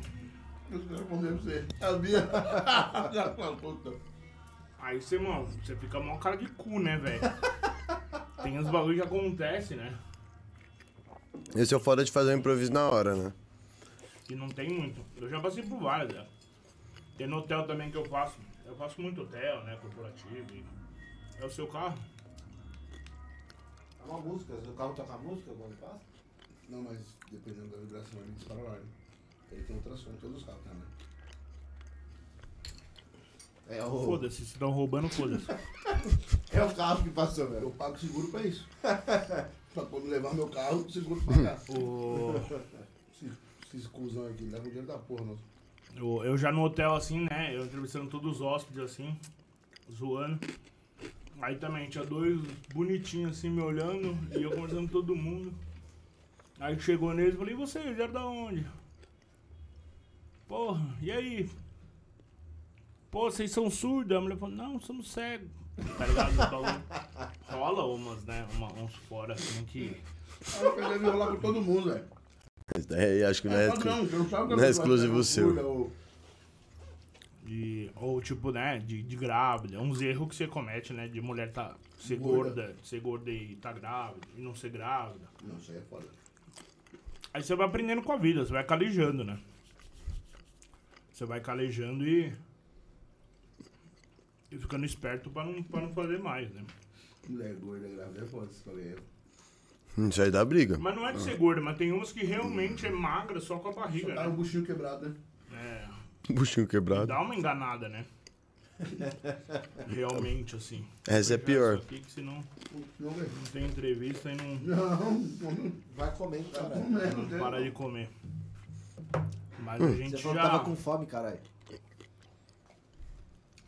[SPEAKER 2] Eu não respondeu pra você. É A minha. Já falou, puta.
[SPEAKER 6] É
[SPEAKER 4] Aí você, mano, você fica mó cara de cu, né, velho? Tem uns bagulho que acontece, né?
[SPEAKER 3] Esse é o foda de fazer um improviso na hora, né?
[SPEAKER 4] Que não tem muito. Eu já passei por várias, né? Tem no hotel também que eu faço. Eu faço muito hotel, né? Corporativo. e- É o seu carro?
[SPEAKER 6] É uma música, o carro toca música quando passa?
[SPEAKER 2] Não, mas dependendo da vibração, ele dispara o alarme. Ele tem ultrassom, todos os carros, né?
[SPEAKER 6] É o,
[SPEAKER 4] Foda-se, se estão roubando, foda-se.
[SPEAKER 6] é o carro que passou,
[SPEAKER 2] Eu
[SPEAKER 6] velho.
[SPEAKER 2] pago seguro pra isso. pra quando levar meu carro, o seguro pagar.
[SPEAKER 4] O...
[SPEAKER 2] Esses esses cuzão aqui, leva o dinheiro da porra, nosso.
[SPEAKER 4] Eu, eu já no hotel, assim, né? Eu entrevistando todos os hóspedes, assim, zoando. Aí também tinha dois bonitinhos, assim, me olhando e eu conversando com todo mundo. Aí chegou neles e falei: e você, já era da onde? Porra, e aí? Pô, vocês são surdos? A mulher falou: não, somos cegos. Tá ligado? Então, rola umas, né? Uma, uns fora, assim, que.
[SPEAKER 2] Aí eu peguei meu lá com todo mundo, velho.
[SPEAKER 3] Esse daí acho que não é.
[SPEAKER 2] Fala,
[SPEAKER 3] exclu-
[SPEAKER 2] você sabe que a
[SPEAKER 3] não é
[SPEAKER 2] pessoa
[SPEAKER 3] exclusivo
[SPEAKER 2] tá
[SPEAKER 3] seu.
[SPEAKER 2] curda, ou-
[SPEAKER 4] De, ou tipo, né, de, de grávida. É Uns erros que você comete, né? De mulher tá, ser
[SPEAKER 2] Gorda.
[SPEAKER 4] gorda. ser gorda e tá grávida, e não ser grávida.
[SPEAKER 2] Não, isso aí é foda.
[SPEAKER 4] Aí você vai aprendendo com a vida, você vai calejando, né? Você vai calejando e. E ficando esperto pra não, pra não fazer mais, né?
[SPEAKER 2] Mulher gorda, grávida, é foda se falei.
[SPEAKER 3] Hum, Isso aí dá briga.
[SPEAKER 4] Mas não é de ser gorda, mas tem umas que realmente é magra só com a barriga,
[SPEAKER 2] Só tá o
[SPEAKER 4] né?
[SPEAKER 2] buchinho quebrado, né?
[SPEAKER 4] É.
[SPEAKER 3] Buchinho quebrado.
[SPEAKER 4] Dá uma enganada, né? Realmente, assim.
[SPEAKER 3] Essa é
[SPEAKER 4] Já
[SPEAKER 3] pior.
[SPEAKER 4] isso Aqui, que senão
[SPEAKER 2] Não, velho.
[SPEAKER 4] não tem entrevista e não.
[SPEAKER 2] Não, não,
[SPEAKER 6] Vai comendo, caralho.
[SPEAKER 2] não, não,
[SPEAKER 4] Não
[SPEAKER 2] tem.
[SPEAKER 4] para de comer. Mas a gente
[SPEAKER 6] Você falou que
[SPEAKER 4] já.
[SPEAKER 6] tava com fome, caralho.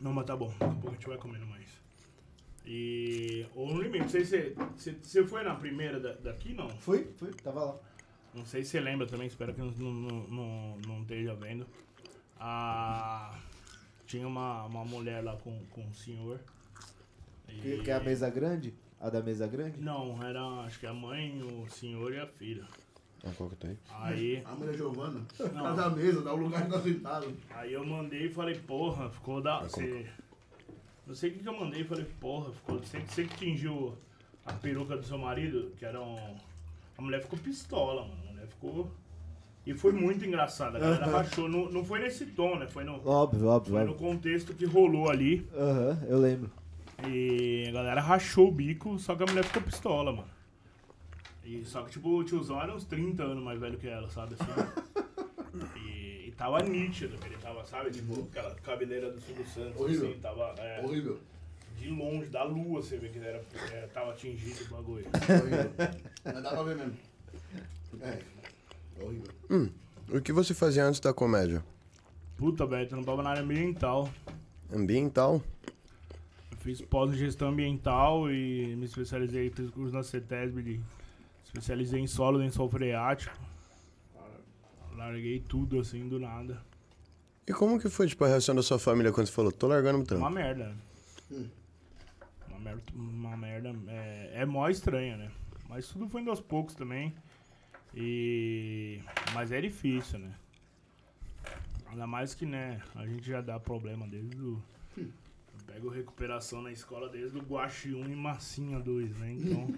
[SPEAKER 4] Não, mas tá bom. Daqui a pouco a gente vai comendo mais. E. Ou no limite, não sei se você você foi na primeira da- daqui, não?
[SPEAKER 6] Fui, fui, tava lá.
[SPEAKER 4] Não sei se você lembra também, espero que não, não, não, não esteja vendo. Ah, tinha uma, uma mulher lá com, com um senhor. E-
[SPEAKER 6] Que, que é a mesa grande? A da mesa grande?
[SPEAKER 4] Não, era acho que a mãe, o senhor e a filha.
[SPEAKER 3] Ah, qual que tá aí?
[SPEAKER 4] Aí.
[SPEAKER 2] A mulher Giovana, tá da mesa, dá o lugar que tá sentado.
[SPEAKER 4] Aí eu mandei e falei, porra, ficou da. Você... Não sei o que, que eu mandei e falei, porra, ficou. Você, você que tingiu a peruca do seu marido, que era um. A mulher ficou pistola, mano. A mulher ficou. E foi muito engraçada. A galera rachou. Não, não foi nesse tom, né? Foi no,
[SPEAKER 6] Óbvio, óbvio,
[SPEAKER 4] foi no
[SPEAKER 6] óbvio.
[SPEAKER 4] contexto que rolou ali.
[SPEAKER 6] Aham, eu lembro.
[SPEAKER 4] E a galera rachou o bico, só que a mulher ficou pistola, mano. E só que, tipo, o tiozão era uns 30 anos mais velho que ela, sabe? Assim. e, e tava nítido, que ele tava, sabe?
[SPEAKER 6] Uhum.
[SPEAKER 4] Tipo, aquela cabeleira do Silvio Santos,
[SPEAKER 2] Horrível.
[SPEAKER 4] assim, tava é,
[SPEAKER 2] Horrível.
[SPEAKER 4] de longe, da lua, você vê que ele era, é, tava atingido o bagulho.
[SPEAKER 2] Horrível. Mas dá pra ver mesmo. É. Horrível.
[SPEAKER 3] O que você fazia antes da comédia?
[SPEAKER 4] Puta, velho, trampava na área ambiental.
[SPEAKER 3] Ambiental?
[SPEAKER 4] Eu fiz pós em gestão ambiental e me especializei, fiz curso na CETESB de especializei em solo lençol freático. Larguei tudo assim do nada.
[SPEAKER 3] E como que foi, tipo, a reação da sua família quando você falou, tô largando o
[SPEAKER 4] Uma
[SPEAKER 3] trampo?
[SPEAKER 4] merda. né? Uma merda. Uma merda. É, é mó estranha, né? Mas tudo foi indo aos poucos também. E... Mas é difícil, né? Ainda mais que, né, a gente já dá problema desde o... Eu pego recuperação na escola desde o Guaxi 1 e Massinha 2, né? Então...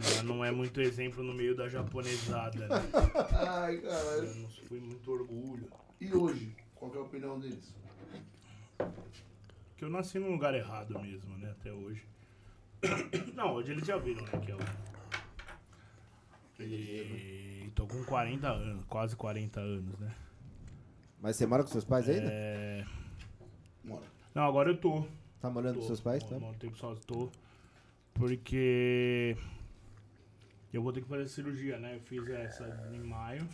[SPEAKER 4] já não é muito exemplo no meio da japonesada, né?
[SPEAKER 2] Ai, caralho.
[SPEAKER 4] Eu não fui muito orgulho.
[SPEAKER 2] E hoje, qual que é a opinião deles?
[SPEAKER 4] Porque eu nasci num lugar errado mesmo, né? Até hoje. Não, hoje eles já viram, né? Que é o... E tô com 40 anos, quase 40 anos, né?
[SPEAKER 1] Mas você mora com seus pais ainda?
[SPEAKER 4] É...
[SPEAKER 2] Mora.
[SPEAKER 4] Não, agora eu tô.
[SPEAKER 1] Tá morando
[SPEAKER 4] tô.
[SPEAKER 1] com seus pais? Tá?
[SPEAKER 4] Moro um tempo só, tô. Porque... Eu vou ter que fazer cirurgia, né? Eu fiz essa em maio.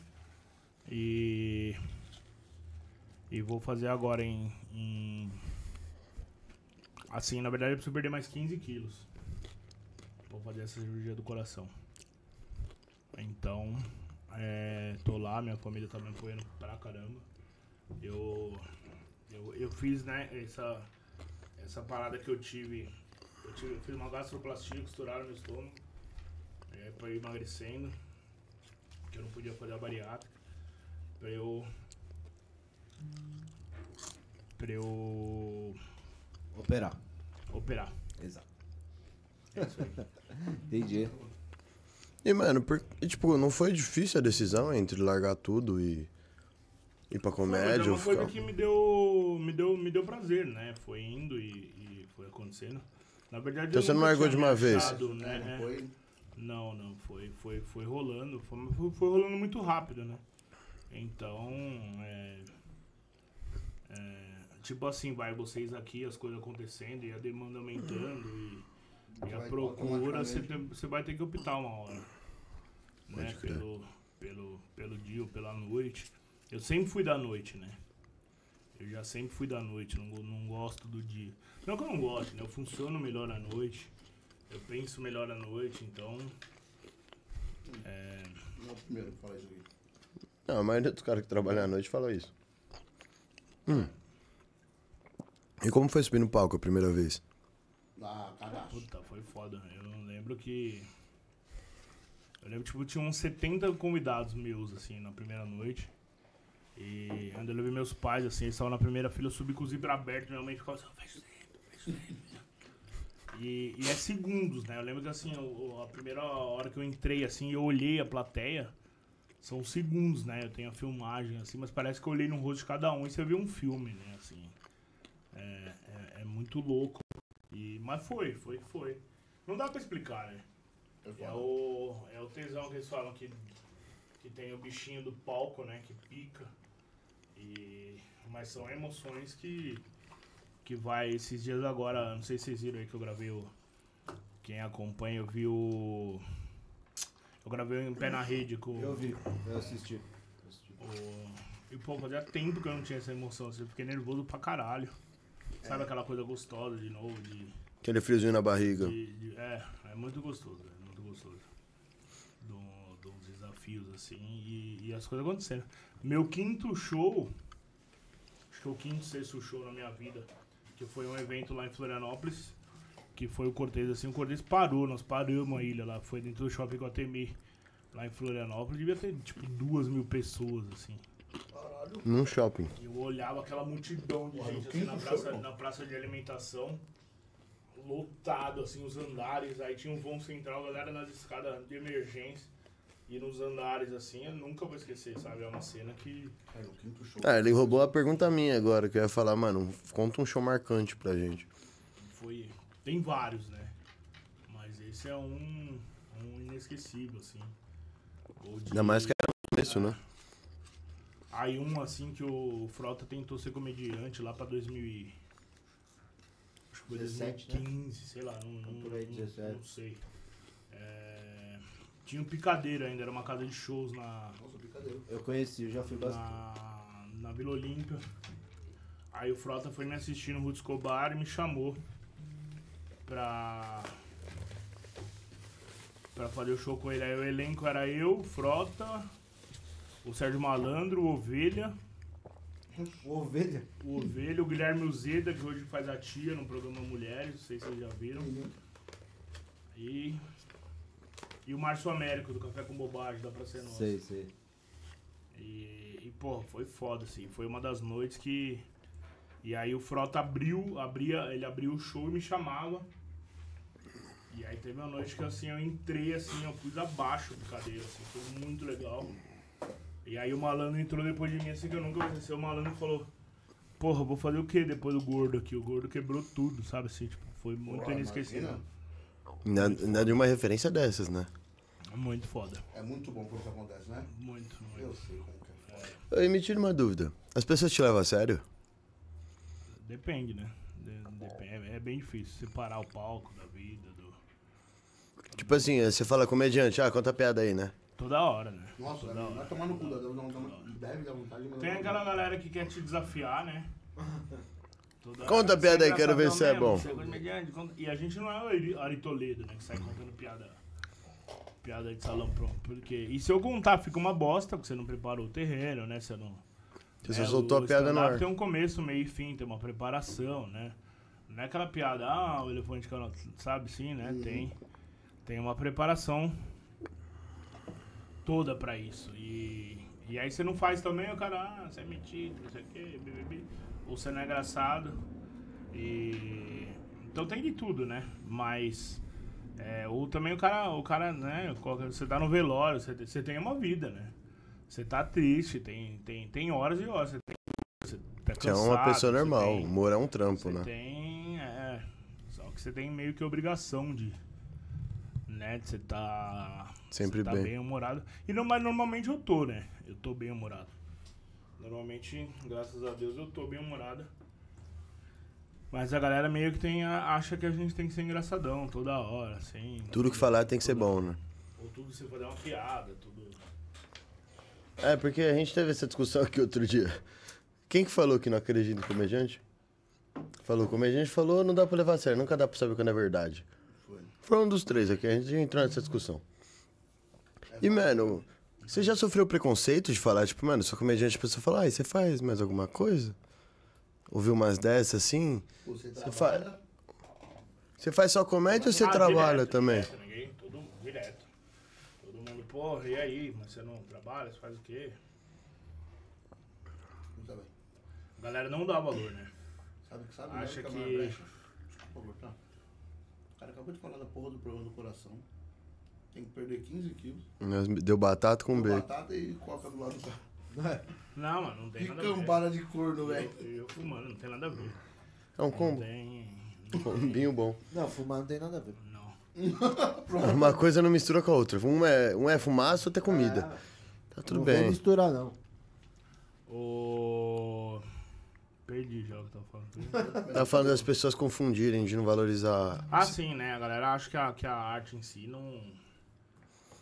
[SPEAKER 4] E... E vou fazer agora em... em- Assim, na verdade eu preciso perder mais 15 quilos. Vou fazer essa cirurgia do coração. Então, é, tô lá, minha família tá me apoiando pra caramba. Eu, eu, eu fiz, né, essa, essa parada que eu tive. Eu, tive, eu fiz uma gastroplastia, costuraram meu estômago é, pra eu ir emagrecendo. Porque eu não podia fazer a bariátrica. Pra eu. Pra eu
[SPEAKER 6] Operar.
[SPEAKER 4] operar.
[SPEAKER 6] Exato.
[SPEAKER 4] É isso aí.
[SPEAKER 6] Entendi.
[SPEAKER 3] E, mano, por- e, tipo, não foi difícil a decisão entre largar tudo e ir pra
[SPEAKER 4] Mas
[SPEAKER 3] comédia
[SPEAKER 4] é
[SPEAKER 3] ou
[SPEAKER 4] uma coisa
[SPEAKER 3] ficar...
[SPEAKER 4] que me deu, me deu, me deu prazer, né? Foi indo e, e foi acontecendo. Na verdade,
[SPEAKER 3] Então
[SPEAKER 4] eu
[SPEAKER 3] você não
[SPEAKER 4] nunca
[SPEAKER 3] largou
[SPEAKER 4] tinha
[SPEAKER 3] de uma vez?
[SPEAKER 4] achado, né?
[SPEAKER 2] Não
[SPEAKER 4] É.
[SPEAKER 2] foi?
[SPEAKER 4] Não, não, foi, foi, foi rolando, foi, foi- foi rolando muito rápido, né? Então, é, é, tipo assim, vai vocês aqui, as coisas acontecendo e a demanda aumentando e, e a
[SPEAKER 2] Vai
[SPEAKER 4] procura,
[SPEAKER 2] automaticamente.
[SPEAKER 4] você tem- você vai ter que optar uma hora, né?
[SPEAKER 3] Pode crer.
[SPEAKER 4] Pelo, pelo, pelo dia ou pela noite. Eu sempre fui da noite, né? Eu já sempre fui da noite, não, go- não gosto do dia. Não que eu não gosto, né? Eu funciono melhor à noite, eu penso melhor à noite, então... É,
[SPEAKER 2] Não, primeiro, fala isso aqui.
[SPEAKER 3] Não, a maioria dos caras que trabalham à noite fala isso. Hum. E como foi subir no palco a primeira vez?
[SPEAKER 2] Ah, cadastro.
[SPEAKER 4] puta, foi foda. né? Eu lembro que... Eu lembro, tipo, tinha uns 70 convidados meus, assim, na primeira noite. E quando eu levei meus pais, assim, eles estavam na primeira fila, eu subi com o zíper aberto, minha mãe ficava assim, fecha o zíper, fecha o zíper. E, e é segundos, né? Eu lembro que, assim, eu- eu- a primeira hora que eu entrei, assim, eu olhei a plateia, são segundos, né? Eu tenho a filmagem, assim, mas parece que eu olhei no rosto de cada um e você vê um filme, né? Assim, é, é- é muito louco. E, mas foi, foi, foi. Não dá pra explicar, né?
[SPEAKER 2] Eu
[SPEAKER 4] É
[SPEAKER 2] falo.
[SPEAKER 4] o, é o tesão que eles falam que, que tem o bichinho do palco, né? Que pica. E, mas são emoções que, que vai esses dias agora. Não sei se vocês viram aí que eu gravei o. Quem acompanha, eu vi o. Eu gravei em pé na rede com
[SPEAKER 1] Eu vi, eu assisti.
[SPEAKER 4] o- E, pô, fazia tempo que eu não tinha essa emoção. assim, Eu fiquei nervoso pra caralho. Sabe aquela coisa gostosa de novo? De,
[SPEAKER 3] Aquele friozinho na barriga.
[SPEAKER 4] de- de- é, é muito gostoso, é muito gostoso. Do- Dos desafios, assim, e, e as coisas acontecendo. Meu quinto show, acho que é o quinto, sexto show na minha vida, que foi um evento lá em Florianópolis, que foi o Cortez, assim, o Cortez parou, nós paramos a ilha lá, foi dentro do shopping Guatemi, lá em Florianópolis, devia ter, tipo, duas mil pessoas, assim.
[SPEAKER 3] Num shopping.
[SPEAKER 4] E eu olhava aquela multidão de
[SPEAKER 2] Porra,
[SPEAKER 4] gente
[SPEAKER 2] no
[SPEAKER 4] assim, na,
[SPEAKER 2] quinto
[SPEAKER 4] praça,
[SPEAKER 2] show?
[SPEAKER 4] na praça de alimentação, lotado, assim, os andares. Aí tinha um vão central, galera nas escadas de emergência. E nos andares, assim, eu nunca vou esquecer, sabe? É uma cena que.
[SPEAKER 2] É o quinto show.
[SPEAKER 4] Tá.
[SPEAKER 3] Ah, ele roubou a pergunta minha agora, que eu ia falar, mano, conta um show marcante pra gente.
[SPEAKER 4] Foi. Tem vários, né? Mas esse é um. um inesquecível, assim. Ou de-
[SPEAKER 3] Ainda mais que era no começo, né?
[SPEAKER 4] Aí um assim que o Frota tentou ser comediante lá pra 2000 e... Acho que foi
[SPEAKER 1] 17,
[SPEAKER 4] 2015, sei lá, não, não,
[SPEAKER 1] né? Então Por aí,
[SPEAKER 4] não-
[SPEAKER 1] 17.
[SPEAKER 4] não sei. É, Tinha um picadeiro ainda, era uma casa de shows na,
[SPEAKER 2] Nossa, brincadeira.
[SPEAKER 1] Eu conheci, eu já fui bastante.
[SPEAKER 4] na, na Vila Olímpia. Aí o Frota foi me assistir no Ruth Escobar e me chamou pra, pra fazer o show com ele. Aí o elenco era eu, Frota, o Sérgio Malandro, o Ovelha,
[SPEAKER 1] O Ovelha?
[SPEAKER 4] o Ovelha, o Guilherme Uzeda, que hoje faz a tia no programa Mulheres, não sei se vocês já viram. E. E o Márcio Américo, do Café com Bobagem, da Pra Ser Nossa.
[SPEAKER 1] Sei, sei.
[SPEAKER 4] E, e, pô, foi foda, assim. Foi uma das noites que. E aí o Frota abriu, abria, ele abriu o show e me chamava. E aí teve uma noite que assim, eu entrei assim, eu pus abaixo do cadeira, assim, foi muito legal. E aí o malandro entrou depois de mim assim que eu nunca vou esquecer. O malandro falou, porra, eu vou fazer o que depois do gordo aqui? O gordo quebrou tudo, sabe assim, tipo, foi muito
[SPEAKER 2] Porra,
[SPEAKER 4] inesquecível.
[SPEAKER 3] Ainda ainda de uma referência dessas, né?
[SPEAKER 4] Muito foda.
[SPEAKER 2] É muito bom quando isso acontece, né?
[SPEAKER 4] Muito,
[SPEAKER 2] Eu
[SPEAKER 4] muito.
[SPEAKER 2] sei como que é foda.
[SPEAKER 3] Eu me tiro uma dúvida. As pessoas te levam a sério?
[SPEAKER 4] Depende, né? De- depende. É, é bem difícil separar o palco da vida, do.
[SPEAKER 3] Tipo assim, você fala comediante, ah, conta piada aí, né?
[SPEAKER 4] Toda hora, né?
[SPEAKER 2] Nossa,
[SPEAKER 4] Toda
[SPEAKER 2] não,
[SPEAKER 4] hora.
[SPEAKER 2] vai tomar no cu, dá- dá- dá- deve dar vontade, mas...
[SPEAKER 4] Tem aquela galera que quer te desafiar, né? Toda
[SPEAKER 3] Conta a
[SPEAKER 4] Você
[SPEAKER 3] piada aí,
[SPEAKER 4] engraçadão
[SPEAKER 3] quero ver se é
[SPEAKER 4] mesmo,
[SPEAKER 3] bom.
[SPEAKER 4] você comediante, conta- E a gente não é o Ari- Ari Toledo, né? Que sai contando piada. Piada de salão pronto. Porque. E se eu contar, fica uma bosta, porque você não preparou o terreno, né? Você não.
[SPEAKER 3] Você
[SPEAKER 4] né,
[SPEAKER 3] só soltou
[SPEAKER 4] o
[SPEAKER 3] a piada na
[SPEAKER 4] stand-up
[SPEAKER 3] hora.
[SPEAKER 4] Tem um começo, meio e fim, tem uma preparação, né? Não é aquela piada, ah, o elefante que eu não- sabe sim, né?
[SPEAKER 3] Uhum.
[SPEAKER 4] Tem. Tem uma preparação toda pra isso. E, e aí você não faz também, o cara, ah, você é metido, não sei o quê, BBB. Ou você não é engraçado. E. Então tem de tudo, né? Mas. é, ou também o cara, o cara, né? qualquer- Você tá no velório, você, te- você tem uma vida, né? Você tá triste, tem, tem, tem horas e horas. Você, tem, você tá
[SPEAKER 3] Você é
[SPEAKER 4] cansado,
[SPEAKER 3] uma pessoa
[SPEAKER 4] você
[SPEAKER 3] normal.
[SPEAKER 4] tem-
[SPEAKER 3] Humor é um trampo,
[SPEAKER 4] você
[SPEAKER 3] né?
[SPEAKER 4] tem. É. Só que você tem meio que obrigação de. Né? de Você tá.
[SPEAKER 3] Sempre
[SPEAKER 4] você tá
[SPEAKER 3] bem.
[SPEAKER 4] bem humorado. E não, mas normalmente eu tô, né? Eu tô bem humorado. Normalmente, graças a Deus, eu tô bem humorado. Mas a galera meio que tem, a- acha que a gente tem que ser engraçadão toda hora, assim.
[SPEAKER 3] Tudo que falar tem que ser bom, né?
[SPEAKER 4] Ou tudo você fazer uma piada, tudo.
[SPEAKER 3] É, porque a gente teve essa discussão aqui outro dia. Quem que falou que não acredita em comediante? Falou, comediante falou, não dá pra levar a sério, nunca dá pra saber quando é verdade. Foi um dos três aqui, a gente entrou nessa discussão. E, mano, você já sofreu preconceito de falar, tipo, mano, sou comediante, a pessoa fala, ai, você faz mais alguma coisa? Ouviu umas dessas assim?
[SPEAKER 2] Você
[SPEAKER 3] Você
[SPEAKER 2] trabalha...
[SPEAKER 3] fa- Você faz só comédia ou você
[SPEAKER 4] Ah,
[SPEAKER 3] trabalha
[SPEAKER 4] direto,
[SPEAKER 3] também?
[SPEAKER 4] Direto, ninguém, todo, direto. Todo mundo, porra, e aí? Mas você não trabalha? Você faz o quê?
[SPEAKER 2] Muito bem.
[SPEAKER 4] A galera não dá valor, né?
[SPEAKER 2] Sabe que sabe?
[SPEAKER 4] Acha
[SPEAKER 2] né,
[SPEAKER 4] que-
[SPEAKER 2] Camargo Brecha? Desculpa cortar. O cara acabou de falar da porra do problema do coração. Tem que perder 15 quilos.
[SPEAKER 3] Nós Deu batata com bacon.
[SPEAKER 2] Batata e coca do lado do cara.
[SPEAKER 4] Não, mano, não tem
[SPEAKER 2] Que
[SPEAKER 4] nada a
[SPEAKER 2] cambada de corno,
[SPEAKER 4] ver.
[SPEAKER 2] velho.
[SPEAKER 4] Eu, eu fumando, não tem nada a ver.
[SPEAKER 3] É um
[SPEAKER 4] Não
[SPEAKER 3] combo.
[SPEAKER 4] tem.
[SPEAKER 3] Um combinho bom.
[SPEAKER 1] Não, fumar não tem nada a ver.
[SPEAKER 4] Não.
[SPEAKER 3] Uma coisa não mistura com a outra. Um é, um é fumaça, outro é comida. Tá tudo
[SPEAKER 1] não vou
[SPEAKER 3] bem.
[SPEAKER 1] misturar, não.
[SPEAKER 4] O. Perdi já o que eu tava falando.
[SPEAKER 3] Tá falando das pessoas confundirem, de não valorizar.
[SPEAKER 4] Ah, sim, né? A galera acha que a, que a arte em si não.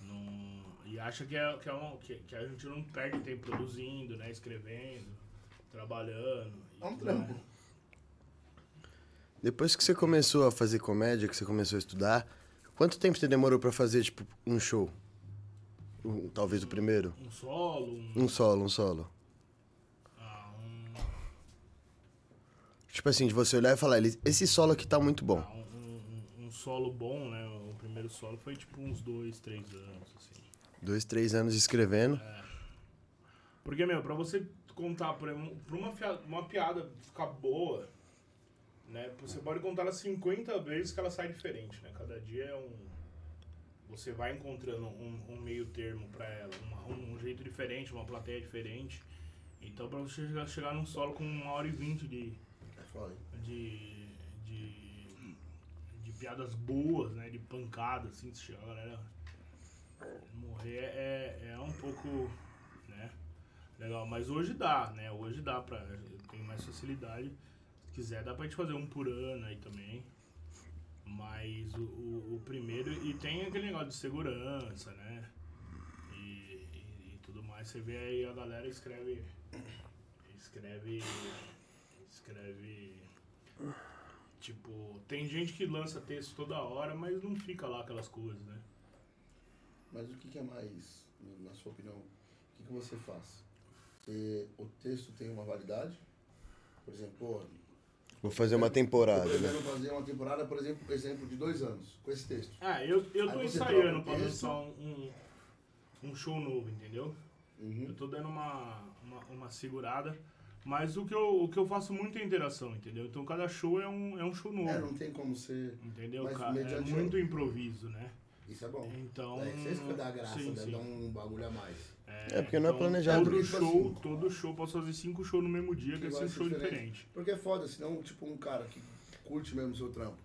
[SPEAKER 4] não e acha que, é, que, é um, que, que a gente não perde tempo produzindo, né? Escrevendo, trabalhando. e
[SPEAKER 2] É um
[SPEAKER 4] tudo
[SPEAKER 2] trampo.
[SPEAKER 4] mais.
[SPEAKER 3] Depois que você começou a fazer comédia, que você começou a estudar, quanto tempo você demorou pra fazer, tipo, um show? Um- talvez o primeiro?
[SPEAKER 4] Um solo, um.
[SPEAKER 3] Um solo, um solo.
[SPEAKER 4] ah, um-
[SPEAKER 3] Tipo assim, de você olhar e falar, "Ele- esse solo aqui tá muito bom.
[SPEAKER 4] ah, um- um- um- um solo bom, né? O primeiro solo foi tipo uns dois, três anos, assim.
[SPEAKER 3] Dois, três anos escrevendo.
[SPEAKER 4] Porque, meu, pra você contar, por exemplo, pra uma, fia- uma piada ficar boa, né? Você pode contar ela 50 vezes que ela sai diferente, né? Cada dia é um. Você vai encontrando um, um meio termo pra ela, uma- um, um jeito diferente, uma plateia diferente. Então, pra você chegar, chegar num solo com uma hora e vinte de,
[SPEAKER 2] É foda. hein?
[SPEAKER 4] de, de, de piadas boas, né? De pancada, assim, se chegar a galera morrer é, é um pouco, né? Legal, mas hoje dá, né? Hoje dá pra... Tem mais facilidade. Se quiser, dá pra gente fazer um por ano aí também. Mas o, o, o primeiro... E tem aquele negócio de segurança, né? E, e, e tudo mais. Você vê aí a galera escreve... Escreve... Escreve... Tipo, tem gente que lança texto toda hora, mas não fica lá aquelas coisas, né?
[SPEAKER 2] Mas o que, que é mais, na sua opinião, o que, que você faz? Você- o texto tem uma validade? Por exemplo, pô,
[SPEAKER 3] Vou fazer uma temporada,
[SPEAKER 2] Eu
[SPEAKER 3] né?
[SPEAKER 2] pretendo fazer uma temporada, por exemplo, exemplo de dois anos, com esse texto.
[SPEAKER 4] Ah, eu, eu tô
[SPEAKER 2] Aí você
[SPEAKER 4] ensaiando
[SPEAKER 2] troca o
[SPEAKER 4] pra
[SPEAKER 2] texto.
[SPEAKER 4] lançar um, um, um show novo, entendeu?
[SPEAKER 2] Uhum.
[SPEAKER 4] Eu tô dando uma, uma, uma segurada. Mas o que, eu, o que eu faço muito é interação, entendeu? Então cada show é um, é um show novo.
[SPEAKER 2] É, um não tem como ser.
[SPEAKER 4] Entendeu,
[SPEAKER 2] Mas
[SPEAKER 4] cara? É
[SPEAKER 2] mediante-
[SPEAKER 4] muito improviso, né?
[SPEAKER 2] Isso é bom.
[SPEAKER 4] Então.
[SPEAKER 2] É, isso é isso que dá graça,
[SPEAKER 4] sim,
[SPEAKER 2] né?
[SPEAKER 4] sim. então,
[SPEAKER 2] Dá um bagulho a mais.
[SPEAKER 3] É, porque não é planejado.
[SPEAKER 4] Todo
[SPEAKER 2] Tipo
[SPEAKER 4] show,
[SPEAKER 2] assim.
[SPEAKER 4] todo show, posso fazer cinco shows no mesmo dia, que é
[SPEAKER 2] vai
[SPEAKER 4] cinco
[SPEAKER 2] ser
[SPEAKER 4] shows
[SPEAKER 2] diferente.
[SPEAKER 4] diferentes.
[SPEAKER 2] Porque é foda, senão, tipo, um cara que curte mesmo o seu trampo,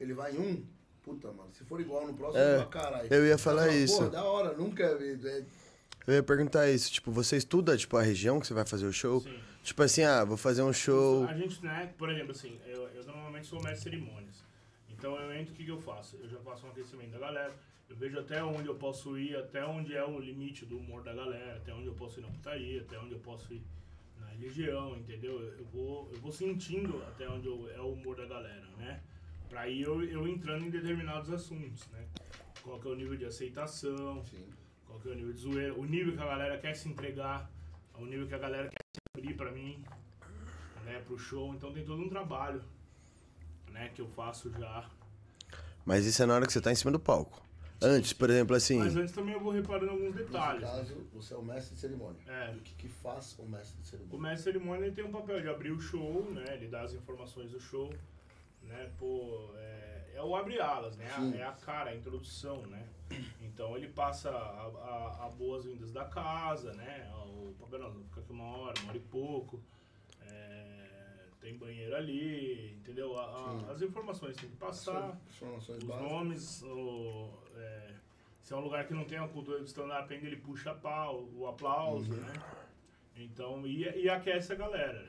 [SPEAKER 2] ele vai em um, puta, mano, se for igual no próximo,
[SPEAKER 3] É,
[SPEAKER 2] ele vai, caralho.
[SPEAKER 3] eu ia
[SPEAKER 2] Vai
[SPEAKER 3] falar isso.
[SPEAKER 2] Pô, da hora, nunca vi. É,
[SPEAKER 3] Eu ia perguntar isso, tipo, você estuda, tipo, a região que você vai fazer o show?
[SPEAKER 4] Sim.
[SPEAKER 3] Tipo assim, ah, vou fazer um show...
[SPEAKER 4] A gente, né, por exemplo, assim, eu, eu normalmente sou mestre de cerimônias. Então eu entro, o que, que eu faço? Eu já faço um aquecimento da galera, eu vejo até onde eu posso ir, até onde é o limite do humor da galera, até onde eu posso ir na putaria, até onde eu posso ir na religião, entendeu? Eu, eu vou, eu vou sentindo até onde eu- é o humor da galera, né? Pra aí eu, eu entrando em determinados assuntos, né? Qual que é o nível de aceitação,
[SPEAKER 2] sim.
[SPEAKER 4] qual que é o nível de zoeira, o nível que a galera quer se entregar, é o nível que a galera quer se abrir pra mim, né, pro show. Então tem todo um trabalho, né, que eu faço já.
[SPEAKER 3] Mas isso é na hora que você tá em cima do palco. Antes, por exemplo, assim...
[SPEAKER 4] Mas antes também eu vou reparando alguns
[SPEAKER 2] No
[SPEAKER 4] detalhes.
[SPEAKER 2] caso, você é o mestre de cerimônia.
[SPEAKER 4] É.
[SPEAKER 2] O que, que faz o mestre de
[SPEAKER 4] O
[SPEAKER 2] cerimônia?
[SPEAKER 4] mestre de cerimônia ele tem um papel de abrir o show, né, ele dá as informações do show, né, pô, é, é o abre alas, né,
[SPEAKER 2] Sim.
[SPEAKER 4] é a cara, a introdução, né. Então ele passa a, a- a boas-vindas da casa, né, o papel não, fica aqui uma hora, uma hora e pouco, É, tem banheiro ali, entendeu? A- a-
[SPEAKER 2] Sim.
[SPEAKER 4] as informações tem que passar,
[SPEAKER 2] As Informações
[SPEAKER 4] os
[SPEAKER 2] básicas.
[SPEAKER 4] nomes, o, é, se é um lugar que não tem a cultura do stand-up ainda, ele puxa a pau, o aplauso,
[SPEAKER 3] Uhum.
[SPEAKER 4] né? Então, e, e aquece a galera, né?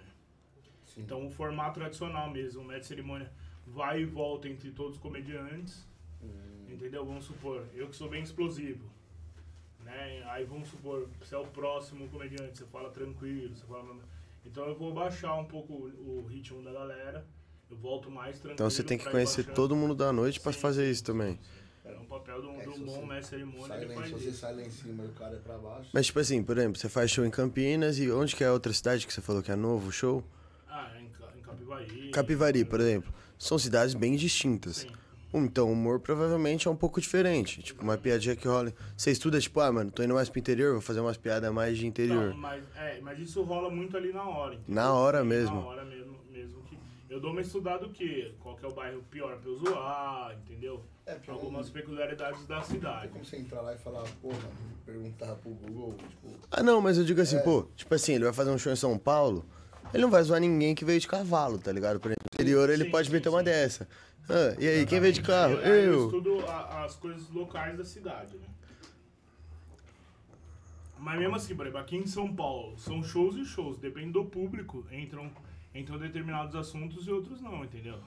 [SPEAKER 2] Sim.
[SPEAKER 4] Então o formato tradicional mesmo, o mestre de cerimônia vai e volta entre todos os comediantes,
[SPEAKER 3] Uhum.
[SPEAKER 4] entendeu? Vamos supor, eu que sou bem explosivo, né? Aí vamos supor, você é o próximo comediante, você fala tranquilo, você fala... Então eu vou baixar um pouco o o ritmo da galera, eu volto mais tranquilo.
[SPEAKER 3] Então você tem que
[SPEAKER 4] pra ir
[SPEAKER 3] conhecer
[SPEAKER 4] baixando.
[SPEAKER 3] todo mundo da noite pra
[SPEAKER 4] Sim.
[SPEAKER 3] fazer isso também.
[SPEAKER 4] É um papel do,
[SPEAKER 2] É que
[SPEAKER 4] do
[SPEAKER 2] se
[SPEAKER 4] bom
[SPEAKER 2] você
[SPEAKER 4] mestre de cerimônia,
[SPEAKER 2] Sai
[SPEAKER 4] ele
[SPEAKER 2] lá, em-
[SPEAKER 4] faz
[SPEAKER 2] se você
[SPEAKER 4] isso.
[SPEAKER 2] sai lá em cima e o cara é pra baixo.
[SPEAKER 3] Mas tipo assim, por exemplo, você faz show em Campinas e onde que é a outra cidade que você falou que é novo show?
[SPEAKER 4] Ah, em, Ca- em Capivari.
[SPEAKER 3] Capivari, por exemplo. São cidades bem distintas.
[SPEAKER 4] Sim.
[SPEAKER 3] Hum, Então o humor provavelmente é um pouco diferente. Tipo, uma piadinha que rola. Você estuda, tipo, ah, mano, tô indo mais pro interior, vou fazer umas piadas mais de interior.
[SPEAKER 4] Não, mas, é, mas isso rola muito ali na hora, entendeu?
[SPEAKER 3] Na hora mesmo.
[SPEAKER 4] Na hora mesmo, mesmo que. Eu dou uma estudada o quê? Qual que é o bairro pior pra eu zoar, entendeu?
[SPEAKER 2] É, porque não-
[SPEAKER 4] Algumas peculiaridades da
[SPEAKER 2] Não tem
[SPEAKER 4] cidade.
[SPEAKER 2] como você entrar lá e falar, porra, perguntar pro Google, tipo,
[SPEAKER 3] Ah, não, mas eu digo assim, pô, tipo assim, ele vai fazer um show em São Paulo, ele não vai zoar ninguém que veio de cavalo, tá ligado? Por exemplo, no interior ele
[SPEAKER 4] sim,
[SPEAKER 3] pode
[SPEAKER 4] sim,
[SPEAKER 3] meter uma
[SPEAKER 4] sim.
[SPEAKER 3] dessa. Ah, e aí, quem veio de carro?
[SPEAKER 4] Aí Eu
[SPEAKER 3] Eu.
[SPEAKER 4] estudo a- as coisas locais da cidade, né? Mas mesmo assim, por exemplo, aqui em São Paulo, são shows e shows. Depende do público, entram, entram determinados assuntos e outros não, entendeu?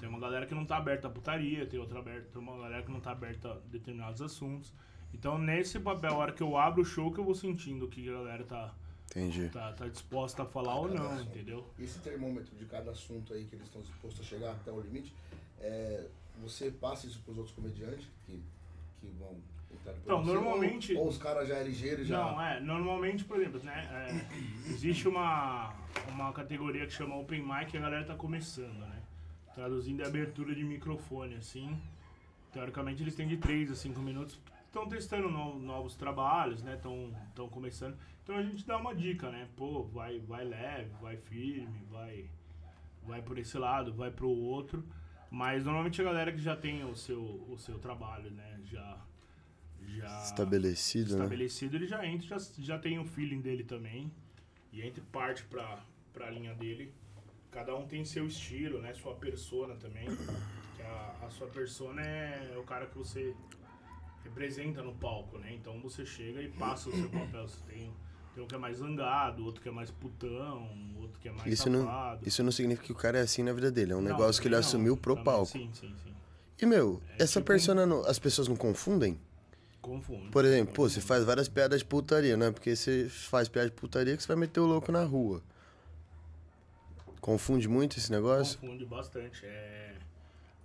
[SPEAKER 4] Tem uma galera que não tá aberta à putaria, tem outra aberta, tem uma galera que não tá aberta a determinados assuntos. Então, nesse papel, a hora que eu abro o show, que eu vou sentindo o que a galera tá,
[SPEAKER 3] Entendi.
[SPEAKER 4] tá, tá disposta a falar ou não, entendeu?
[SPEAKER 2] esse termômetro de cada assunto aí que eles estão dispostos a chegar até o limite, é, você passa isso pros outros comediantes que, que vão entrar depois
[SPEAKER 4] Então,
[SPEAKER 2] de você,
[SPEAKER 4] normalmente-
[SPEAKER 2] Ou, ou os caras já é ligeiro, já.
[SPEAKER 4] Não, é, normalmente, por exemplo, né, é, existe uma, uma categoria que chama Open Mic e a galera tá começando, né? Traduzindo é abertura de microfone, assim. Teoricamente eles têm de 3 a 5 minutos. Estão testando no- novos trabalhos, né? Estão começando. Então a gente dá uma dica, né? Pô, vai, vai leve, vai firme, vai, vai por esse lado, vai pro outro. Mas normalmente a galera que já tem o seu, o seu trabalho, né? Já. já
[SPEAKER 3] Estabelecido, né?
[SPEAKER 4] estabelecido, ele já entra, já, já tem o feeling dele também. E entra e parte pra, pra linha dele. Cada um tem seu estilo, né? Sua persona também. Que a, a sua persona é o cara que você representa no palco, né? Então você chega e passa o seu papel. Você tem, tem um que é mais zangado, outro que é mais putão, outro que é mais
[SPEAKER 3] Isso não,
[SPEAKER 4] safado.
[SPEAKER 3] isso não significa que o cara é assim na vida dele, é um
[SPEAKER 4] Não,
[SPEAKER 3] negócio que ele
[SPEAKER 4] também não,
[SPEAKER 3] assumiu pro
[SPEAKER 4] também-
[SPEAKER 3] palco.
[SPEAKER 4] Sim, sim, sim.
[SPEAKER 3] E, meu,
[SPEAKER 4] É
[SPEAKER 3] essa
[SPEAKER 4] tipo um-
[SPEAKER 3] persona, não- as pessoas não confundem?
[SPEAKER 4] Confunde.
[SPEAKER 3] Por exemplo, pô, você faz várias piadas de putaria, né? Porque você faz piada de putaria que você vai meter o louco na rua. Confunde muito esse negócio?
[SPEAKER 4] Confunde bastante. É,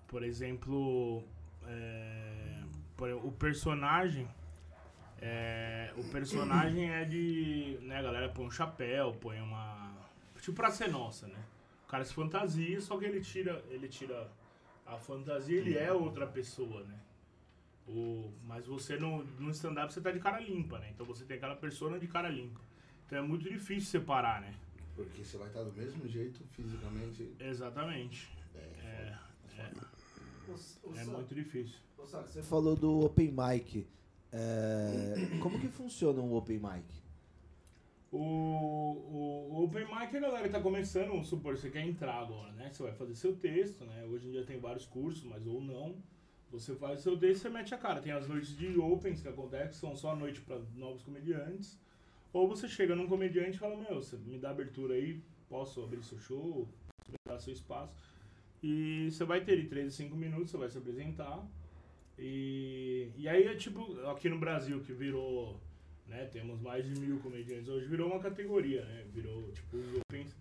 [SPEAKER 4] por exemplo, é, por exemplo, o personagem. é, o personagem é de. Né, a galera põe um chapéu, põe uma. Tipo pra ser nossa, né? O cara se fantasia, só que ele tira, ele tira a fantasia, ele é outra pessoa, né? O, mas você no, no stand-up você tá de cara limpa, né? Então você tem aquela persona de cara limpa. Então é muito difícil separar, né?
[SPEAKER 2] Porque você vai estar do mesmo jeito fisicamente.
[SPEAKER 4] Exatamente. É, é muito difícil.
[SPEAKER 1] Ô, Saco, você falou do open mic. É, como que funciona um open mic?
[SPEAKER 4] O, o, o Open Mic, a galera que tá começando, vamos supor, você quer entrar agora, né? Você vai fazer seu texto, né? Hoje em dia tem vários cursos, mas ou não. Você faz o seu texto, você mete a cara. Tem as noites de Opens que acontecem, que são só a noite para novos comediantes. Ou você chega num comediante e fala, meu, você me dá abertura aí, posso abrir seu show, me dar seu espaço. E você vai ter de 3 a 5 minutos, você vai se apresentar. E, e aí é tipo, aqui no Brasil que virou né? Temos mais de mil comediantes hoje, virou uma categoria, né? Virou tipo os opens.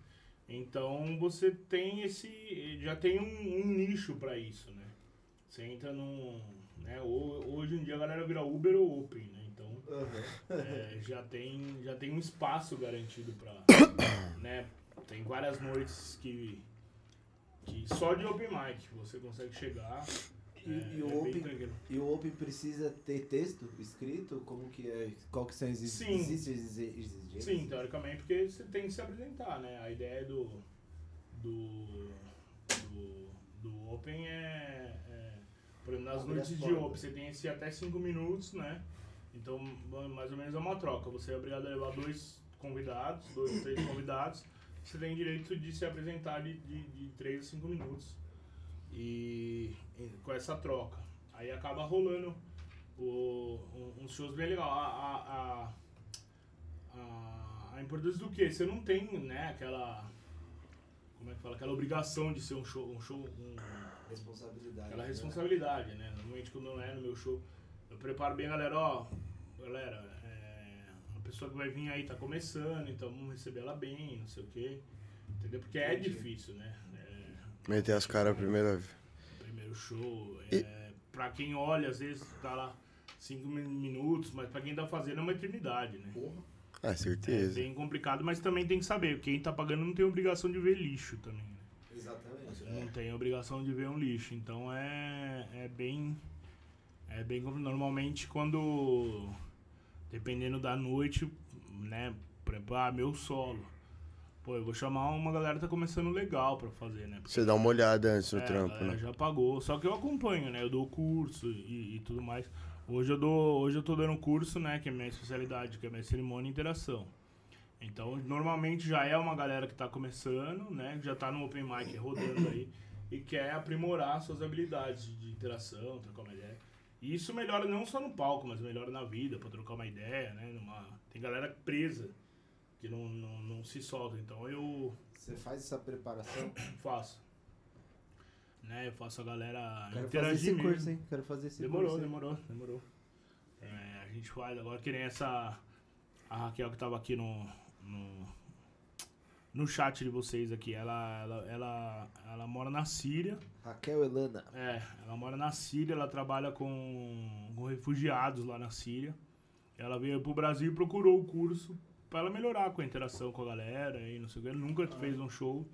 [SPEAKER 4] Então você tem esse. já tem um, um nicho pra isso, né? Você entra num. Né? ho- Hoje em dia a galera vira Uber ou Open, né? Então é, já, tem, já tem um espaço garantido pra. né? Tem várias noites que. que só de Open Mic você consegue chegar.
[SPEAKER 1] E-
[SPEAKER 4] é,
[SPEAKER 1] e o
[SPEAKER 4] é bem
[SPEAKER 1] open-
[SPEAKER 4] tranquilo.
[SPEAKER 1] E o open precisa ter texto escrito? Como que é? Qual que são as exi-
[SPEAKER 4] Sim.
[SPEAKER 1] existe exi- exigências?
[SPEAKER 4] Sim, então. teoricamente, porque você tem que se apresentar, né? A ideia do. do. do, do Open é. é, por exemplo, nas
[SPEAKER 1] Abre
[SPEAKER 4] noites
[SPEAKER 1] as
[SPEAKER 4] de
[SPEAKER 1] portas.
[SPEAKER 4] Open, você tem esse até 5 minutos, né? Então, ma- mais ou menos é uma troca. Você é obrigado a levar dois convidados, dois, três convidados. Você tem direito de se apresentar de, de, de 3 a 5 minutos. E, e com essa troca. Aí acaba rolando o, um- uns shows bem legal. A, a, a- a, a importância do que? Você não tem, né, aquela. Como é que fala? Aquela obrigação de ser um show. Um show um-
[SPEAKER 1] Responsabilidade.
[SPEAKER 4] aquela
[SPEAKER 1] né?
[SPEAKER 4] responsabilidade, né? Normalmente quando não é no meu show, eu preparo bem a galera, ó, galera, é, a pessoa que vai vir aí tá começando, então vamos receber ela bem, não sei o quê. Entendeu? Porque é difícil, né? É,
[SPEAKER 3] Meter as caras primeiro.
[SPEAKER 4] primeiro show. É, pra quem olha, às vezes tá lá cinco min- minutos, mas pra quem tá fazendo é uma eternidade, né?
[SPEAKER 2] Porra.
[SPEAKER 3] Ah,
[SPEAKER 4] É
[SPEAKER 3] certeza.
[SPEAKER 4] bem complicado, mas também tem que saber. Quem tá pagando não tem obrigação de ver lixo também. né?
[SPEAKER 1] Exatamente.
[SPEAKER 4] Não tem obrigação de ver um lixo. Então é, é bem. É bem complicado. Normalmente quando. Dependendo da noite, né? Por exemplo, ah, meu solo. Pô, eu vou chamar uma galera que tá começando legal pra fazer, né? Porque
[SPEAKER 3] Você dá uma olhada antes no
[SPEAKER 4] é, a
[SPEAKER 3] trampo,
[SPEAKER 4] galera
[SPEAKER 3] né?
[SPEAKER 4] já pagou. Só que eu acompanho, né? Eu dou curso e, e tudo mais. Hoje eu dou, hoje eu tô dando curso, né? Que é minha especialidade, que é minha cerimônia e interação. Então, normalmente já é uma galera que tá começando, né? Que já tá no open mic rodando aí e quer aprimorar suas habilidades de interação, trocar uma ideia. E isso melhora não só no palco, mas melhora na vida, pra trocar uma ideia, né? Numa... Tem galera presa que não, não, não se solta. Então eu
[SPEAKER 1] Você faz essa preparação?
[SPEAKER 4] Faço. Né, eu faço a galera
[SPEAKER 1] Quero fazer
[SPEAKER 4] interagir
[SPEAKER 1] esse
[SPEAKER 4] mesmo.
[SPEAKER 1] curso, hein? Quero fazer esse
[SPEAKER 4] demorou,
[SPEAKER 1] curso. hein?
[SPEAKER 4] demorou, demorou. É, a gente faz agora que nem essa. A Raquel que tava aqui no. no, no chat de vocês aqui. Ela, ela, ela, ela mora na Síria.
[SPEAKER 1] Raquel Elana.
[SPEAKER 4] É, ela mora na Síria, ela trabalha com, com refugiados lá na Síria. Ela veio pro Brasil e procurou o curso pra ela melhorar com a interação com a galera e não sei o que. Ela nunca fez um show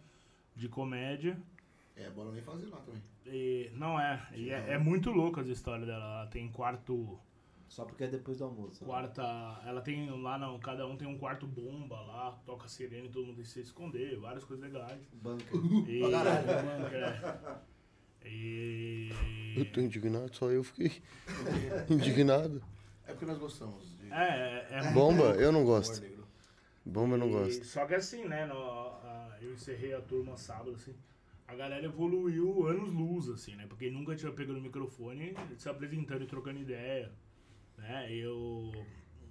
[SPEAKER 4] de comédia.
[SPEAKER 2] É, bora nem fazer lá também.
[SPEAKER 4] E- não é. E é, é muito louco as histórias dela. Ela tem quarto.
[SPEAKER 1] Só porque é depois do almoço. né?
[SPEAKER 4] Quarta. Ela tem lá não, cada um tem um quarto bomba lá, toca sirene, todo mundo tem que se esconder, várias coisas legais.
[SPEAKER 1] Banca.
[SPEAKER 4] E, é. e
[SPEAKER 3] Eu tô indignado, só eu fiquei indignado.
[SPEAKER 2] É porque nós gostamos de.
[SPEAKER 4] é, é
[SPEAKER 3] Bomba, eu não
[SPEAKER 2] humor
[SPEAKER 3] gosto.
[SPEAKER 2] negro.
[SPEAKER 3] Bomba eu não
[SPEAKER 4] E-
[SPEAKER 3] gosto.
[SPEAKER 4] Só que assim, né? nó- a- eu encerrei a turma sábado, assim. A galera evoluiu anos luz, assim, né? Porque nunca tinha pego no microfone, se apresentando e trocando ideia. Né? Eu,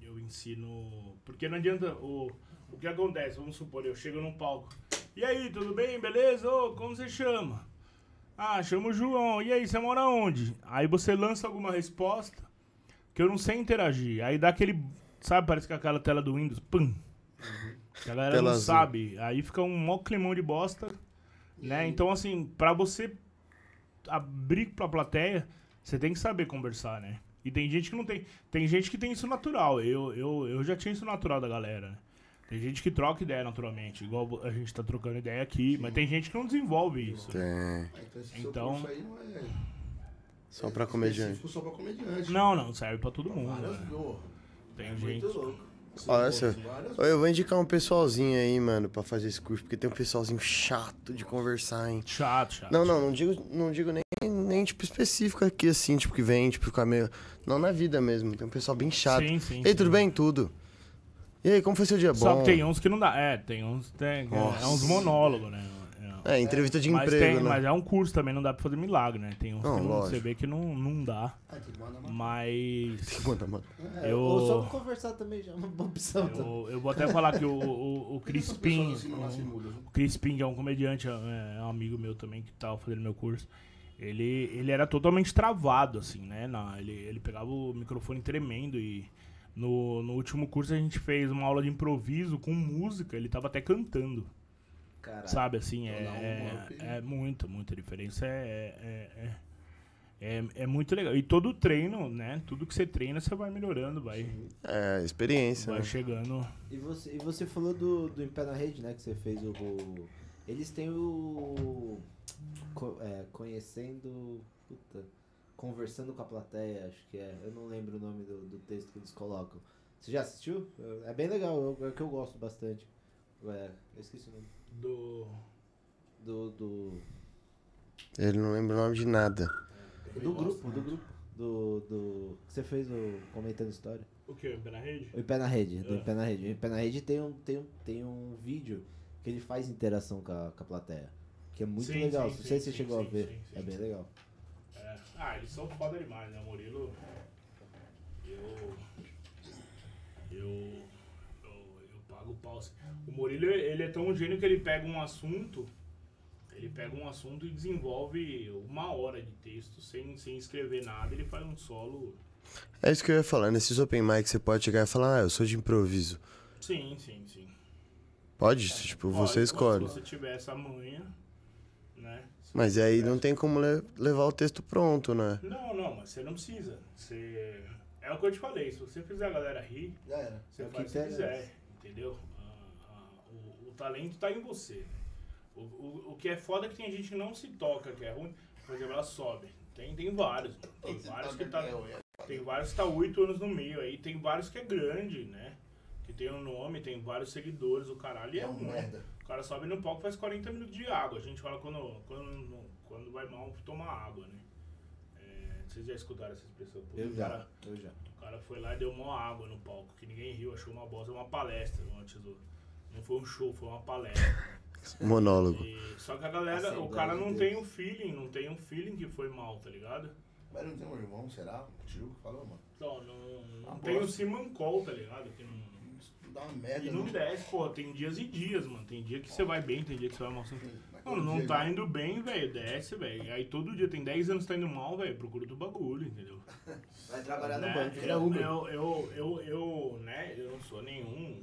[SPEAKER 4] eu ensino. Porque não adianta. O, o que acontece? Vamos supor, eu chego num palco. E aí, tudo bem? Beleza? Ô, como você chama? Ah, chamo o João. E aí, você mora onde? Aí você lança alguma resposta que eu não sei interagir. Aí dá aquele. Sabe, parece que é aquela tela do Windows. Pum! Que a galera
[SPEAKER 3] Tela
[SPEAKER 4] não
[SPEAKER 3] azul.
[SPEAKER 4] sabe. Aí fica um mó climão de bosta. Né? Então, assim, pra você abrir pra plateia, você tem que saber conversar, né? E tem gente que não tem. Tem gente que tem isso natural. Eu, eu, eu já tinha isso natural da galera. né? Tem gente que troca ideia naturalmente, igual a gente tá trocando ideia aqui, mas tem gente que não desenvolve isso.
[SPEAKER 3] Tem.
[SPEAKER 2] Ah, então esse seu
[SPEAKER 4] Então-
[SPEAKER 2] curso aí não é
[SPEAKER 3] É, Só pra
[SPEAKER 2] é
[SPEAKER 3] comediante.
[SPEAKER 2] específico só pra comediante.
[SPEAKER 4] Não, não, serve pra todo mundo.
[SPEAKER 2] Várias,
[SPEAKER 4] né?
[SPEAKER 2] oh,
[SPEAKER 4] Tem
[SPEAKER 6] Muito
[SPEAKER 4] gente.
[SPEAKER 6] louco.
[SPEAKER 3] Olha essa.
[SPEAKER 2] várias-
[SPEAKER 3] Ô, Eu vou indicar um pessoalzinho aí, mano, pra fazer esse curso, porque tem um pessoalzinho chato de conversar, hein?
[SPEAKER 4] Chato, chato.
[SPEAKER 3] Não, não, não digo, não digo nem, nem tipo específico aqui, assim, tipo, que vem, tipo, ficar meio. Não, na vida mesmo. Tem um pessoal bem chato.
[SPEAKER 4] Sim, sim.
[SPEAKER 3] Ei,
[SPEAKER 4] sim.
[SPEAKER 3] tudo bem? Tudo. E aí, como foi seu dia bom?
[SPEAKER 4] Só que tem uns que não dá. É, tem uns. Tem, é,
[SPEAKER 3] Nossa.
[SPEAKER 4] uns monólogos, né? É.
[SPEAKER 3] É, entrevista de
[SPEAKER 4] Mas,
[SPEAKER 3] emprego,
[SPEAKER 4] tem,
[SPEAKER 3] né?
[SPEAKER 4] mas é um curso também, não dá pra fazer milagre, né? Tem uns
[SPEAKER 3] Não,
[SPEAKER 4] que não-
[SPEAKER 3] lógico.
[SPEAKER 4] você vê que não, não dá.
[SPEAKER 2] Ah, tem que mandar uma-
[SPEAKER 4] Mas.
[SPEAKER 3] Mano, mano.
[SPEAKER 1] É,
[SPEAKER 4] Eu-
[SPEAKER 1] Ou só pra conversar também já é uma boa opção. também.
[SPEAKER 4] Eu, eu vou até falar que o, o, o
[SPEAKER 2] Por que essas
[SPEAKER 4] Crispim. um, então.
[SPEAKER 2] pessoas assim não nascem mudas?
[SPEAKER 4] O Chris Ping é um comediante, é é um amigo meu também que tava fazendo meu curso. Ele, ele era totalmente travado, assim, né? Na- ele, ele pegava o microfone tremendo e no, no último curso a gente fez uma aula de improviso com música, ele tava até cantando.
[SPEAKER 6] Caralho.
[SPEAKER 4] Sabe, assim,
[SPEAKER 2] Então dá um
[SPEAKER 4] é,
[SPEAKER 2] up.
[SPEAKER 4] é, é muito, muita diferença. É, é, é, é, é muito legal. E todo treino, né? Tudo que você treina, você vai melhorando, vai,
[SPEAKER 3] É, experiência,
[SPEAKER 4] vai
[SPEAKER 3] né?
[SPEAKER 4] chegando.
[SPEAKER 1] E você, e você falou do, do Em Pé na Rede, né? Que você fez o. o- eles têm o. co- é, conhecendo. Puta. Conversando com a plateia, acho que é. Eu não lembro o nome do, do texto que eles colocam. Você já assistiu? É bem legal, eu- é que eu gosto bastante. É, eu esqueci o nome.
[SPEAKER 4] Do.
[SPEAKER 1] Do. Do,
[SPEAKER 3] Ele não lembra o nome de nada.
[SPEAKER 1] do grupo, do grupo. Do. do que você fez o Comentando História.
[SPEAKER 4] O que? Na rede?
[SPEAKER 1] O Em Pé na Rede, do
[SPEAKER 4] É.
[SPEAKER 1] Em Pé na Rede. O Em Pé na Rede tem um, tem, um, tem um vídeo que ele faz interação com a, com a plateia. Que é muito
[SPEAKER 4] Sim,
[SPEAKER 1] legal.
[SPEAKER 4] sim,
[SPEAKER 1] Não sei se
[SPEAKER 4] sim,
[SPEAKER 1] você
[SPEAKER 4] sim,
[SPEAKER 1] chegou
[SPEAKER 4] sim,
[SPEAKER 1] a ver.
[SPEAKER 4] sim, sim.
[SPEAKER 1] É bem legal.
[SPEAKER 4] É. Ah, eles são foda demais, né? O Murilo. Eu. Eu. Eu, eu pago o pau. assim. O Murilo, ele é tão gênio que ele pega um assunto. Ele pega um assunto e desenvolve uma hora de texto sem, sem escrever nada. Ele faz um solo.
[SPEAKER 3] É isso que eu ia falar. Nesses open mic, você pode chegar e falar, ah, eu sou de improviso.
[SPEAKER 4] Sim, sim, sim. É,
[SPEAKER 3] Pode? Tipo, você
[SPEAKER 4] Olha,
[SPEAKER 3] escolhe.
[SPEAKER 4] então, Se você tiver essa manha, né? Se
[SPEAKER 3] Mas
[SPEAKER 4] você
[SPEAKER 3] aí
[SPEAKER 4] tiver
[SPEAKER 3] não tem como le- levar o texto pronto, né?
[SPEAKER 4] Não, não, mas você não precisa. Você... É o que eu te falei, se você fizer a galera rir,
[SPEAKER 2] Já era.
[SPEAKER 4] você
[SPEAKER 1] É o que
[SPEAKER 4] faz o que
[SPEAKER 1] interessa.
[SPEAKER 4] quiser, entendeu? Ah, ah, o, o talento tá em você. né? O, o, o que é foda é que tem gente que não se toca, que é ruim. Por exemplo, ela sobe. Tem, tem vários. mano. Tem vários que tá.
[SPEAKER 2] né?
[SPEAKER 4] Tem vários que tá oito anos no meio aí. Tem vários que é grande, né? Que tem um nome, tem vários seguidores, o caralho. E é
[SPEAKER 2] É um
[SPEAKER 4] ruim.
[SPEAKER 2] merda.
[SPEAKER 4] O cara sobe no palco e faz 40 minutos de água. A gente fala quando, quando, quando vai mal tomar água, né? É, vocês já escutaram essa expressão? Pô,
[SPEAKER 1] Eu
[SPEAKER 4] o
[SPEAKER 1] já,
[SPEAKER 4] cara-
[SPEAKER 1] eu já.
[SPEAKER 4] o cara foi lá e deu mó água no palco, que ninguém riu, achou uma bosta, uma palestra antes do. Não foi um show, foi uma palestra.
[SPEAKER 3] Monólogo.
[SPEAKER 4] E- só que a galera, o
[SPEAKER 2] Assembleia
[SPEAKER 4] cara
[SPEAKER 2] de
[SPEAKER 4] não
[SPEAKER 2] Assim, Deus.
[SPEAKER 4] tem o feeling, não tem um feeling que foi mal, tá ligado?
[SPEAKER 2] Mas não tem um irmão, será? Um tio que falou, mano.
[SPEAKER 4] Então, não, não
[SPEAKER 2] Uma
[SPEAKER 4] tem o
[SPEAKER 2] bosta.
[SPEAKER 4] Simancol, tá ligado? Que não,
[SPEAKER 2] Dá uma
[SPEAKER 4] e
[SPEAKER 2] merda.
[SPEAKER 4] não
[SPEAKER 2] né?
[SPEAKER 4] desce, pô, tem dias e dias, mano. Tem dia que você vai bem, tem dia que você vai mal. Você...
[SPEAKER 2] Mas todo
[SPEAKER 4] Mano, não
[SPEAKER 2] dia,
[SPEAKER 4] tá
[SPEAKER 2] né?
[SPEAKER 4] indo bem, velho, desce, velho. Aí todo dia, tem 10 anos que tá indo mal, velho, procura outro bagulho, entendeu?
[SPEAKER 6] Vai trabalhar Tá no
[SPEAKER 4] né?
[SPEAKER 6] banco.
[SPEAKER 2] ele é Uber.
[SPEAKER 4] Eu, eu, eu, eu, né, eu não sou nenhum.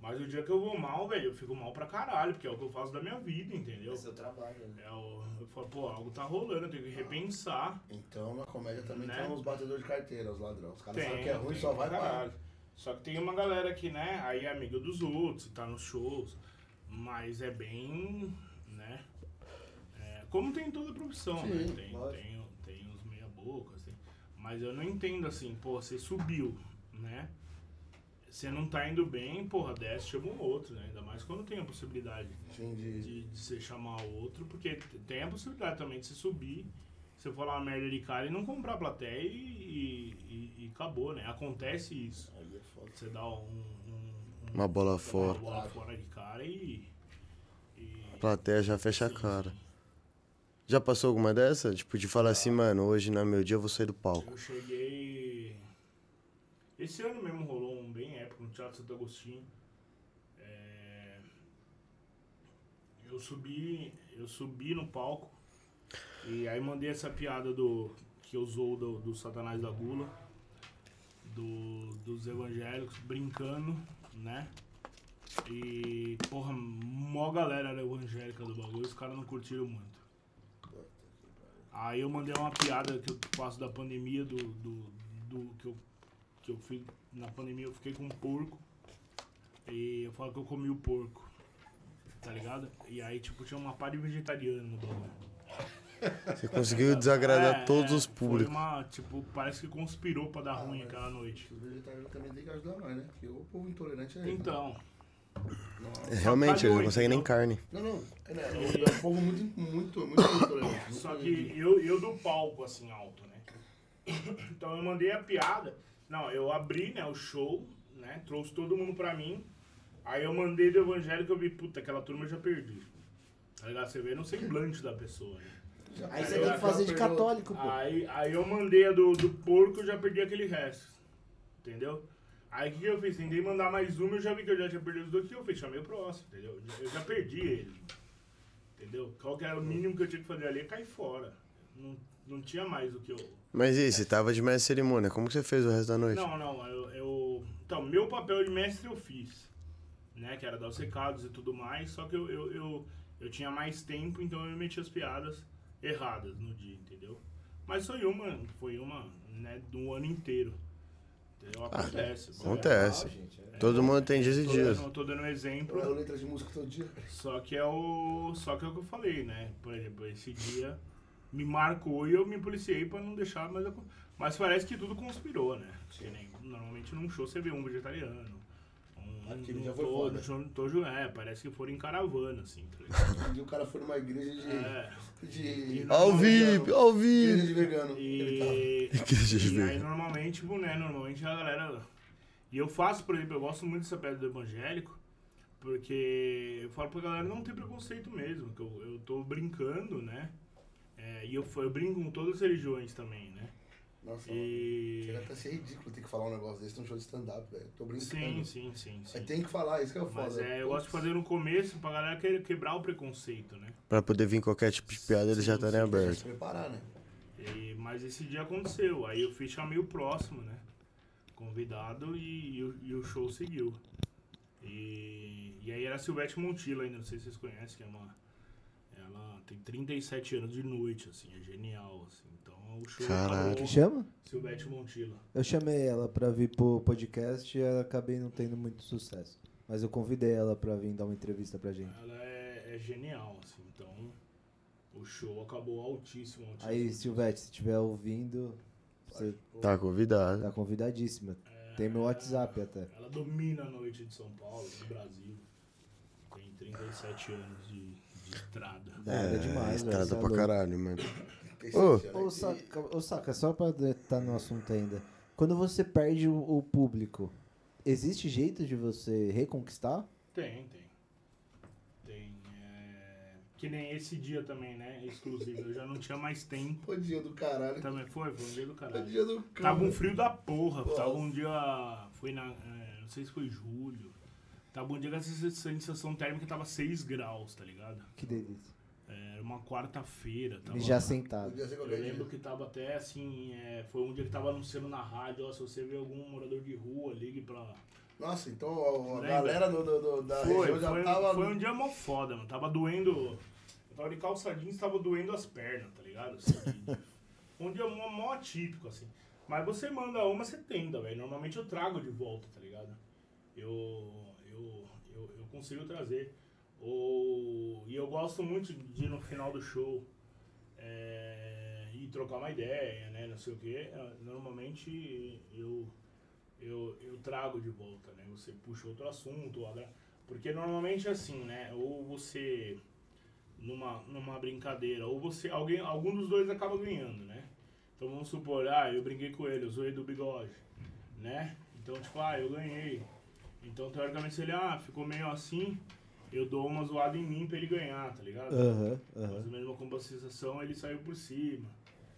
[SPEAKER 4] Mas o dia que eu vou mal, velho, eu fico mal pra caralho, porque é o que eu faço da minha vida, entendeu?
[SPEAKER 6] É seu trabalho, né?
[SPEAKER 4] É o- eu falo, pô, algo tá rolando, eu tenho que repensar.
[SPEAKER 2] Então na comédia também
[SPEAKER 4] Né?
[SPEAKER 2] tem uns batedores de carteira, os ladrões. Os caras
[SPEAKER 4] Tem,
[SPEAKER 2] sabem que é ruim,
[SPEAKER 4] tem
[SPEAKER 2] só
[SPEAKER 4] pra
[SPEAKER 2] vai parar.
[SPEAKER 4] Só que tem uma galera que, né, aí é amiga dos outros, tá nos shows, mas é bem, né, é, como tem em toda profissão, né,
[SPEAKER 2] Sim,
[SPEAKER 4] tem,
[SPEAKER 6] lógico.
[SPEAKER 4] tem, tem os meia boca, assim, mas eu não entendo, assim, pô, você subiu, né, você não tá indo bem, porra, desce, chama o outro, né, ainda mais quando tem a possibilidade
[SPEAKER 2] Sim, de...
[SPEAKER 4] de, de você chamar outro, porque t- tem a possibilidade também de você subir, você falar uma merda de cara e não comprar a plateia e, e- e- e acabou, né? Acontece isso.
[SPEAKER 2] Aí é foda.
[SPEAKER 4] Você dá um, um- um-
[SPEAKER 3] Uma bola
[SPEAKER 4] dá
[SPEAKER 3] fora.
[SPEAKER 4] Uma bola fora de cara e. e-
[SPEAKER 3] A plateia já fecha a
[SPEAKER 4] sim,
[SPEAKER 3] cara.
[SPEAKER 4] sim.
[SPEAKER 3] Já passou alguma dessa? Tipo, de falar assim, mano, hoje não é meu dia, eu vou sair do palco.
[SPEAKER 4] Eu cheguei. Esse ano mesmo rolou um bem épico no Teatro Santo Agostinho. É, Eu subi. Eu subi no palco. E aí mandei essa piada do. que eu usou do, do Satanás da Gula. do- dos evangélicos brincando, né? E, porra, mó galera era evangélica do bagulho, os caras não curtiram muito. Aí eu mandei uma piada que eu faço da pandemia, do, do, do que, eu, que eu fiz na pandemia, eu fiquei com um porco. E eu falo que eu comi o porco. Tá ligado? E aí, tipo, tinha uma pá de vegetariano no bagulho.
[SPEAKER 3] Você conseguiu desagradar
[SPEAKER 4] É,
[SPEAKER 3] todos
[SPEAKER 4] é,
[SPEAKER 3] os públicos.
[SPEAKER 4] Foi uma, tipo, parece que conspirou pra dar ruim aquela noite.
[SPEAKER 2] Os vegetarianos também têm que ajudar nós, né? Porque o povo intolerante é.
[SPEAKER 4] Então,
[SPEAKER 3] Realmente, eles não
[SPEAKER 4] doido,
[SPEAKER 3] conseguem nem
[SPEAKER 4] então.
[SPEAKER 3] carne.
[SPEAKER 2] Não, não. É, né? É um povo muito, muito, muito intolerante.
[SPEAKER 4] Só
[SPEAKER 2] Muito-
[SPEAKER 4] que eu, eu dou palco assim alto, né? Então eu mandei a piada. Não, eu abri, né, o show, né? Trouxe todo mundo pra mim. Aí eu mandei do evangélico e eu vi, puta, aquela turma eu já perdi. Tá ligado? Você vê no semblante da pessoa, né?
[SPEAKER 1] Aí você tem que fazer de católico, pô.
[SPEAKER 4] Aí, aí eu mandei a do, do porco, eu já perdi aquele resto. Entendeu? Aí o que, que eu fiz? Tentei mandar mais uma, eu já vi que eu já tinha perdido os dois, o que eu fiz? Chamei o próximo, entendeu? Eu já perdi ele. Entendeu? Qual que era o mínimo que eu tinha que fazer ali? é Cair fora. Não, não tinha mais o que eu.
[SPEAKER 3] Mas e aí, você tava de mestre de cerimônia, como que você fez o resto da noite?
[SPEAKER 4] Não, não, eu, eu- Então, meu papel de mestre eu fiz, né? Que era dar os recados e tudo mais, só que eu, eu, eu, eu tinha mais tempo, então eu meti as piadas erradas no dia, entendeu? Mas foi uma, foi uma, né, do ano inteiro. Entendeu? Acontece.
[SPEAKER 3] Ah, Acontece.
[SPEAKER 4] Ah, é.
[SPEAKER 6] é
[SPEAKER 3] Todo mundo tem dias e
[SPEAKER 4] Tô
[SPEAKER 3] dias.
[SPEAKER 4] dando, tô dando um
[SPEAKER 2] Eu leio
[SPEAKER 4] exemplo,
[SPEAKER 2] letras de música todo dia.
[SPEAKER 4] só que é o. Só que é o que eu falei, né? Por exemplo, esse dia me marcou e eu me policiei pra não deixar, mas, acon- mas parece que tudo conspirou, né? Porque nem- normalmente num show você vê um vegetariano. Um,
[SPEAKER 2] Aquele
[SPEAKER 4] um
[SPEAKER 2] já foi
[SPEAKER 4] to-
[SPEAKER 2] foda.
[SPEAKER 4] um to- um tojo- é, parece que foram em caravana, assim, tá ligado?
[SPEAKER 2] Um dia o cara foi numa igreja de.
[SPEAKER 4] É.
[SPEAKER 2] de,
[SPEAKER 4] E-
[SPEAKER 3] Ao
[SPEAKER 4] Não, é
[SPEAKER 3] vivo, ao
[SPEAKER 2] Igreja
[SPEAKER 3] vivo.
[SPEAKER 2] de vegano. Ele tá- tava.
[SPEAKER 4] E,
[SPEAKER 3] Que jeito,
[SPEAKER 4] e aí
[SPEAKER 3] velho.
[SPEAKER 4] normalmente, tipo, né? Normalmente a galera. E eu faço, por exemplo, eu gosto muito dessa pedra do evangélico, porque eu falo pra galera não ter preconceito mesmo, que eu, eu tô brincando, né? É, e eu, fa- eu brinco com todas as religiões também, né?
[SPEAKER 2] Nossa,
[SPEAKER 4] E.
[SPEAKER 2] chega até a ser ridículo ter que falar um negócio desse num show de stand-up, velho. Tô
[SPEAKER 4] Sim,
[SPEAKER 2] brincando.
[SPEAKER 4] sim, sim,
[SPEAKER 2] É,
[SPEAKER 4] sim.
[SPEAKER 2] tem que falar, isso que é o foda.
[SPEAKER 4] Mas é, eu gosto de fazer no começo pra galera que- quebrar o preconceito, né?
[SPEAKER 3] Pra poder vir qualquer tipo de piada, eles já estarem
[SPEAKER 2] Tem que
[SPEAKER 3] abertos.
[SPEAKER 2] se preparar, né?
[SPEAKER 4] E- mas esse dia aconteceu. Aí eu fui chamei o próximo, né? Convidado e, e o- e o show seguiu. E, e aí era a Silvete Montila ainda, não sei se vocês conhecem, que é uma. Ela tem 37 anos de noite, assim, é genial, assim. Então o show
[SPEAKER 3] Caralho.
[SPEAKER 4] acabou,
[SPEAKER 1] Chama?
[SPEAKER 4] Silvete Montila.
[SPEAKER 1] Eu chamei ela pra vir pro podcast e ela acabei não tendo muito sucesso. Mas eu convidei ela pra vir dar uma entrevista pra gente.
[SPEAKER 4] Ela é, é genial, assim, então o show acabou altíssimo, altíssimo.
[SPEAKER 1] Aí, Silvete, se estiver ouvindo, você
[SPEAKER 3] Tá convidado.
[SPEAKER 1] tá convidadíssima.
[SPEAKER 4] É.
[SPEAKER 1] Tem meu WhatsApp até.
[SPEAKER 4] Ela domina a noite de São Paulo, do Brasil. Tem 37 anos de, de estrada.
[SPEAKER 1] Nada É, demais, velho.
[SPEAKER 3] estrada
[SPEAKER 1] cê é
[SPEAKER 3] pra
[SPEAKER 1] louco.
[SPEAKER 3] caralho, mano.
[SPEAKER 2] Tem
[SPEAKER 3] Ô.
[SPEAKER 2] que né?
[SPEAKER 1] Ô, saca, ô, saca, só pra estar no assunto ainda. Quando você perde o, o público, existe jeito de você reconquistar?
[SPEAKER 4] Tem, tem. Tem. é, Que nem esse dia também, né? Exclusivo. Eu já não tinha mais tempo.
[SPEAKER 2] Pô, dia do caralho.
[SPEAKER 4] Também foi, foi um dia do
[SPEAKER 2] Pô,
[SPEAKER 4] caralho.
[SPEAKER 2] dia do
[SPEAKER 4] Tava um
[SPEAKER 2] caralho.
[SPEAKER 4] frio da porra.
[SPEAKER 2] Nossa.
[SPEAKER 4] Tava um dia. Foi na. é, Não sei se foi julho. Tava um dia que essa sensação térmica tava 6 graus, tá ligado?
[SPEAKER 1] Que delícia.
[SPEAKER 4] É, Era uma quarta-feira. Tava...
[SPEAKER 1] Mijar sentado.
[SPEAKER 2] Podia ser
[SPEAKER 4] Eu
[SPEAKER 2] qualquer
[SPEAKER 4] lembro
[SPEAKER 2] dia.
[SPEAKER 4] que tava até assim, é, foi um dia que tava anunciando na rádio, ó, se você vê algum morador de rua, ligue pra.
[SPEAKER 2] Nossa, então ó, a
[SPEAKER 4] Lembra?
[SPEAKER 2] galera do, do- do- da
[SPEAKER 4] Foi,
[SPEAKER 2] região já
[SPEAKER 4] foi,
[SPEAKER 2] tava.
[SPEAKER 4] foi um dia mó foda, mano. Tava doendo. Eu tava de calçadinho e tava doendo as pernas, tá ligado? Assim, um dia mó, mó atípico, assim. Mas você manda uma, você tenta, velho. Normalmente eu trago de volta, tá ligado? Eu. Eu, eu, eu consigo trazer. Ou, e eu gosto muito de ir no final do show é, e trocar uma ideia, né? Não sei o quê. Normalmente eu, eu, eu trago de volta, né? Você puxa outro assunto, ou agra- porque normalmente é assim, né? Ou você numa, numa brincadeira, ou você alguém algum dos dois acaba ganhando, né? Então vamos supor, ah, eu brinquei com ele, eu zoei do bigode, né? Então tipo, ah, eu ganhei. Então teoricamente se ele ah, ficou meio assim, eu dou uma zoada em mim pra ele ganhar, tá ligado?
[SPEAKER 1] Aham,
[SPEAKER 4] Mais
[SPEAKER 1] aham.
[SPEAKER 4] ou menos uma compensação, ele saiu por cima.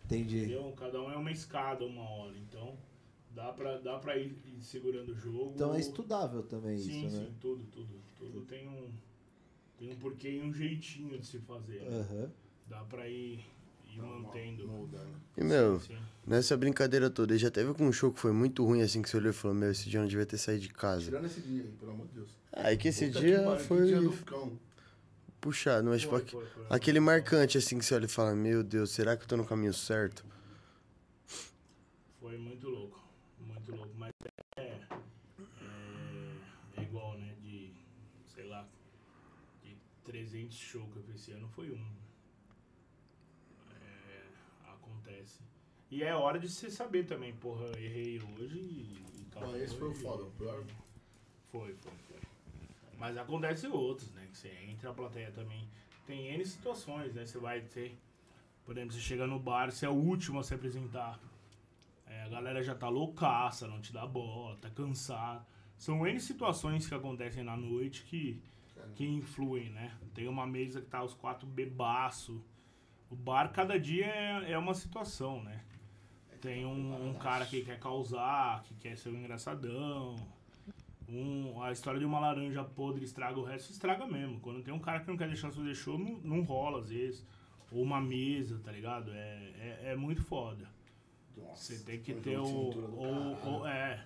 [SPEAKER 1] Entendi.
[SPEAKER 4] Entendeu? Cada um é uma escada uma hora, então dá pra, dá pra ir, ir segurando o jogo.
[SPEAKER 1] Então é estudável também
[SPEAKER 4] Sim,
[SPEAKER 1] isso,
[SPEAKER 4] sim,
[SPEAKER 1] né?
[SPEAKER 4] tudo, tudo. Tudo tem um, tem um porquê e um jeitinho de se fazer. né?
[SPEAKER 1] Aham.
[SPEAKER 4] Dá pra ir, ir mantendo.
[SPEAKER 2] Mudando.
[SPEAKER 3] E, meu,
[SPEAKER 4] Sim.
[SPEAKER 3] nessa brincadeira toda, já teve algum show que foi muito ruim assim que você olhou e falou: Meu, esse dia eu não devia ter saído de casa.
[SPEAKER 2] Tirando esse dia aí, pelo amor de Deus.
[SPEAKER 3] Ah, é que é. esse
[SPEAKER 2] Puta que
[SPEAKER 3] dia
[SPEAKER 2] pariu, que
[SPEAKER 3] foi
[SPEAKER 2] Dia do cão.
[SPEAKER 3] puxado, mas tipo,
[SPEAKER 4] Foi,
[SPEAKER 3] aque-
[SPEAKER 4] foi, foi.
[SPEAKER 3] aquele marcante assim que você olha e fala: Meu Deus, será que eu tô no caminho certo?
[SPEAKER 4] Foi muito louco. Muito louco. Mas é, é, é igual, né? De 300 shows que eu fiz esse ano foi um. É, acontece. E é hora de você saber também, porra, errei hoje e, e tal.
[SPEAKER 2] Bom, esse foi o
[SPEAKER 4] hoje.
[SPEAKER 2] foda. O pior
[SPEAKER 4] Foi, foi, foi. Mas acontece outros, né? Que você entra a plateia também. Tem N situações, né? Você vai ter. Por exemplo, você chega no bar, você é o último a se apresentar. É, a galera já tá loucaça, não te dá bola, tá cansado. São N situações que acontecem na noite que, que influem, né? Tem uma mesa que tá os quatro bebaço. O bar, cada dia, é, é uma situação, né? Tem um, um cara que quer causar, que quer ser um engraçadão. Um, a história de uma laranja podre estraga o resto, estraga mesmo. Quando tem um cara que não quer deixar fazer show, não, não rola às vezes. Ou uma mesa, tá ligado? É, é, é muito foda. Você tem
[SPEAKER 2] um
[SPEAKER 4] que ter o. Ou, ou- é.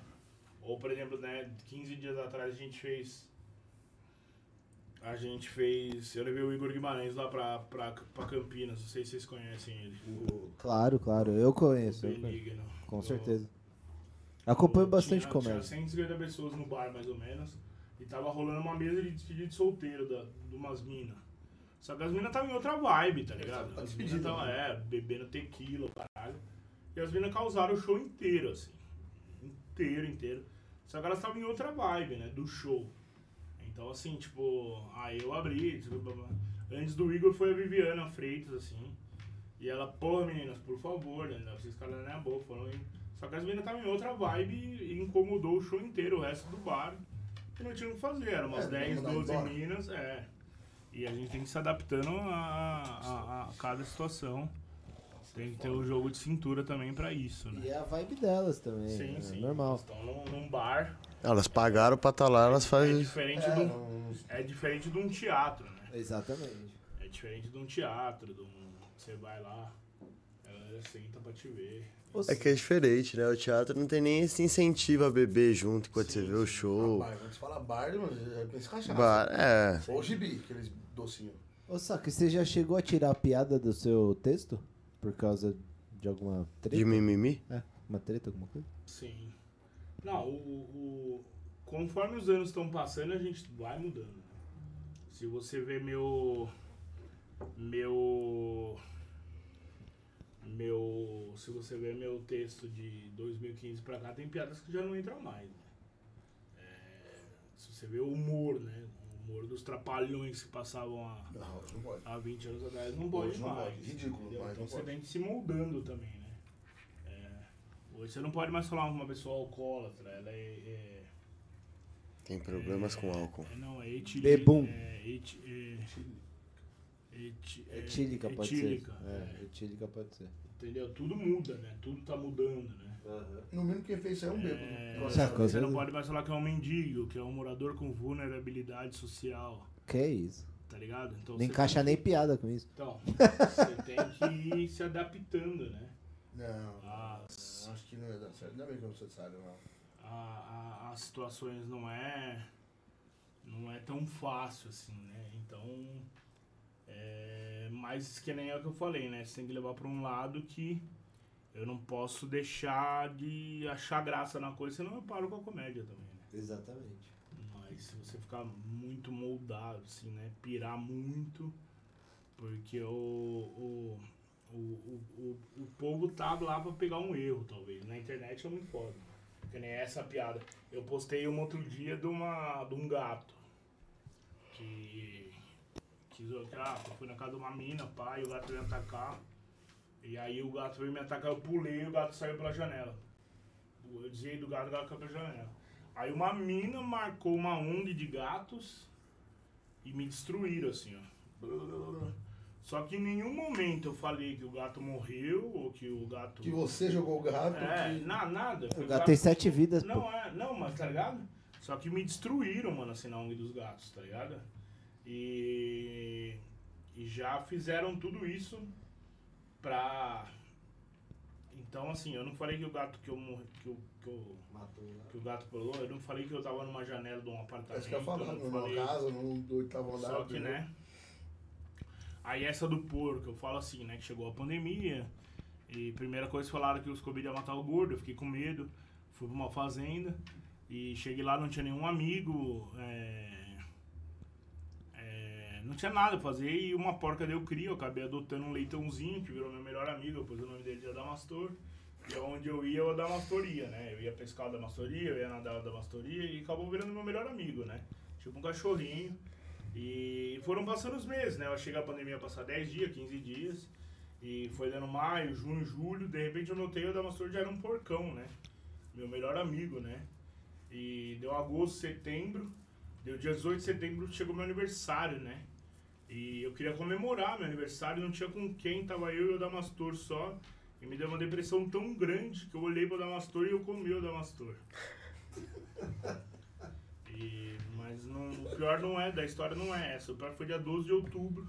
[SPEAKER 4] Ou, por exemplo, né, 15 dias atrás a gente fez. A gente fez. Eu levei o Igor Guimarães lá pra, pra, pra Campinas, não sei se vocês conhecem ele.
[SPEAKER 1] Claro, claro. Eu conheço. eu conheço.
[SPEAKER 4] Benigno.
[SPEAKER 1] Com
[SPEAKER 4] Eu-
[SPEAKER 1] certeza. Acompanho bastante
[SPEAKER 4] tinha, Tinha
[SPEAKER 1] comédia.
[SPEAKER 4] 150 pessoas no bar, mais ou menos. E tava rolando uma mesa de despedida de solteiro da, de umas minas. Só que as minas estavam em outra vibe, tá ligado? As minas estavam, é, bebendo tequila, caralho. E as minas causaram o show inteiro, assim. Inteiro, inteiro. Só que elas estavam em outra vibe, né? Do show. Então, assim, tipo, aí eu abri. tipo, blá, blá. Antes do Igor foi a Viviana Freitas, assim. E ela, porra, meninas, por favor, né? Não precisa calarem a boca. Foram em- Só que as meninas estavam em outra vibe e incomodou o show inteiro, o resto do bar. E não tinha o que fazer. Eram umas
[SPEAKER 2] É,
[SPEAKER 4] 10,
[SPEAKER 2] mandar
[SPEAKER 4] 12
[SPEAKER 2] embora.
[SPEAKER 4] minas, é. E a gente tem que se adaptando a, a- a cada situação. Tem que ter o jogo de cintura também pra isso, né?
[SPEAKER 1] E é a vibe delas também.
[SPEAKER 4] Sim,
[SPEAKER 1] né?
[SPEAKER 4] sim.
[SPEAKER 1] Normal.
[SPEAKER 4] Estão num, num bar.
[SPEAKER 3] Elas pagaram pra estar lá, elas
[SPEAKER 4] É
[SPEAKER 3] fazem.
[SPEAKER 4] diferente, de um, é diferente de um teatro, né?
[SPEAKER 1] Exatamente.
[SPEAKER 4] É diferente de um teatro, de um. Você vai lá, a galera senta pra te ver.
[SPEAKER 3] É que é diferente, né? O teatro não tem nem esse incentivo a beber junto enquanto você vê o show.
[SPEAKER 2] bar. Quando você fala bar, mano, é pensa em cachaça.
[SPEAKER 3] Bar, é.
[SPEAKER 2] Ou gibi, aqueles docinhos.
[SPEAKER 1] Ô, Saca, você já chegou a tirar a piada do seu texto? Por causa de alguma treta?
[SPEAKER 3] De mimimi?
[SPEAKER 1] É, uma treta, alguma coisa?
[SPEAKER 4] Sim. Não, o, o- Conforme os anos estão passando, a gente vai mudando. né? Se você vê meu. Meu. Meu. Se você vê meu texto de 2015 pra cá, tem piadas que já não entram mais. né? É, se você vê o humor, né? O humor dos trapalhões que passavam a.
[SPEAKER 2] Não, não pode.
[SPEAKER 4] há 20 anos atrás não pode
[SPEAKER 2] Hoje não
[SPEAKER 4] mais.
[SPEAKER 2] pode, ridículo,
[SPEAKER 4] entendeu?
[SPEAKER 2] mas
[SPEAKER 4] então
[SPEAKER 2] não
[SPEAKER 4] você
[SPEAKER 2] pode.
[SPEAKER 4] tem que se moldando também, né? É, hoje você não pode mais falar uma pessoa alcoólatra, ela é. é-
[SPEAKER 3] Tem problemas com álcool.
[SPEAKER 4] é não, é etílica.
[SPEAKER 1] Bebum.
[SPEAKER 4] É, eti, é, eti, é,
[SPEAKER 1] Etílica pode
[SPEAKER 4] etílica,
[SPEAKER 1] ser.
[SPEAKER 4] é.
[SPEAKER 1] É, etílica pode ser.
[SPEAKER 4] Entendeu? Tudo muda, né? Tudo tá mudando, né?
[SPEAKER 2] No mínimo quem fez isso aí é um bêbado.
[SPEAKER 4] É,
[SPEAKER 2] Nossa,
[SPEAKER 1] Saca,
[SPEAKER 4] você não
[SPEAKER 1] certeza.
[SPEAKER 4] pode mais falar que é um mendigo, que é um morador com vulnerabilidade social,
[SPEAKER 1] Que isso?
[SPEAKER 4] tá ligado? Então
[SPEAKER 1] Não
[SPEAKER 4] você
[SPEAKER 1] encaixa
[SPEAKER 4] tem
[SPEAKER 1] nem piada com isso.
[SPEAKER 4] Então, você tem que ir se adaptando, né?
[SPEAKER 2] Não,
[SPEAKER 4] Ah,
[SPEAKER 2] não, acho que não ia dar certo. Ainda bem que eu não sou de área, não.
[SPEAKER 4] a, a- as situações não é não é tão fácil assim, né? Então, é, mas que nem é o que eu falei, né? Você tem que levar para um lado que eu não posso deixar de achar graça na coisa, senão eu paro com a comédia também, né?
[SPEAKER 1] Exatamente.
[SPEAKER 4] Mas se você ficar muito moldado, assim, né? Pirar muito, porque o, o, o, o, o, o povo tá lá pra pegar um erro, talvez. Na internet é muito foda. Que nem é essa piada. Eu postei um outro dia de, uma, de um gato. Que. Que zoou que, ah, eu fui na casa de uma mina, pai, o gato veio me atacar. E aí o gato veio me atacar, eu pulei e o gato saiu pela janela. Eu desviei do gato, o gato caiu pela janela. Aí uma mina marcou uma ONG de gatos e me destruíram, assim, ó. Só que em nenhum momento eu falei que o gato morreu ou que o gato.
[SPEAKER 2] Que você jogou o gato,
[SPEAKER 4] É,
[SPEAKER 2] que...
[SPEAKER 4] na, nada.
[SPEAKER 1] O gato tem sete vidas, pô.
[SPEAKER 4] Não, é, não, mas tá ligado? Só que me destruíram, mano, assim, na ONG dos gatos, tá ligado? E, e já fizeram tudo isso pra. Então, assim, eu não falei que o gato que eu morri. Que eu, que eu- que o gato pulou, eu não falei que eu tava numa janela de um apartamento.
[SPEAKER 2] Acho É que eu ia falar,
[SPEAKER 4] eu não
[SPEAKER 2] numa
[SPEAKER 4] então, falei-
[SPEAKER 2] casa, num do oitavo andar.
[SPEAKER 4] só que, né? Aí essa do porco, eu falo assim, né? Que chegou a pandemia. E primeira coisa falaram que os Covid ia matar o gordo, eu fiquei com medo. Fui pra uma fazenda. E cheguei lá, não tinha nenhum amigo. é, é, não tinha nada pra fazer e uma porca deu cria, eu acabei adotando um leitãozinho que virou meu melhor amigo, eu pus o nome dele de Adamastor. E é onde eu ia, eu adamastoria, né? Eu ia pescar da mastoria, eu ia nadar da mastoria e acabou virando meu melhor amigo, né? Tipo um cachorrinho. E foram passando os meses, né? Eu achei que a pandemia ia passar 10 dias, 15 dias. E foi dando maio, junho, julho. De repente eu notei que o Adamastor já era um porcão, né? Meu melhor amigo, né? E deu agosto, setembro. Deu dia 18 de setembro, chegou meu aniversário, né? E eu queria comemorar meu aniversário, não tinha com quem, tava eu e o Damastor só. E me deu uma depressão tão grande que eu olhei pro Damastor e eu comi o Damastor. E, mas não, o pior não é, da história não é essa. O pior foi dia 12 de outubro.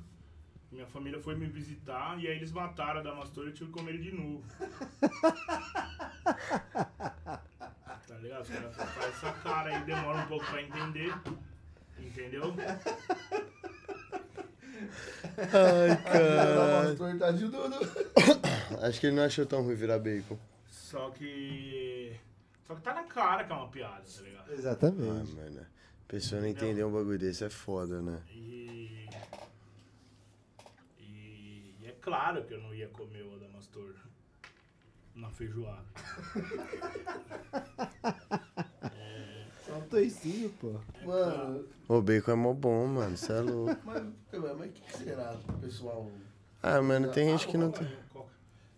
[SPEAKER 4] Minha família foi me visitar e aí eles mataram a Damastor e eu tive que comer ele de novo. Tá ligado? Os caras fazem essa cara aí, demora um pouco pra entender. Entendeu?
[SPEAKER 3] Ai, cara.
[SPEAKER 2] Pastor tá de Dudu.
[SPEAKER 3] Acho que ele não achou tão ruim virar bacon.
[SPEAKER 4] Só que. Só que tá na cara que é uma piada, tá ligado?
[SPEAKER 3] Ah,
[SPEAKER 1] Exatamente.
[SPEAKER 3] mano. A pessoa não entender um bagulho desse é foda, né?
[SPEAKER 4] E, e, e é claro que eu não ia comer o Adamastor na feijoada.
[SPEAKER 1] Só um toicinho, pô.
[SPEAKER 4] É,
[SPEAKER 2] Mano,
[SPEAKER 4] tá.
[SPEAKER 3] O bacon é mó bom, mano. Você é louco.
[SPEAKER 2] mas mas o que que será pro pessoal?
[SPEAKER 3] Ah, mano, tem gente que não tem.
[SPEAKER 4] Coca-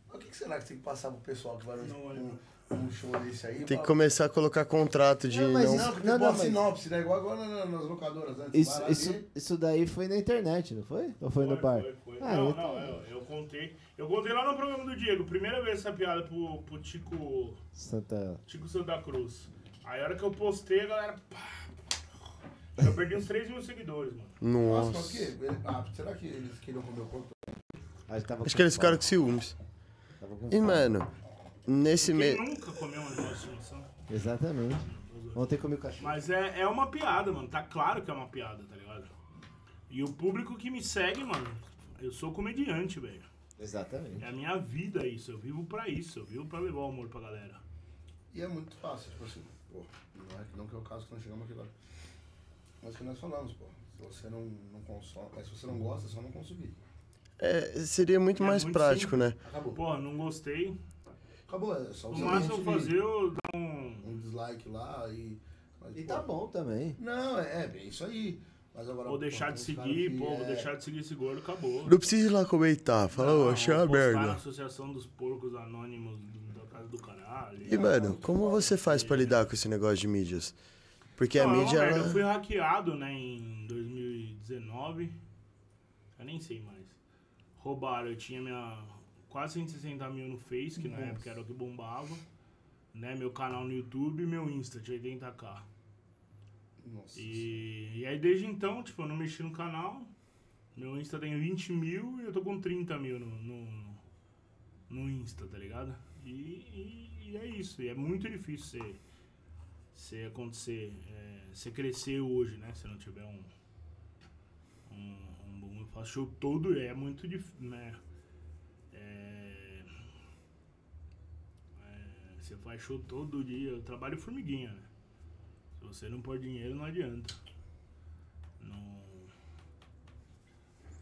[SPEAKER 2] Mas O que que será que tem que passar pro pessoal que vai
[SPEAKER 4] Não, olha,
[SPEAKER 2] num
[SPEAKER 4] não.
[SPEAKER 2] um show desse aí?
[SPEAKER 3] Tem que
[SPEAKER 2] Fala-
[SPEAKER 3] começar a colocar contrato de
[SPEAKER 1] Não, mas
[SPEAKER 3] não.
[SPEAKER 2] Não, porque
[SPEAKER 1] Não,
[SPEAKER 2] tem boa
[SPEAKER 1] não, mas-
[SPEAKER 2] sinopse, né? Igual agora na- nas locadoras, né? Você
[SPEAKER 1] Isso,
[SPEAKER 2] vai lá
[SPEAKER 1] isso,
[SPEAKER 2] ver,
[SPEAKER 1] isso daí foi na internet, não foi? Ou foi no bar?
[SPEAKER 4] Foi, foi.
[SPEAKER 1] Ah,
[SPEAKER 4] não,
[SPEAKER 1] eu-
[SPEAKER 4] não, eu, eu contei. Eu contei lá no programa do Diego, primeira vez essa piada pro, pro Tico,
[SPEAKER 1] Santa.
[SPEAKER 4] Tico Santa Cruz. Aí a hora que eu postei, a galera. pá, eu perdi uns 3 mil seguidores, mano.
[SPEAKER 2] Nossa, mas o
[SPEAKER 3] Nossa.
[SPEAKER 2] quê? Ele- Ah, será que eles queriam comer o corpo?
[SPEAKER 1] Acho que, Ah, tava
[SPEAKER 3] Acho
[SPEAKER 1] com
[SPEAKER 3] que eles
[SPEAKER 1] fome.
[SPEAKER 3] ficaram com ciúmes.
[SPEAKER 1] Tava com
[SPEAKER 3] E,
[SPEAKER 1] fome.
[SPEAKER 3] mano, nesse
[SPEAKER 4] Quem
[SPEAKER 3] mês.
[SPEAKER 4] nunca comeu um negócio de estimação?
[SPEAKER 1] Exatamente. Ontem comi o cachorro.
[SPEAKER 4] Mas é, é uma piada, mano. Tá claro que é uma piada, tá ligado? E o público que me segue, mano, eu sou comediante, velho.
[SPEAKER 1] Exatamente.
[SPEAKER 4] É a minha vida isso. Eu vivo pra isso. Eu vivo pra levar o amor pra galera.
[SPEAKER 2] E é muito fácil, tipo assim, pô, não é que não que é o caso que nós chegamos aqui agora. Mas o que nós falamos, pô, se você não, não consome, é, se você não gosta, é só não consumir.
[SPEAKER 3] É, seria muito
[SPEAKER 4] É
[SPEAKER 3] mais
[SPEAKER 4] muito
[SPEAKER 3] prático, né?
[SPEAKER 2] Acabou.
[SPEAKER 4] Porra, não gostei.
[SPEAKER 2] Acabou, é só
[SPEAKER 4] O
[SPEAKER 2] você
[SPEAKER 4] máximo eu
[SPEAKER 2] consumir.
[SPEAKER 4] fazer, eu dar um.
[SPEAKER 2] um dislike lá e. mas,
[SPEAKER 1] E
[SPEAKER 2] pô,
[SPEAKER 1] tá bom também.
[SPEAKER 2] Não, é, é isso aí. Mas agora.
[SPEAKER 4] Vou deixar
[SPEAKER 2] pô,
[SPEAKER 4] de
[SPEAKER 2] tem uns caras
[SPEAKER 4] seguir,
[SPEAKER 2] que
[SPEAKER 4] pô, vou
[SPEAKER 2] é-
[SPEAKER 4] deixar de seguir esse gordo, acabou.
[SPEAKER 3] Não precisa ir lá comentar. Fala, ô,
[SPEAKER 4] Não, assim.
[SPEAKER 3] achei
[SPEAKER 4] vou
[SPEAKER 3] uma
[SPEAKER 4] postar na
[SPEAKER 3] merda.
[SPEAKER 4] Associação dos Porcos Anônimos do- da Casa do Caralho.
[SPEAKER 3] E, mano, como você faz pra lidar com esse negócio de mídias? Porque a
[SPEAKER 4] Não, é
[SPEAKER 3] mídia, é-
[SPEAKER 4] velho, Eu
[SPEAKER 3] ela-
[SPEAKER 4] fui hackeado, né, em 2019. Eu nem sei mais. Roubaram, eu tinha minha. Quase 160 mil no Face, que na época era o que bombava. Né, meu canal no YouTube e meu Insta, de 80k.
[SPEAKER 2] Nossa.
[SPEAKER 4] E, e aí desde então, tipo, eu não mexi no canal. Meu Insta tem 20 mil e eu tô com 30 mil no, no, no Insta, tá ligado? E, e- e é isso. E é muito difícil você, você acontecer, é, você crescer hoje, né? Se não tiver um, um, um bom. Eu faço show todo, é muito difícil, né? É, é, você faz show todo dia. Eu trabalho formiguinha, né? Se você não pôr dinheiro, não adianta. Não.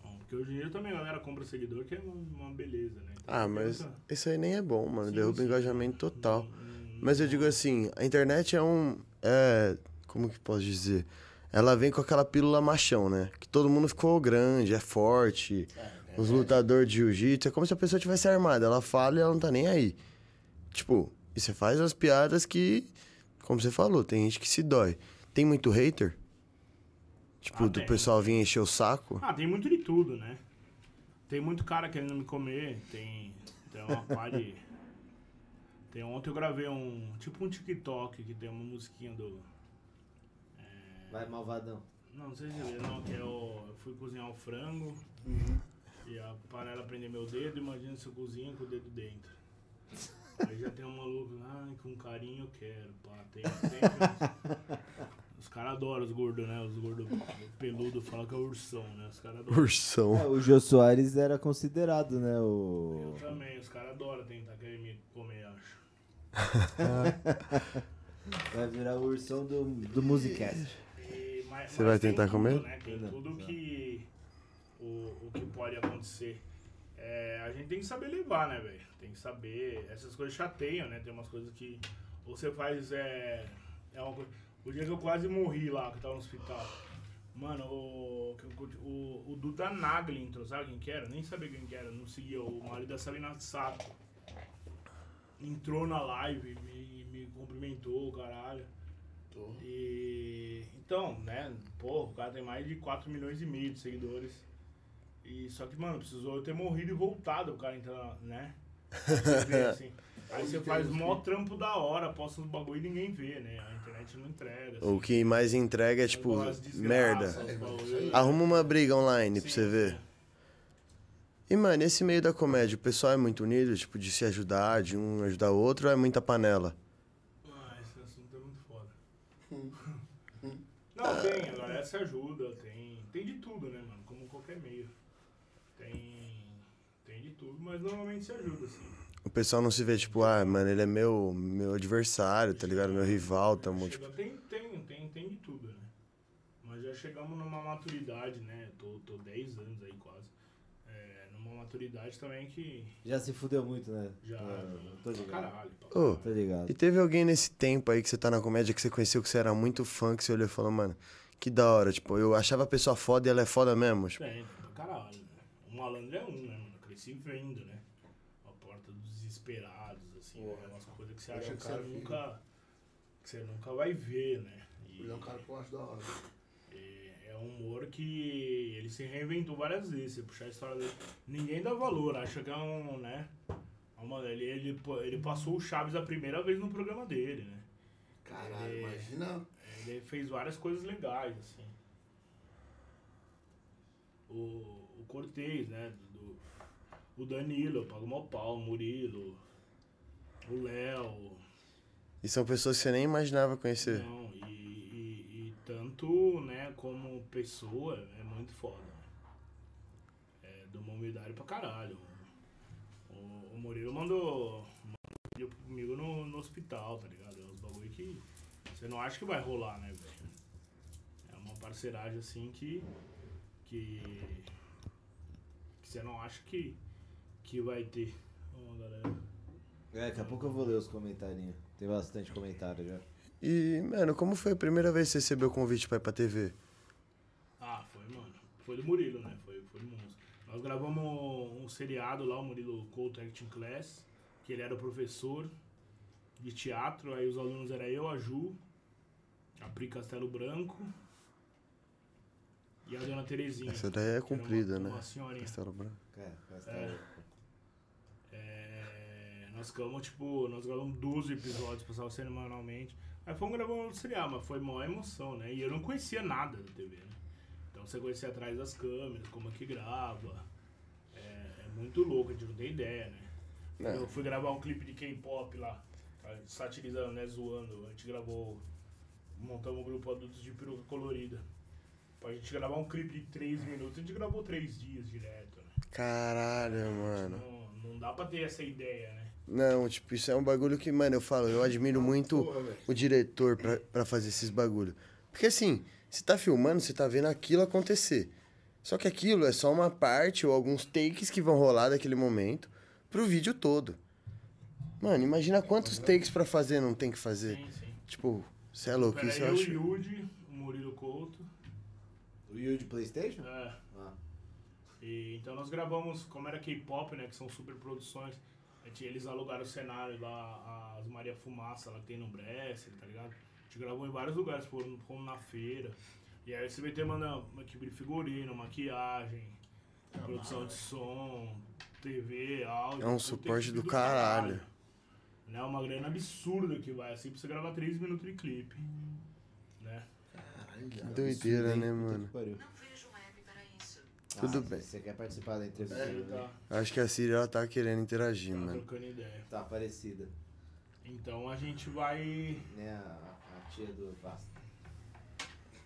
[SPEAKER 4] Bom, porque o dinheiro também a galera compra seguidor, que é uma, uma beleza, né? Então,
[SPEAKER 3] Ah,
[SPEAKER 4] não
[SPEAKER 3] mas
[SPEAKER 4] adianta.
[SPEAKER 3] isso aí nem é bom, mano.
[SPEAKER 4] Sim,
[SPEAKER 3] Derruba
[SPEAKER 4] sim.
[SPEAKER 3] engajamento total.
[SPEAKER 4] Hum,
[SPEAKER 3] Mas eu digo assim, a internet é um. É, como que posso dizer? Ela vem com aquela pílula machão, né? Que todo mundo ficou grande, é forte. Os lutadores de jiu-jitsu. É como se a pessoa tivesse armada. Ela fala e ela não tá nem aí. Tipo, e você faz as piadas que. Como você falou, tem gente que se dói. Tem muito hater? Tipo,
[SPEAKER 4] Ah,
[SPEAKER 3] do
[SPEAKER 4] tem.
[SPEAKER 3] pessoal vir encher o saco?
[SPEAKER 4] Ah, tem muito de tudo, né? Tem muito cara querendo me comer, tem, tem uma pá de... Tem, ontem eu gravei um, tipo um TikTok que tem uma musiquinha do...
[SPEAKER 1] Vai, malvadão.
[SPEAKER 4] Não, não sei se é, não, que é o... Eu fui cozinhar o frango e a panela prendeu meu dedo, imagina se eu cozinho com o dedo dentro. Aí já tem um maluco, ai, com carinho eu quero, pá, tem, tem uns- Os caras adoram os gordos, né? Os gordos peludos falam que é ursão, né? Os caras adoram.
[SPEAKER 3] Ursão.
[SPEAKER 1] É, o Jô Soares era considerado, né? O.
[SPEAKER 4] Eu também, os caras adoram tentar querer me comer, acho.
[SPEAKER 1] Vai virar o ursão do, do Musicast.
[SPEAKER 4] E- mas-
[SPEAKER 3] Você
[SPEAKER 4] mas
[SPEAKER 3] vai
[SPEAKER 4] tem
[SPEAKER 3] tentar
[SPEAKER 4] tudo,
[SPEAKER 3] comer?
[SPEAKER 4] Né? Tem
[SPEAKER 1] Não,
[SPEAKER 4] tudo
[SPEAKER 1] não.
[SPEAKER 4] que. o, o que pode acontecer. É, a gente tem que saber levar, né, velho? Tem que saber. Essas coisas chateiam, né? Tem umas coisas que. Ou você faz. É, é uma coisa. O dia que eu quase morri lá, que eu tava no hospital. Mano, o, que eu curti- o, o Duda Nagli entrou, sabe quem que era? Nem sabia quem que era, não seguia. O marido da Sabina Sato. Entrou na live, me, me cumprimentou, caralho. E então, né, pô, o cara tem mais de 4 milhões e meio de seguidores. E só que, mano, precisou eu ter morrido e voltado o cara entrar, né? Você vê, assim. Aí você faz mó trampo da hora, posta uns bagulho e ninguém vê, né? A internet não entrega. assim.
[SPEAKER 3] O que mais entrega é tipo,
[SPEAKER 4] As desgraças,
[SPEAKER 3] merda.
[SPEAKER 4] os bagulho.
[SPEAKER 3] Arruma uma briga online pra
[SPEAKER 4] Sim,
[SPEAKER 3] você ver.
[SPEAKER 4] sim.
[SPEAKER 3] E, mano, esse meio da comédia, o pessoal é muito unido, tipo, de se ajudar, de um ajudar o outro, ou é muita panela?
[SPEAKER 4] Ah, esse assunto é muito foda. Não, tem, agora essa ajuda, tem, tem de tudo, né, mano? Como qualquer meio. Tem, tem de tudo, mas normalmente se ajuda, assim.
[SPEAKER 3] O pessoal não se vê, tipo, ah, mano, ele é meu, meu adversário, tá ligado? Meu rival, tamo, tipo...
[SPEAKER 4] Chega- tem, tem, tem, tem de tudo, né? Mas já chegamos numa maturidade, né? Tô, tô 10 anos aí quase. É, numa maturidade também que
[SPEAKER 1] Já se fudeu muito, né?
[SPEAKER 4] já.
[SPEAKER 1] Ah, tô
[SPEAKER 4] pra
[SPEAKER 1] ligado.
[SPEAKER 4] caralho, pra
[SPEAKER 3] Ô,
[SPEAKER 1] Tô
[SPEAKER 4] caralho.
[SPEAKER 1] ligado.
[SPEAKER 3] E teve alguém nesse tempo aí que você tá na comédia que você conheceu, que você era muito fã, que você olhou e falou, mano, que da hora, tipo, eu achava a pessoa foda e ela é foda mesmo, tipo,
[SPEAKER 4] Tem, pra caralho, né? O malandro é um, né, mano? Eu cresci vendo, né? A porta dos desesperados, assim,
[SPEAKER 2] Porra.
[SPEAKER 4] né? umas coisas que você
[SPEAKER 2] Eu
[SPEAKER 4] acha
[SPEAKER 2] achei
[SPEAKER 4] que
[SPEAKER 2] que
[SPEAKER 4] você
[SPEAKER 2] era filho.
[SPEAKER 4] nunca. Que você nunca vai ver, né? E-
[SPEAKER 2] Ele é um cara que eu acho da hora.
[SPEAKER 4] É é um humor que ele se reinventou várias vezes. Você puxar a história dele. Ninguém dá valor, acha que é um, né? Ah, Mano, ele, ele, pô- ele passou o Chaves a primeira vez no programa dele, né?
[SPEAKER 2] Caralho,
[SPEAKER 4] É.
[SPEAKER 2] imagina.
[SPEAKER 4] Ele fez várias coisas legais, assim. O, o Cortez, né? do- do- o Danilo, eu pago mó pau, o Murilo, o Léo.
[SPEAKER 3] e são pessoas que você nem imaginava conhecer.
[SPEAKER 4] Não, e, e- e tanto, né, como pessoa, é muito foda. É, dou uma humildade pra caralho. O, o Murilo mandou, mandou vídeo comigo no, no hospital, tá ligado? É uns bagulho que você não acha que vai rolar, né, velho? É uma parceragem assim que. que. que você não acha que, que vai ter. Ó, galera.
[SPEAKER 1] É, daqui a pouco eu vou ler os comentarinhos. Tem bastante comentário já.
[SPEAKER 3] E, mano, como foi a primeira vez que você recebeu o convite pra ir pra TV?
[SPEAKER 4] Ah, foi, mano. Foi do Murilo, né? Foi, foi do Monstro. Nós gravamos um seriado lá, o Murilo Couto Acting Class, que ele era o professor de teatro, aí os alunos era eu, a Ju, a Pri Castelo Branco e a dona Terezinha.
[SPEAKER 3] Essa daí é
[SPEAKER 4] que era uma-
[SPEAKER 3] comprida, né?
[SPEAKER 4] Uma senhorinha.
[SPEAKER 3] Castelo Branco.
[SPEAKER 1] Cara, mas tá
[SPEAKER 4] É.
[SPEAKER 1] louco.
[SPEAKER 4] É, nós ficamos, tipo, nós gravamos 12 episódios, passava semanalmente. Aí fomos gravar um serial, mas foi maior emoção, né? E eu não conhecia nada da TV, né? Então você conhecia atrás das câmeras, como é que grava. É, é muito louco, a gente não tem ideia, né?
[SPEAKER 3] Não.
[SPEAKER 4] Eu fui gravar um clipe de K-pop lá, tá, satirizando, né? Zoando. A gente gravou, montamos um grupo adultos de peruca colorida. Pra gente gravar um clipe de 3 minutos, a gente gravou 3 dias direto, né?
[SPEAKER 3] Caralho, mano.
[SPEAKER 4] Não, não dá pra ter essa ideia, né?
[SPEAKER 3] Não, tipo, isso é um bagulho que, mano, eu falo, eu admiro muito
[SPEAKER 2] Porra, velho.
[SPEAKER 3] o diretor pra, pra fazer esses bagulho. Porque assim, você tá filmando, você tá vendo aquilo acontecer. Só que aquilo é só uma parte ou alguns takes que vão rolar daquele momento pro vídeo todo. Mano, imagina quantos takes pra fazer não tem que fazer.
[SPEAKER 4] Sim, sim.
[SPEAKER 3] Tipo, você é louco,
[SPEAKER 4] Pera
[SPEAKER 3] isso
[SPEAKER 4] aí,
[SPEAKER 3] eu
[SPEAKER 4] o
[SPEAKER 3] acho.
[SPEAKER 4] Yudi, o Murilo Couto.
[SPEAKER 1] O Yu de Playstation?
[SPEAKER 4] É.
[SPEAKER 1] Ah.
[SPEAKER 4] E, então nós gravamos, como era K-pop, né? Que são super produções. a gente- Eles alugaram o cenário lá, as Maria Fumaça lá que tem no Bresser, tá ligado? A gente gravou em vários lugares, foram, como na feira. E aí o SBT manda uma equipe de figurino, maquiagem, É produção de som, TV, áudio.
[SPEAKER 3] É um
[SPEAKER 4] puta
[SPEAKER 3] suporte
[SPEAKER 4] equipe
[SPEAKER 3] do caralho.
[SPEAKER 4] Né, uma grana absurda que vai assim pra você gravar 3 minutos de clipe. Né?
[SPEAKER 2] Caralho,
[SPEAKER 3] Que
[SPEAKER 2] cara.
[SPEAKER 3] doideira, né,
[SPEAKER 1] Puta
[SPEAKER 3] mano?
[SPEAKER 1] que pariu.
[SPEAKER 7] Não vejo web para isso.
[SPEAKER 3] Tudo
[SPEAKER 1] Ah,
[SPEAKER 3] bem.
[SPEAKER 1] Você quer participar da entrevista?
[SPEAKER 4] Você
[SPEAKER 1] né?
[SPEAKER 4] tá,
[SPEAKER 3] Acho que a Siri, ela tá querendo interagir,
[SPEAKER 4] tá
[SPEAKER 3] mano.
[SPEAKER 4] trocando ideia.
[SPEAKER 1] Tá parecida.
[SPEAKER 4] Então a gente vai
[SPEAKER 1] Né, a, a tia do Basta.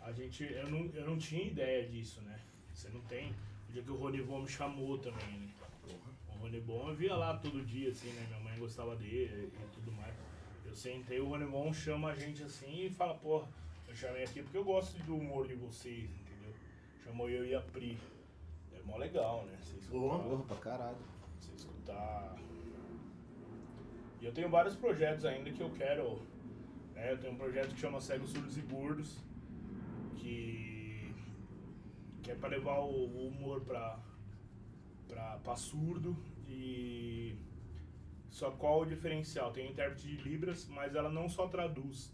[SPEAKER 4] A gente, eu não, eu não tinha ideia disso, né? Você não tem. O dia que o Rony Bon me chamou também, né? O Rony Bon eu via lá todo dia, assim, né? Minha mãe gostava dele e tudo mais. Eu sentei, o Rony Bon chama a gente assim e fala, pô, eu chamei aqui porque eu gosto do humor de vocês, entendeu? Chamou eu e a Pri. É mó legal, né? Você escutar,
[SPEAKER 1] Porra, pra caralho.
[SPEAKER 4] você escutar. E eu tenho vários projetos ainda que eu quero. Né? Eu tenho um projeto que chama Cegos Surdos e Gordos, que, que é pra levar o, o humor pra, pra, pra surdo e. Só qual o diferencial? Tem intérprete de Libras, mas ela não só traduz.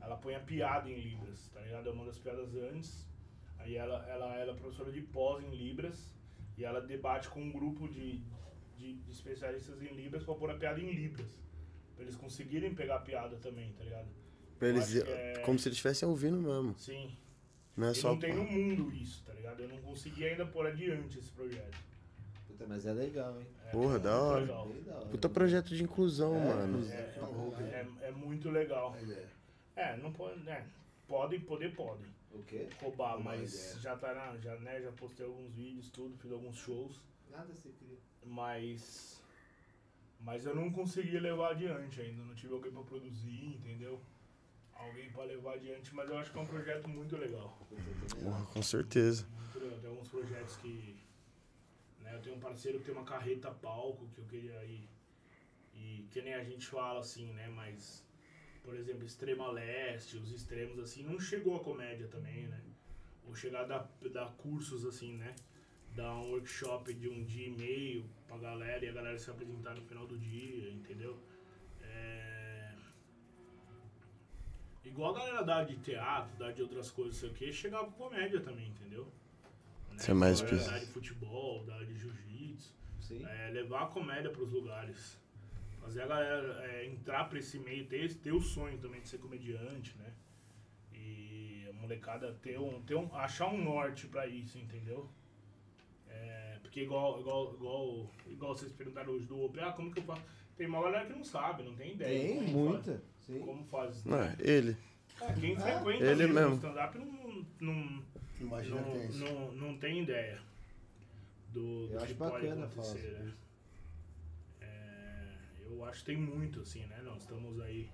[SPEAKER 4] Ela põe a piada em Libras, tá ligado? Eu mando as piadas antes. Aí ela, ela, ela é professora de pós em Libras. E ela debate com um grupo de, de, de especialistas em Libras pra pôr a piada em Libras. Pra eles conseguirem pegar a piada também, tá ligado?
[SPEAKER 3] Pra
[SPEAKER 4] Eu
[SPEAKER 3] eles,
[SPEAKER 4] acho que é-
[SPEAKER 3] Como se eles estivessem ouvindo mesmo.
[SPEAKER 4] Sim.
[SPEAKER 3] Não é
[SPEAKER 4] E
[SPEAKER 3] só.
[SPEAKER 4] não tem no mundo isso, tá ligado? Eu não consegui ainda pôr adiante esse projeto.
[SPEAKER 1] Puta, mas é legal, hein?
[SPEAKER 4] É,
[SPEAKER 3] Porra,
[SPEAKER 4] é
[SPEAKER 3] da
[SPEAKER 4] muito
[SPEAKER 3] hora.
[SPEAKER 4] legal.
[SPEAKER 1] Bem da hora.
[SPEAKER 3] Puta projeto de inclusão, mano.
[SPEAKER 4] É,
[SPEAKER 2] Então, vou ver.
[SPEAKER 4] é, é muito legal.
[SPEAKER 2] A ideia.
[SPEAKER 4] É, não pode, né? Podem, poder, podem.
[SPEAKER 1] O quê?
[SPEAKER 4] roubar,
[SPEAKER 2] Uma
[SPEAKER 4] mas
[SPEAKER 2] ideia.
[SPEAKER 4] já tá na, já, né, já postei alguns vídeos, tudo, fiz alguns shows,
[SPEAKER 1] Nada se cria.
[SPEAKER 4] mas mas eu não consegui levar adiante ainda, não tive alguém pra produzir, entendeu? Alguém pra levar adiante, mas eu acho que é um projeto muito legal. É.
[SPEAKER 3] Porra, com certeza.
[SPEAKER 4] Muito legal. Tem alguns projetos que né, eu tenho um parceiro que tem uma carreta palco que eu queria ir e que nem a gente fala assim, né, mas por exemplo, extrema leste, os extremos assim, não chegou a comédia também, né? ou chegar a dar, dar cursos assim, né? Dar um workshop de um dia e meio pra galera e a galera se apresentar no final do dia, entendeu? É... Igual a galera dá de teatro, dá de outras coisas, não sei o que, chegar com comédia também, entendeu? Né?
[SPEAKER 3] Isso é mais
[SPEAKER 4] A galera
[SPEAKER 3] preciso.
[SPEAKER 4] Dá de futebol, dá de jiu-jitsu,
[SPEAKER 1] Sim.
[SPEAKER 4] é, levar a comédia pros lugares. Fazer a galera é, entrar pra esse meio, ter, ter o sonho também de ser comediante, né? E a molecada ter um, ter um, achar um norte pra isso, entendeu? É, porque igual, igual, igual, igual vocês perguntaram hoje do OP, ah, como que eu faço? Tem uma galera que não sabe, não tem ideia.
[SPEAKER 1] Tem
[SPEAKER 4] como é Faz,
[SPEAKER 1] muita. Sim. Ah,
[SPEAKER 4] como faz.
[SPEAKER 3] Não, é, ele.
[SPEAKER 4] É, quem frequenta
[SPEAKER 3] ele
[SPEAKER 4] mesmo
[SPEAKER 3] mesmo.
[SPEAKER 4] o stand-up não, não,
[SPEAKER 2] Imagina que
[SPEAKER 4] não,
[SPEAKER 2] tem isso.
[SPEAKER 4] não, não tem ideia do, do
[SPEAKER 1] é Eu
[SPEAKER 4] que
[SPEAKER 1] acho
[SPEAKER 4] pode
[SPEAKER 1] bacana
[SPEAKER 4] acontecer,
[SPEAKER 1] falar
[SPEAKER 4] né? É, eu acho que tem muito, assim, né? Nós estamos aí,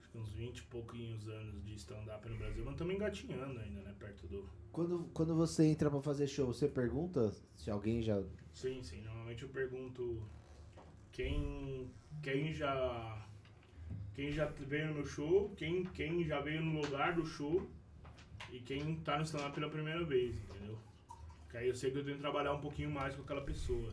[SPEAKER 4] acho que uns 20 e pouquinhos anos de stand-up no Brasil, mas estamos engatinhando ainda, né? Perto do...
[SPEAKER 1] Quando, quando você entra pra fazer show, você pergunta se alguém já.
[SPEAKER 4] Sim, sim. Normalmente eu pergunto quem, quem já... Quem já veio no show, quem, quem já veio no lugar do show e quem tá no stand-up pela primeira vez, entendeu? Porque aí eu sei que eu tenho que trabalhar um pouquinho mais com aquela pessoa,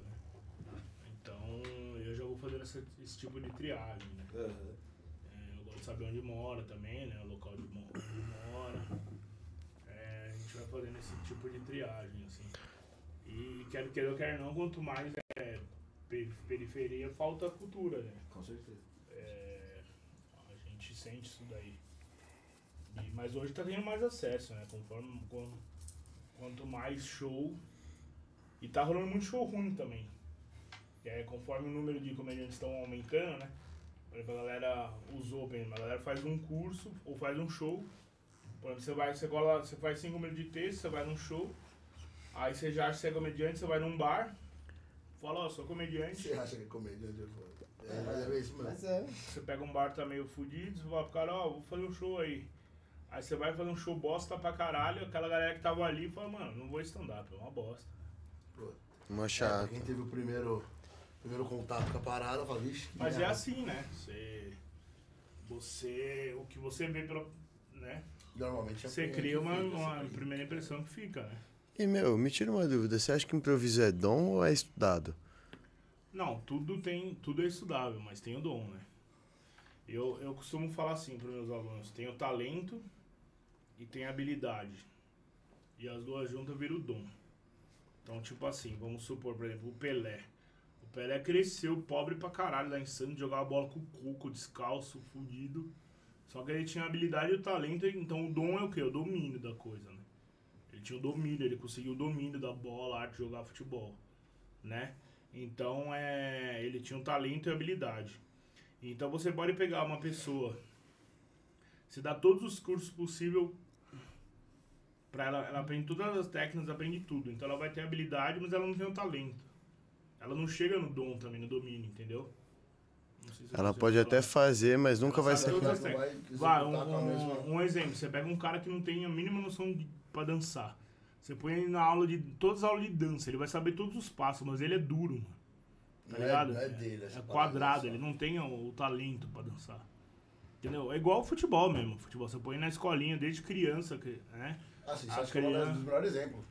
[SPEAKER 4] né? Então eu já vou fazendo essa- esse tipo de triagem, né?
[SPEAKER 1] Aham.
[SPEAKER 4] É, eu gosto de saber onde mora também, né? O local de mo- onde mora. É, a gente vai fazendo esse tipo de triagem, assim. E quero queira ou quer não, quanto mais é, pe- periferia, falta cultura, né?
[SPEAKER 1] Com certeza.
[SPEAKER 4] É, a gente sente isso daí. E- mas hoje tá tendo mais acesso, né? Conforme, com- quanto mais show. E tá rolando muito show ruim também. E aí, conforme o número de comediantes estão aumentando, né? Por exemplo, a galera usou bem, a galera faz um curso ou faz um show. Por exemplo, você vai, você cola, você faz cinco minutos de texto, você vai num show, aí você já acha que você é comediante, você vai num bar, fala, ó, sou comediante,
[SPEAKER 2] Você acha que é comediante? eu falo. É, mas é bem isso mesmo.
[SPEAKER 1] Mas é.
[SPEAKER 4] você pega um bar tá meio fudido, você fala pro cara, ó, vou fazer um show aí. Aí você vai fazer um show bosta pra caralho, aquela galera que tava ali fala, mano, não vou stand-up, é uma bosta.
[SPEAKER 2] É,
[SPEAKER 3] Uma
[SPEAKER 2] pra
[SPEAKER 3] chata.
[SPEAKER 2] quem teve o primeiro, primeiro contato com a parada, fala, vixe. que
[SPEAKER 4] Mas é
[SPEAKER 2] merda."
[SPEAKER 4] assim, né? Você. Você. O que você vê pela. né?
[SPEAKER 2] Normalmente é
[SPEAKER 4] Você
[SPEAKER 2] quem
[SPEAKER 4] cria uma,
[SPEAKER 2] fica,
[SPEAKER 4] uma
[SPEAKER 2] você cria.
[SPEAKER 4] primeira impressão que fica, né?
[SPEAKER 3] E, meu, me tira uma dúvida. Você acha que improviso é dom ou é estudado?
[SPEAKER 4] Não, tudo tem, tudo é estudável, mas tem o dom, né? Eu, eu costumo falar assim para meus alunos, tem o talento e tem a habilidade. E as duas juntas viram o dom. Então, tipo assim, vamos supor, por exemplo, o Pelé. O Pelé cresceu pobre pra caralho, lá em Santos, jogava bola com o coco, descalço, fudido. Só que ele tinha a habilidade e o talento, então o dom é o quê? O domínio da coisa, né? Ele tinha o domínio, ele conseguiu o domínio da bola, a arte de jogar futebol, né? Então é, ele tinha um talento e habilidade. Então você pode pegar uma pessoa, se dá todos os cursos possíveis para ela, ela aprende todas as técnicas, aprende tudo. Então ela vai ter habilidade, mas ela não tem o talento. Ela não chega no dom também, no domínio, entendeu? Não sei se eu
[SPEAKER 3] Ela
[SPEAKER 4] consigo
[SPEAKER 3] pode
[SPEAKER 4] falar.
[SPEAKER 3] até fazer, mas nunca vai
[SPEAKER 4] Sabe
[SPEAKER 3] ser.
[SPEAKER 4] tudo.
[SPEAKER 2] Mas não vai
[SPEAKER 4] Vai,
[SPEAKER 2] executar com a mesma-
[SPEAKER 4] um, um exemplo, você pega um cara que não tem a mínima noção de, pra dançar. Você põe ele na aula de. Todas as aulas de dança, ele vai saber todos os passos, mas ele é duro, mano. Tá
[SPEAKER 5] Não é-
[SPEAKER 4] ligado?
[SPEAKER 5] não é dele essa
[SPEAKER 4] É
[SPEAKER 5] parada,
[SPEAKER 4] quadrado,
[SPEAKER 5] só.
[SPEAKER 4] ele não tem o, o talento pra dançar. Entendeu? É igual o futebol mesmo. Futebol, você põe na escolinha desde criança, que- né?
[SPEAKER 2] Ah, sim,
[SPEAKER 4] A
[SPEAKER 2] você acha que é um
[SPEAKER 4] criança-
[SPEAKER 2] dos melhores exemplos.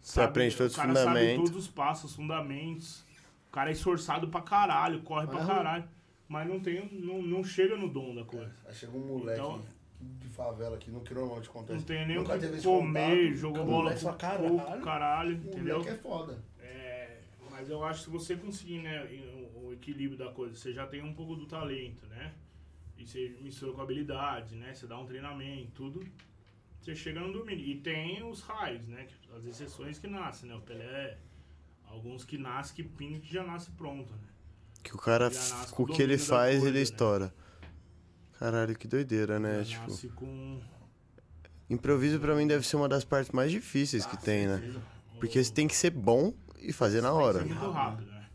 [SPEAKER 3] Você aprende todos
[SPEAKER 4] o
[SPEAKER 3] os
[SPEAKER 4] cara sabe
[SPEAKER 3] fundamentos.
[SPEAKER 4] todos os passos, os fundamentos. O cara é esforçado pra caralho, corre
[SPEAKER 5] é
[SPEAKER 4] pra caralho. Mas não tem. Não, não chega no dom da coisa.
[SPEAKER 2] Aí chega um moleque
[SPEAKER 4] Então-
[SPEAKER 2] de favela aqui, no que normalmente acontece.
[SPEAKER 4] Não tem nem o
[SPEAKER 2] Nunca
[SPEAKER 4] que
[SPEAKER 2] teve esse
[SPEAKER 4] comer,
[SPEAKER 2] contato,
[SPEAKER 4] jogou
[SPEAKER 2] o
[SPEAKER 4] bola
[SPEAKER 2] moleque
[SPEAKER 4] com
[SPEAKER 2] fala, caralho,
[SPEAKER 4] pouco, caralho,
[SPEAKER 2] O
[SPEAKER 4] entendeu?
[SPEAKER 2] moleque é foda.
[SPEAKER 4] É, mas eu acho que se você conseguir né, o, o equilíbrio da coisa, você já tem um pouco do talento, né? E você mistura com habilidades, né? Você dá um treinamento, tudo. Você chega no domínio. E tem os raios, né? que- As exceções que nascem, né? O Pelé, alguns que nascem, que pingam, que já nasce pronto, né?
[SPEAKER 3] Que o cara,
[SPEAKER 4] Já nasce
[SPEAKER 3] com o
[SPEAKER 4] com
[SPEAKER 3] que ele
[SPEAKER 4] domínio da
[SPEAKER 3] faz,
[SPEAKER 4] coisa,
[SPEAKER 3] ele
[SPEAKER 4] né? Ah,
[SPEAKER 3] estoura. Caralho, que doideira, né?
[SPEAKER 4] já
[SPEAKER 3] tipo,
[SPEAKER 4] nasce com...
[SPEAKER 3] improviso pra mim deve ser uma das partes mais difíceis
[SPEAKER 4] Ah,
[SPEAKER 3] que tem, né? Porque você tem que ser bom e fazer na hora.
[SPEAKER 4] Tem que ser muito rápido, né?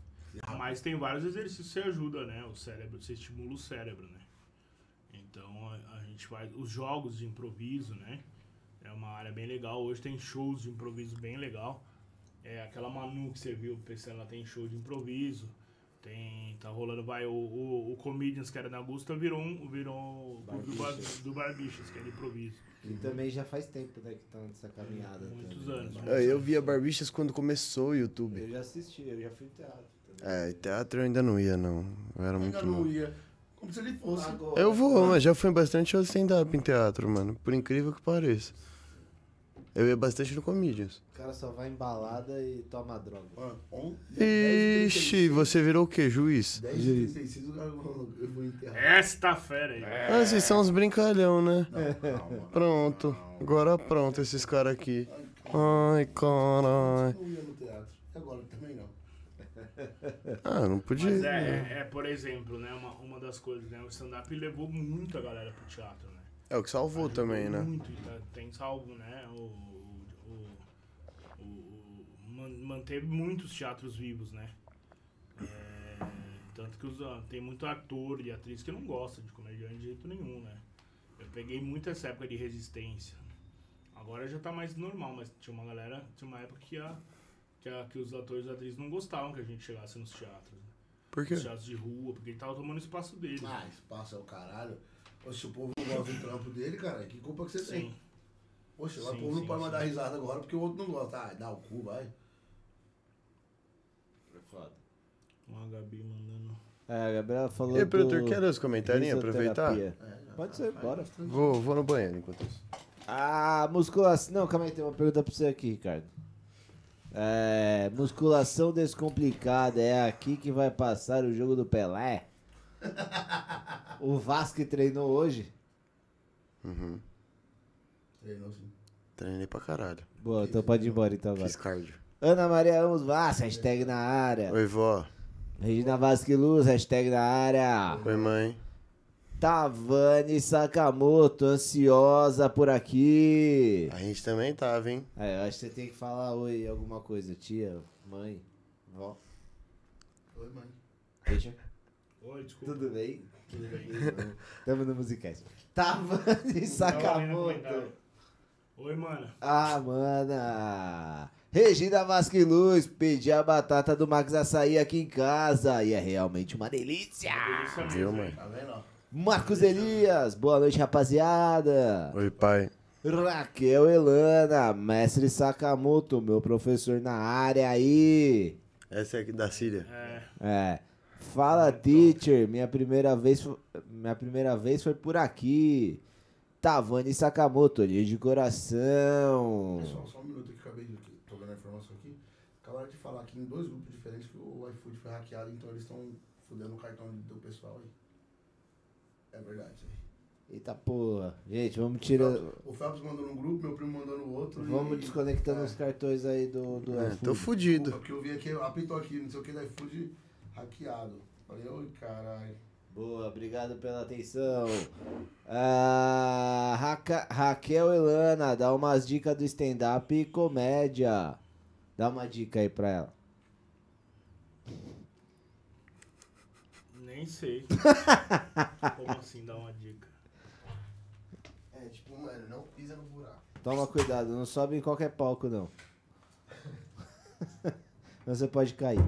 [SPEAKER 4] Mas tem vários exercícios que você ajuda, né? O cérebro, você estimula o cérebro, né? Então a, a gente faz os jogos de improviso, né? É uma área bem legal. Hoje tem shows de improviso bem legal. É aquela Manu que você viu, pensando, ela tem show de improviso. Tem, tá rolando, vai, o, o, o Comedians, que era da Augusta, virou um, virou o clube do, Bar- do Barbichas, que é de improviso.
[SPEAKER 1] E também já faz tempo, né, que tá nessa caminhada.
[SPEAKER 4] Muitos
[SPEAKER 1] também,
[SPEAKER 4] anos.
[SPEAKER 1] né?
[SPEAKER 3] É, Eu vi a Barbichas quando começou o YouTube.
[SPEAKER 1] Eu já assisti, eu já fui em teatro também.
[SPEAKER 3] É, e teatro eu ainda não ia, não. Eu era muito
[SPEAKER 2] Ainda não
[SPEAKER 3] novo.
[SPEAKER 2] ia. Como se ele fosse.
[SPEAKER 1] Agora,
[SPEAKER 3] Eu vou, mas já fui em bastante show de stand-up em teatro, mano. Por incrível que pareça. Eu ia bastante no Comedians.
[SPEAKER 1] o cara só vai em balada e toma droga.
[SPEAKER 2] Mano, um on...
[SPEAKER 3] Ixi, você virou o quê, juiz?
[SPEAKER 2] 10 36 o cara falou, eu vou enterrar.
[SPEAKER 4] Esta fera aí.
[SPEAKER 3] Ah, vocês são uns brincalhão, né?
[SPEAKER 4] É.
[SPEAKER 2] Calma.
[SPEAKER 3] Pronto. Agora pronto esses caras aqui. Ai, caralho.
[SPEAKER 2] Não ia no teatro. E agora também não.
[SPEAKER 3] Ah, não
[SPEAKER 4] Mas
[SPEAKER 3] podia.
[SPEAKER 4] é, é, é, por exemplo, né? Uma, uma das coisas, né? O stand-up levou muita galera pro teatro, né?
[SPEAKER 3] É o que salvou também, né?
[SPEAKER 4] Muito, e tá- tem salvo, né? O, o, o- o- man- manteve muitos teatros vivos, né? É, tanto que os, ah, tem muito ator e atriz que não gosta de comediante de jeito nenhum, né? Eu peguei muito essa época de resistência. Agora já tá mais normal, mas tinha uma galera, tinha uma época que, a, que, a, que os atores e atrizes não gostavam que a gente chegasse nos teatros. né?
[SPEAKER 3] Por quê?
[SPEAKER 4] Os teatros de rua, porque ele tava tomando espaço dele.
[SPEAKER 2] Ah, espaço é o caralho. Poxa, se o povo não gosta do trampo dele, cara, que culpa que você
[SPEAKER 4] Sim.
[SPEAKER 2] tem? Poxa, agora
[SPEAKER 4] Sim,
[SPEAKER 2] o povo
[SPEAKER 4] sim,
[SPEAKER 2] não pode mais
[SPEAKER 4] sim.
[SPEAKER 2] dar risada agora porque o outro não gosta. Ah, dá o cu, vai.
[SPEAKER 6] É foda.
[SPEAKER 4] Uma Gabi mandando.
[SPEAKER 1] É, a Gabriela falou
[SPEAKER 3] E aí, produtor, quer ler os comentários? Aproveitar?
[SPEAKER 2] É, já
[SPEAKER 1] Pode
[SPEAKER 2] tá,
[SPEAKER 1] ser,
[SPEAKER 2] vai.
[SPEAKER 1] bora.
[SPEAKER 3] Vou, vou no banheiro enquanto isso.
[SPEAKER 1] Ah, musculação. Não, calma aí, tem uma pergunta pra você aqui, Ricardo. É, musculação descomplicada, é aqui que vai passar o jogo do Pelé? o Vasco treinou hoje?
[SPEAKER 3] Uhum.
[SPEAKER 2] Treinou sim.
[SPEAKER 3] Treinei pra caralho.
[SPEAKER 1] Boa, então pode ir embora então agora.
[SPEAKER 3] Fiz cardio.
[SPEAKER 1] Ana Maria Ramos Vasco, hashtag na área.
[SPEAKER 3] Oi, vó.
[SPEAKER 1] Regina Vasque Luz, hashtag na área.
[SPEAKER 3] Oi, mãe.
[SPEAKER 1] Tavani Sakamoto, ansiosa por aqui.
[SPEAKER 3] A gente também tava, hein?
[SPEAKER 1] É, eu acho que você tem que falar oi, alguma coisa, tia, mãe, vó.
[SPEAKER 2] Oi, mãe.
[SPEAKER 1] Beijo.
[SPEAKER 4] Oi, desculpa.
[SPEAKER 1] Tudo bem?
[SPEAKER 4] Tudo bem.
[SPEAKER 1] Tamo no Musicast. Tavani Sakamoto.
[SPEAKER 4] Oi, mano.
[SPEAKER 1] Ah, mana. Regina Vasque Luz, pedi a batata do Max Açaí aqui em casa e é realmente uma delícia.
[SPEAKER 4] Delícia mesmo,
[SPEAKER 3] Viu,
[SPEAKER 4] hein?
[SPEAKER 3] mãe?
[SPEAKER 2] Tá vendo, ó?
[SPEAKER 1] Marcos Elias, boa noite, rapaziada.
[SPEAKER 3] Oi, pai.
[SPEAKER 1] Raquel Elana, mestre Sakamoto, meu professor na área aí.
[SPEAKER 3] Essa é aqui da Síria.
[SPEAKER 4] É,
[SPEAKER 1] É. Fala, teacher. Minha primeira vez, fo- minha primeira vez foi por aqui. Tavani Sakamoto, olhinho de coração.
[SPEAKER 2] Pessoal, só um minuto que acabei de. Tô vendo a informação aqui. Acabaram de falar aqui em dois grupos diferentes que o iFood foi hackeado, então eles estão fudendo o cartão do pessoal aí. É verdade. isso aí.
[SPEAKER 1] Eita porra. Gente, vamos tirando.
[SPEAKER 2] O Felps mandou num grupo, meu primo mandou no outro.
[SPEAKER 1] Vamos
[SPEAKER 2] e-
[SPEAKER 1] desconectando
[SPEAKER 2] É.
[SPEAKER 1] os cartões aí do, do
[SPEAKER 3] É,
[SPEAKER 1] iFood.
[SPEAKER 3] tô fudido.
[SPEAKER 2] Desculpa, Porque eu vi aqui, apitou aqui, não sei o que, da iFood hackeado. Falei, oi, caralho.
[SPEAKER 1] Boa, obrigado pela atenção. Ah, Raca- Raquel Elana, dá umas dicas do stand-up e comédia. Dá uma dica aí pra ela.
[SPEAKER 4] nem sei. Como assim dar uma dica?
[SPEAKER 1] É, tipo,
[SPEAKER 7] Tipo, mano, não pisa no buraco.
[SPEAKER 1] Toma cuidado, não sobe em qualquer palco, não. Você pode cair.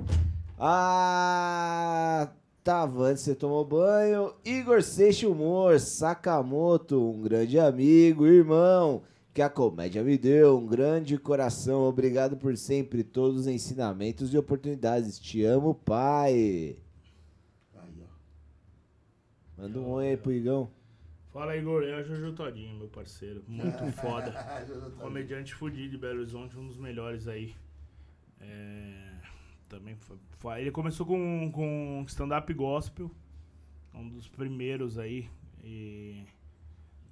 [SPEAKER 1] Ah, tava, antes você tomou banho. Igor Seixi Humor, Sakamoto, um grande amigo, irmão, que a comédia me deu, um grande coração. Obrigado por sempre, todos os ensinamentos e oportunidades. Te amo, pai.
[SPEAKER 2] Aí, ó.
[SPEAKER 1] Manda um oi aí pro Igão.
[SPEAKER 4] Fala, Igor. É a Jojo Todinho, meu parceiro. Muito foda.
[SPEAKER 2] Ah, já, já tá
[SPEAKER 4] Comediante fudido de Belo Horizonte, um dos melhores aí. É, também foi- foi- ele começou com, com stand-up gospel, um dos primeiros aí. E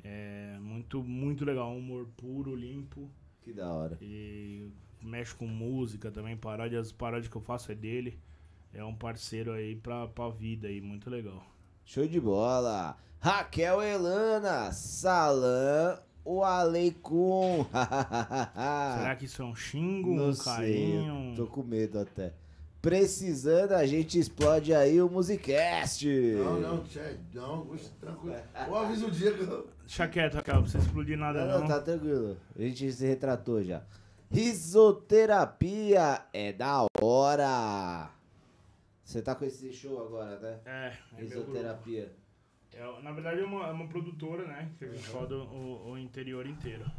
[SPEAKER 4] é muito, muito legal, um humor puro, limpo.
[SPEAKER 1] Que da hora.
[SPEAKER 4] E mexe com música também, paródias, as paródias que eu faço é dele. É um parceiro aí pra, pra vida aí, muito legal.
[SPEAKER 1] Show de bola. Raquel Elana, Salam, o Aleikum.
[SPEAKER 4] Será que isso é um xingo,
[SPEAKER 1] Ah, Não
[SPEAKER 4] um
[SPEAKER 1] sei, eu
[SPEAKER 4] carinho? um-
[SPEAKER 1] Tô com medo até. Precisando, a gente explode aí o Musicast.
[SPEAKER 2] Não, não, Tchê, não, oxe, tranquilo. Eu aviso o dia que eu.
[SPEAKER 4] Deixa quieto, Raquel, um, pra você explodir nada
[SPEAKER 1] Não,
[SPEAKER 4] não.
[SPEAKER 1] não, tá tranquilo. A gente se retratou já. Risoterapia é da hora. Você tá com esse show agora, né?
[SPEAKER 4] É, é meu grupo.
[SPEAKER 1] Risoterapia.
[SPEAKER 4] É, na verdade é uma, é uma produtora, né? Que a gente roda o, o interior inteiro.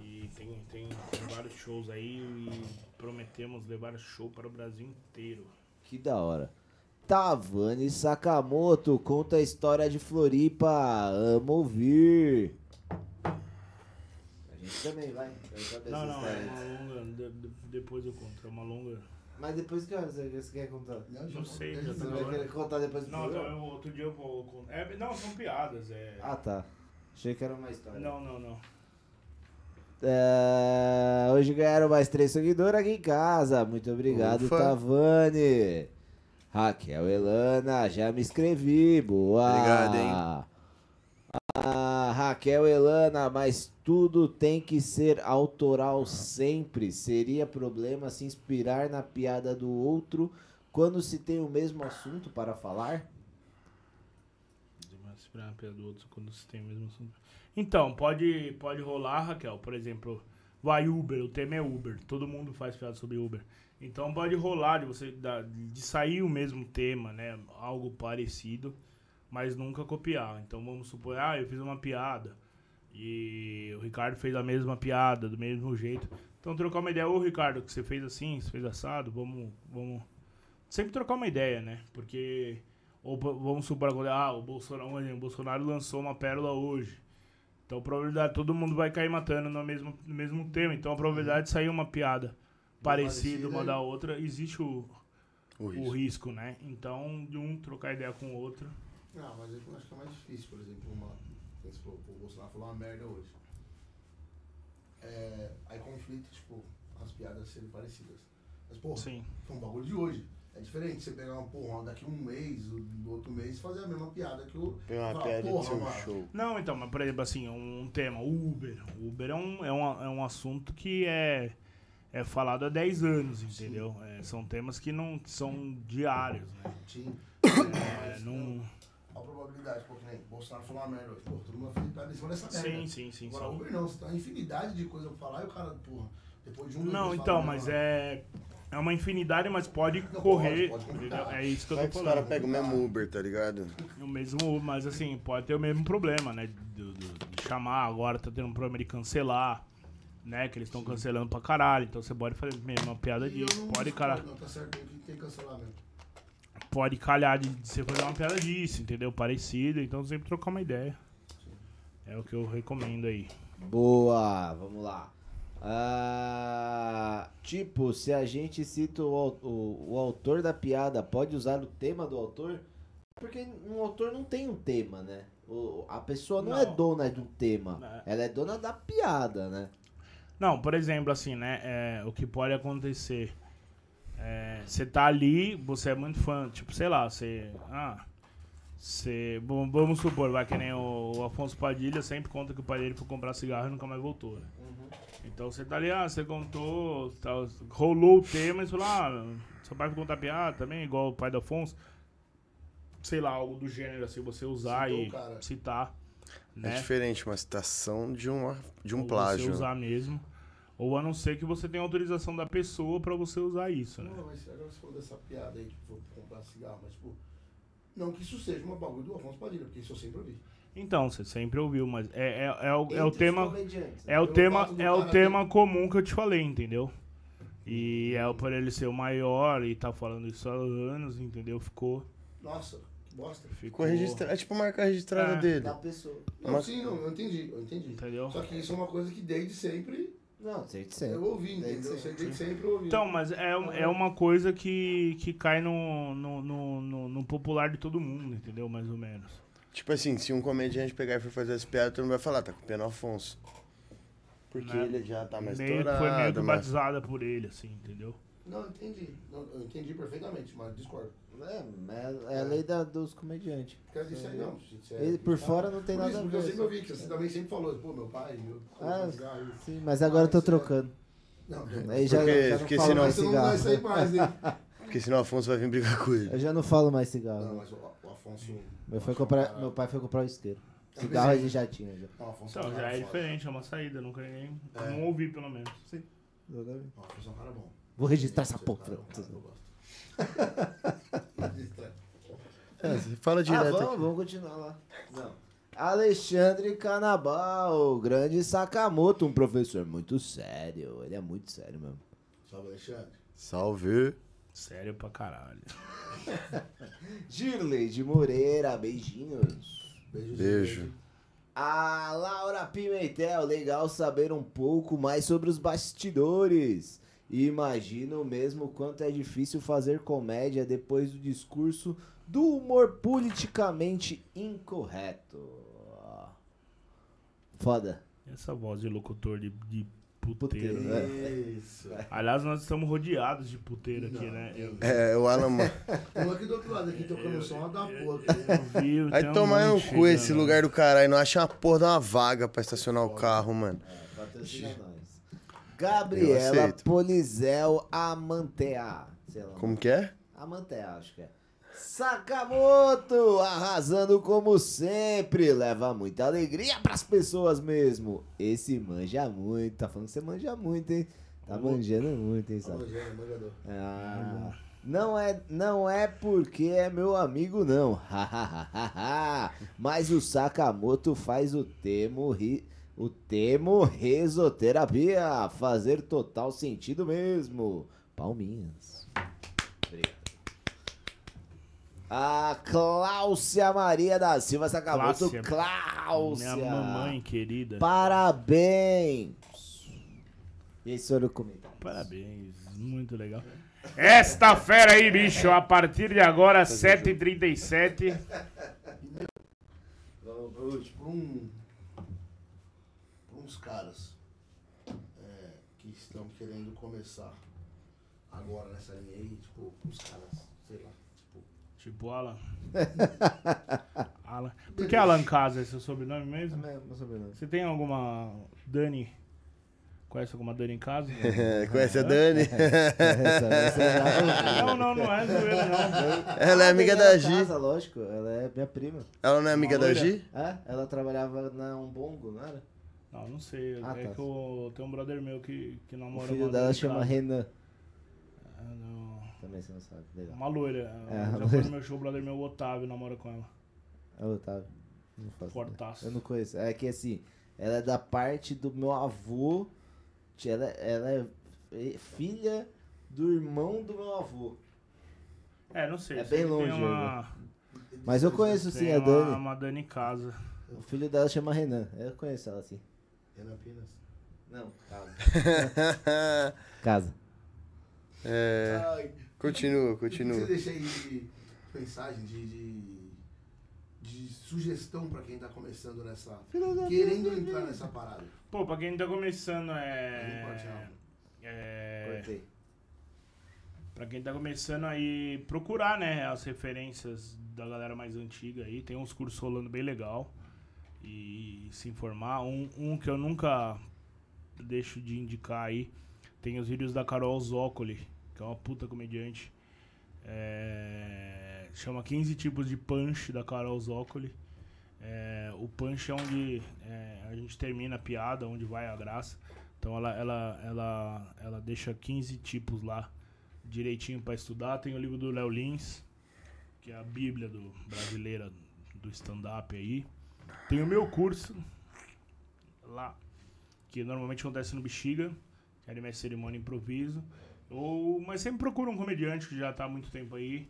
[SPEAKER 4] E tem, tem, tem vários shows aí e prometemos levar show para o Brasil inteiro.
[SPEAKER 1] Que da hora. Tavani Sakamoto conta a história de Floripa. Amo ouvir. A gente também vai. Eu quero
[SPEAKER 4] Não,
[SPEAKER 1] essa
[SPEAKER 4] não, é
[SPEAKER 1] história.
[SPEAKER 4] uma longa. de- de- depois eu conto, é uma longa.
[SPEAKER 1] Mas depois que horas você quer contar?
[SPEAKER 4] Não sei,
[SPEAKER 2] já
[SPEAKER 4] já tá
[SPEAKER 2] tá
[SPEAKER 1] Você
[SPEAKER 4] na
[SPEAKER 1] vai
[SPEAKER 4] hora.
[SPEAKER 1] querer contar depois do
[SPEAKER 4] Não,
[SPEAKER 1] programa?
[SPEAKER 4] eu- outro dia eu vou contar. É, não, são piadas, é.
[SPEAKER 1] Ah, tá. Achei que era uma história.
[SPEAKER 4] Não, não, não.
[SPEAKER 1] É, hoje ganharam mais três seguidores aqui em casa. Muito obrigado,
[SPEAKER 3] Ufa.
[SPEAKER 1] Tavani. Raquel Elana, já me inscrevi. Boa.
[SPEAKER 3] Obrigado, hein.
[SPEAKER 1] Ah, Raquel Elana, mas tudo tem que ser autoral sempre. Seria problema se inspirar na piada do outro quando se tem o mesmo assunto para falar?
[SPEAKER 4] Mas pra uma piada do outro quando você tem o mesmo assunto. Então, pode, pode rolar, Raquel, por exemplo, vai Uber, o tema é Uber, todo mundo faz piada sobre Uber. Então pode rolar de você da- de sair o mesmo tema, né? Algo parecido, mas nunca copiar. Então vamos supor, ah, eu fiz uma piada. E o Ricardo fez a mesma piada, do mesmo jeito. Então trocar uma ideia, ô Ricardo, que você fez assim, você fez assado, vamos. vamos... Sempre trocar uma ideia, né? Porque ou po- vamos supor agora, ah, o Bolsonaro, um exemplo, o Bolsonaro lançou uma pérola hoje. Então a probabilidade, todo mundo vai cair matando no mesmo, no mesmo tema. Então a probabilidade de sair uma piada parecida
[SPEAKER 2] parecida,
[SPEAKER 4] uma
[SPEAKER 2] hein?
[SPEAKER 4] da outra, existe o,
[SPEAKER 3] O
[SPEAKER 4] o
[SPEAKER 3] risco.
[SPEAKER 4] risco, né? Então, de um trocar ideia com o outro.
[SPEAKER 2] Não, mas eu acho que é mais difícil, por exemplo, uma. Pensa, pô, o Bolsonaro falou uma merda hoje. É, aí conflito, tipo, as piadas serem parecidas. Mas, pô,
[SPEAKER 4] Sim.
[SPEAKER 2] foi um bagulho de hoje. É diferente você pegar uma porra daqui um mês, o- do outro mês, fazer a mesma piada que o.
[SPEAKER 3] Tem uma
[SPEAKER 2] Ah,
[SPEAKER 3] piada de
[SPEAKER 2] porra,
[SPEAKER 3] seu
[SPEAKER 2] mano.
[SPEAKER 3] show.
[SPEAKER 4] Não, então, mas por exemplo, assim, um tema, Uber. Uber é um, é um, é um assunto que é, é falado há 10 anos, entendeu? É, são temas que não que são diários, né?
[SPEAKER 2] Tim.
[SPEAKER 4] É, não,
[SPEAKER 2] A probabilidade, pô, que nem Bolsonaro falou uma merda hoje. Pô, todo mundo vai fazer piada em cima dessa merda.
[SPEAKER 4] sim, sim, sim,
[SPEAKER 2] É. Agora,
[SPEAKER 4] sim.
[SPEAKER 2] Uber não, você tem uma infinidade de coisa pra falar e o cara, porra, depois de um dois
[SPEAKER 4] Não,
[SPEAKER 2] meses
[SPEAKER 4] então,
[SPEAKER 2] fala,
[SPEAKER 4] mas
[SPEAKER 2] "Não,
[SPEAKER 4] é. É uma infinidade, mas pode
[SPEAKER 2] Não,
[SPEAKER 4] correr.
[SPEAKER 2] pode, pode
[SPEAKER 4] entendeu?
[SPEAKER 2] mudar.
[SPEAKER 4] É isso que eu
[SPEAKER 3] Como é
[SPEAKER 4] tô
[SPEAKER 3] que os caras
[SPEAKER 4] falando.
[SPEAKER 3] pegam o mesmo Uber, tá ligado?
[SPEAKER 4] O mesmo, mas assim, pode ter o mesmo problema, né? Do, do- de chamar agora, tá tendo um problema de cancelar, né? Que eles estão cancelando pra caralho. Então você pode fazer mesmo uma piada
[SPEAKER 2] e eu
[SPEAKER 4] disso.
[SPEAKER 2] não-
[SPEAKER 4] é, Pode, Tá. cara,
[SPEAKER 2] Não, tá certo, tem que ter cancelamento.
[SPEAKER 4] pode calhar de, de você fazer uma piada disso, entendeu? Parecida. Então sempre trocar uma ideia. É o que eu recomendo aí.
[SPEAKER 1] Boa, vamos lá. Ah, tipo, se a gente cita o, au- o, o autor da piada, pode usar o tema do autor? Porque um autor não tem um tema, né? O- a pessoa não, é
[SPEAKER 4] Não.
[SPEAKER 1] dona de um tema.
[SPEAKER 4] É.
[SPEAKER 1] Ela é dona da piada, né?
[SPEAKER 4] Não, por exemplo, assim, né? é, o que pode acontecer. é, Você tá ali, você é muito fã, tipo, sei lá, você. Ah. Você, bom, vamos supor, vai que nem o, o Afonso Padilha sempre conta que o pai dele foi comprar cigarro e nunca mais voltou, né?
[SPEAKER 2] Uhum.
[SPEAKER 4] Então você tá ali, ah, você contou, tal, rolou o tema e você falou, ah, seu pai foi contar piada também, igual o pai do Afonso. Sei lá, algo do gênero, assim, você usar
[SPEAKER 2] Citou o
[SPEAKER 4] e
[SPEAKER 2] cara.
[SPEAKER 4] citar.
[SPEAKER 3] É
[SPEAKER 4] né?
[SPEAKER 3] diferente uma citação de, uma, de um
[SPEAKER 4] Ou
[SPEAKER 3] plágio.
[SPEAKER 4] Você usar mesmo. Ou a não ser que você tenha autorização da pessoa pra você usar isso, né?
[SPEAKER 2] Não, mas agora você falou dessa piada aí que foi comprar cigarro, mas tipo. Não que isso seja uma bagulho do Afonso Padilha, porque isso eu sempre ouvi.
[SPEAKER 4] Então, você sempre ouviu, mas é, é, é o, é
[SPEAKER 1] Entre
[SPEAKER 4] o
[SPEAKER 1] os
[SPEAKER 4] tema.
[SPEAKER 1] comediantes, né?
[SPEAKER 4] É o
[SPEAKER 2] Pelo
[SPEAKER 4] tema,
[SPEAKER 2] fato do
[SPEAKER 4] é o
[SPEAKER 2] cara
[SPEAKER 4] tema comum que eu te falei, entendeu? E é por ele ser o maior e tá falando isso há anos, entendeu? Ficou.
[SPEAKER 2] Nossa, que bosta.
[SPEAKER 3] Ficou
[SPEAKER 4] ficou
[SPEAKER 3] registra... É tipo marcar registrada
[SPEAKER 4] É.
[SPEAKER 3] dele.
[SPEAKER 1] Da pessoa.
[SPEAKER 2] Não,
[SPEAKER 3] Mas-
[SPEAKER 2] sim, não, eu entendi, eu entendi.
[SPEAKER 4] Entendeu?
[SPEAKER 2] Só que isso é uma coisa que desde sempre
[SPEAKER 1] Não, sei de ser.
[SPEAKER 2] eu ouvi,
[SPEAKER 1] Desde
[SPEAKER 2] entendeu?
[SPEAKER 1] sempre.
[SPEAKER 2] Desde sempre eu ouvi.
[SPEAKER 4] Então, mas é, é uma coisa que, que cai no, no, no, no- no popular de todo mundo, entendeu? Mais ou menos.
[SPEAKER 3] Tipo assim, se um comediante pegar e for fazer essa piada, tu não vai falar, tá copiando o Afonso. Porque
[SPEAKER 4] Né?
[SPEAKER 3] ele já tá mais
[SPEAKER 4] Meio que foi meio que
[SPEAKER 3] estourado, mas...
[SPEAKER 4] batizada por ele, assim, entendeu?
[SPEAKER 2] Não, eu entendi. Não, eu entendi perfeitamente, mas discordo.
[SPEAKER 1] É, mas é a lei da- dos comediantes.
[SPEAKER 2] Por causa disso aí, não. Isso é-
[SPEAKER 1] Ele, por
[SPEAKER 2] tá?
[SPEAKER 1] fora não tem
[SPEAKER 2] Por
[SPEAKER 1] nada
[SPEAKER 2] isso,
[SPEAKER 1] a
[SPEAKER 2] porque eu
[SPEAKER 1] ver.
[SPEAKER 2] sempre ouvi que você também sempre falou, pô, meu pai, eu
[SPEAKER 1] Ah,
[SPEAKER 2] compro cigarro. eu-
[SPEAKER 1] Sim, mas agora eu
[SPEAKER 2] Ah,
[SPEAKER 1] tô
[SPEAKER 2] é
[SPEAKER 1] trocando.
[SPEAKER 2] Não,
[SPEAKER 1] Aí já,
[SPEAKER 3] Porque-
[SPEAKER 1] já não
[SPEAKER 3] porque
[SPEAKER 1] falo
[SPEAKER 3] senão-
[SPEAKER 1] mais
[SPEAKER 2] mas você não
[SPEAKER 1] cigarro.
[SPEAKER 2] vai sair mais, né? hein?
[SPEAKER 3] Porque senão o Afonso vai vir brigar com ele.
[SPEAKER 1] Eu já não falo mais
[SPEAKER 2] Não,
[SPEAKER 1] cigarro. né?
[SPEAKER 2] mas o, o Afonso.
[SPEAKER 1] Meu, foi
[SPEAKER 2] Afonso é um
[SPEAKER 1] comprar,
[SPEAKER 2] cara-
[SPEAKER 1] meu pai foi comprar o isqueiro.
[SPEAKER 2] É,
[SPEAKER 1] Cigarro
[SPEAKER 2] mas-
[SPEAKER 1] ele já tinha. Já.
[SPEAKER 2] Não, o Afonso
[SPEAKER 4] Então,
[SPEAKER 2] um
[SPEAKER 4] já
[SPEAKER 2] cara
[SPEAKER 4] é
[SPEAKER 2] foda.
[SPEAKER 4] diferente, é uma saída, nunca ninguém.
[SPEAKER 2] É.
[SPEAKER 4] Não ouvi, pelo menos.
[SPEAKER 2] O Afonso é um cara bom.
[SPEAKER 1] Vou registrar essa
[SPEAKER 2] Esse cara é
[SPEAKER 1] porra.
[SPEAKER 2] um cara que eu gosto. Registrar.
[SPEAKER 3] É, você fala
[SPEAKER 1] Ah,
[SPEAKER 3] direto
[SPEAKER 1] vamos,
[SPEAKER 3] aqui.
[SPEAKER 1] vamos continuar lá. Não. Alexandre Canabal, grande Sakamoto, um professor muito sério. Ele é muito sério mesmo.
[SPEAKER 2] Salve, Alexandre.
[SPEAKER 3] Salve.
[SPEAKER 4] Sério pra caralho.
[SPEAKER 1] Girley de Moreira, beijinhos.
[SPEAKER 2] Beijo.
[SPEAKER 3] Beijo.
[SPEAKER 1] A Laura Pimentel, legal saber um pouco mais sobre os bastidores. E Imagino mesmo quanto é difícil fazer comédia depois do discurso do humor politicamente incorreto. Foda.
[SPEAKER 4] Essa voz de locutor de, de
[SPEAKER 1] Puteiro,
[SPEAKER 4] puteiro, né?
[SPEAKER 1] né?
[SPEAKER 2] Isso.
[SPEAKER 4] Aliás, nós estamos rodeados de puteiro aqui,
[SPEAKER 2] Não,
[SPEAKER 4] né? Eu,
[SPEAKER 2] Deus.
[SPEAKER 3] É, o Alan...
[SPEAKER 2] Um aqui do outro lado, aqui tocando o som, uma da porra.
[SPEAKER 4] eu vi, eu
[SPEAKER 3] Vai
[SPEAKER 4] tenho
[SPEAKER 3] tomar
[SPEAKER 4] um
[SPEAKER 3] no
[SPEAKER 4] monte
[SPEAKER 3] cu esse
[SPEAKER 4] chegando.
[SPEAKER 3] lugar do caralho. Não acha uma porra de uma vaga pra estacionar o carro, mano.
[SPEAKER 1] Patrocina
[SPEAKER 3] Ixi.
[SPEAKER 1] nós.
[SPEAKER 3] Eu
[SPEAKER 1] Gabriela
[SPEAKER 3] aceito.
[SPEAKER 1] Polizel Amantea. Sei lá.
[SPEAKER 3] Como que é?
[SPEAKER 1] Amantea, acho que é. Sakamoto, arrasando como sempre. Leva muita alegria pras pessoas mesmo. Esse manja muito. Tá falando que você manja muito, hein? Tá manjando muito, hein, Sakamoto?
[SPEAKER 2] Manjador, manjador.
[SPEAKER 1] Ah, não é, não é porque é meu amigo, não. Mas o Sakamoto faz o termo ri, o termo resoterapia fazer total sentido mesmo. Palminhas. Obrigado. A Cláucia Maria da Silva Sakamoto.
[SPEAKER 4] Cláucia.
[SPEAKER 1] Cláucia.
[SPEAKER 4] Minha mamãe querida.
[SPEAKER 1] Parabéns. Esse foi o comentário.
[SPEAKER 4] Parabéns, muito legal. Esta fera aí, bicho, a partir de agora, 7h37.
[SPEAKER 2] Vamos pro último. Por, um, por uns caras é, que estão querendo começar agora nessa linha aí, tipo, uns caras, sei lá, tipo.
[SPEAKER 4] Tipo Alan. Alan. Por que Alan Casa é seu sobrenome mesmo? Você tem alguma Dani? Conhece alguma Dani em casa?
[SPEAKER 3] É,
[SPEAKER 4] É?
[SPEAKER 3] Conhece a Dani?
[SPEAKER 1] Essa, essa é a
[SPEAKER 4] Não, não, não é zoeira, não.
[SPEAKER 3] Ela é amiga da
[SPEAKER 1] Gi.
[SPEAKER 3] Gi.
[SPEAKER 1] Casa, Ah, lógico, ela é minha prima.
[SPEAKER 3] Ela não é amiga da
[SPEAKER 4] loira?
[SPEAKER 3] Gi?
[SPEAKER 1] É, ela trabalhava na Umbongo, não era?
[SPEAKER 4] Não, não sei.
[SPEAKER 1] Ah,
[SPEAKER 4] é
[SPEAKER 1] tá.
[SPEAKER 4] que eu tenho um brother meu que, que
[SPEAKER 1] O
[SPEAKER 4] namora
[SPEAKER 1] filho
[SPEAKER 4] uma
[SPEAKER 1] dela
[SPEAKER 4] Dani
[SPEAKER 1] chama
[SPEAKER 4] Casa.
[SPEAKER 1] Renan.
[SPEAKER 4] Ah, não.
[SPEAKER 1] Também você não sabe. Legal.
[SPEAKER 4] Uma loira.
[SPEAKER 1] É,
[SPEAKER 4] Já
[SPEAKER 1] uma
[SPEAKER 4] foi
[SPEAKER 1] loira.
[SPEAKER 4] no meu show, o brother meu, o Otávio, namora com ela.
[SPEAKER 1] É o Otávio. Não faço ideia.
[SPEAKER 4] Fortaço.
[SPEAKER 1] Eu não conheço. É que assim, ela é da parte do meu avô. que Ela, ela é fi- filha do irmão do meu avô.
[SPEAKER 4] É, não sei.
[SPEAKER 1] É
[SPEAKER 4] sei
[SPEAKER 1] bem
[SPEAKER 4] que tem
[SPEAKER 1] longe,
[SPEAKER 4] Uma...
[SPEAKER 1] Mas eu conheço sim
[SPEAKER 4] Tem
[SPEAKER 1] a
[SPEAKER 4] uma,
[SPEAKER 1] é Dani.
[SPEAKER 4] uma Dani em casa.
[SPEAKER 1] O filho dela chama Renan. Eu conheço ela sim.
[SPEAKER 2] Renan Pinas.
[SPEAKER 1] Não, casa.
[SPEAKER 3] É,
[SPEAKER 2] Ai,
[SPEAKER 3] continua,
[SPEAKER 2] Você
[SPEAKER 3] continua.
[SPEAKER 2] deixa aí de mensagem, de, de, de sugestão pra quem tá começando nessa. Querendo entrar nessa parada.
[SPEAKER 4] Pô, pra quem tá começando
[SPEAKER 2] Alguém pode ah,
[SPEAKER 4] é.
[SPEAKER 2] chamar.
[SPEAKER 4] é
[SPEAKER 1] Cortei.
[SPEAKER 4] pra quem tá começando aí, procurar, né? As referências da galera mais antiga aí. Tem uns cursos rolando bem legal. E se informar. Um, um que eu nunca deixo de indicar aí. Tem os vídeos da Carol Zócoli, que é uma puta comediante. É, chama 15 tipos de punch da Carol Zócoli. É, o punch é onde é, a gente termina a piada, onde vai a graça. Então ela, ela, ela, ela deixa 15 tipos lá direitinho pra estudar. Tem o livro do Léo Lins, que é a bíblia do, brasileira do stand-up aí. Tem o meu curso lá, que normalmente acontece no Bexiga, que é anime cerimônia e improviso. Ou, mas sempre procura um comediante que já tá há muito tempo aí.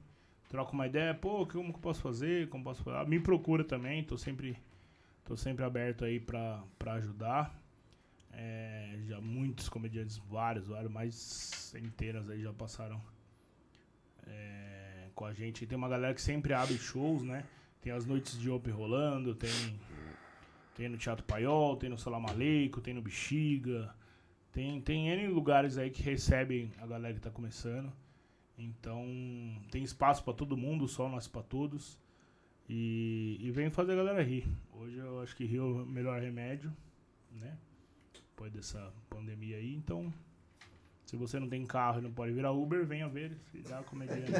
[SPEAKER 4] Troca uma ideia, pô, como que eu posso fazer? Como posso falar? Me procura também, tô sempre, tô sempre aberto aí pra, pra ajudar. É, já muitos comediantes, vários, vários, mais centenas aí já passaram é, com a gente. E tem uma galera que sempre abre shows, né? Tem as noites de open rolando, tem, tem no Teatro Paiol, tem no Salamaleico, tem no Bexiga. Tem, tem N lugares aí que recebem a galera que tá começando. Então, tem espaço pra todo mundo, o sol nasce pra todos. E, e vem fazer a galera rir. Hoje eu acho que rir é o melhor remédio, né? Depois dessa pandemia aí. Então, se você não tem carro e não pode virar Uber, venha ver se dá é comediante.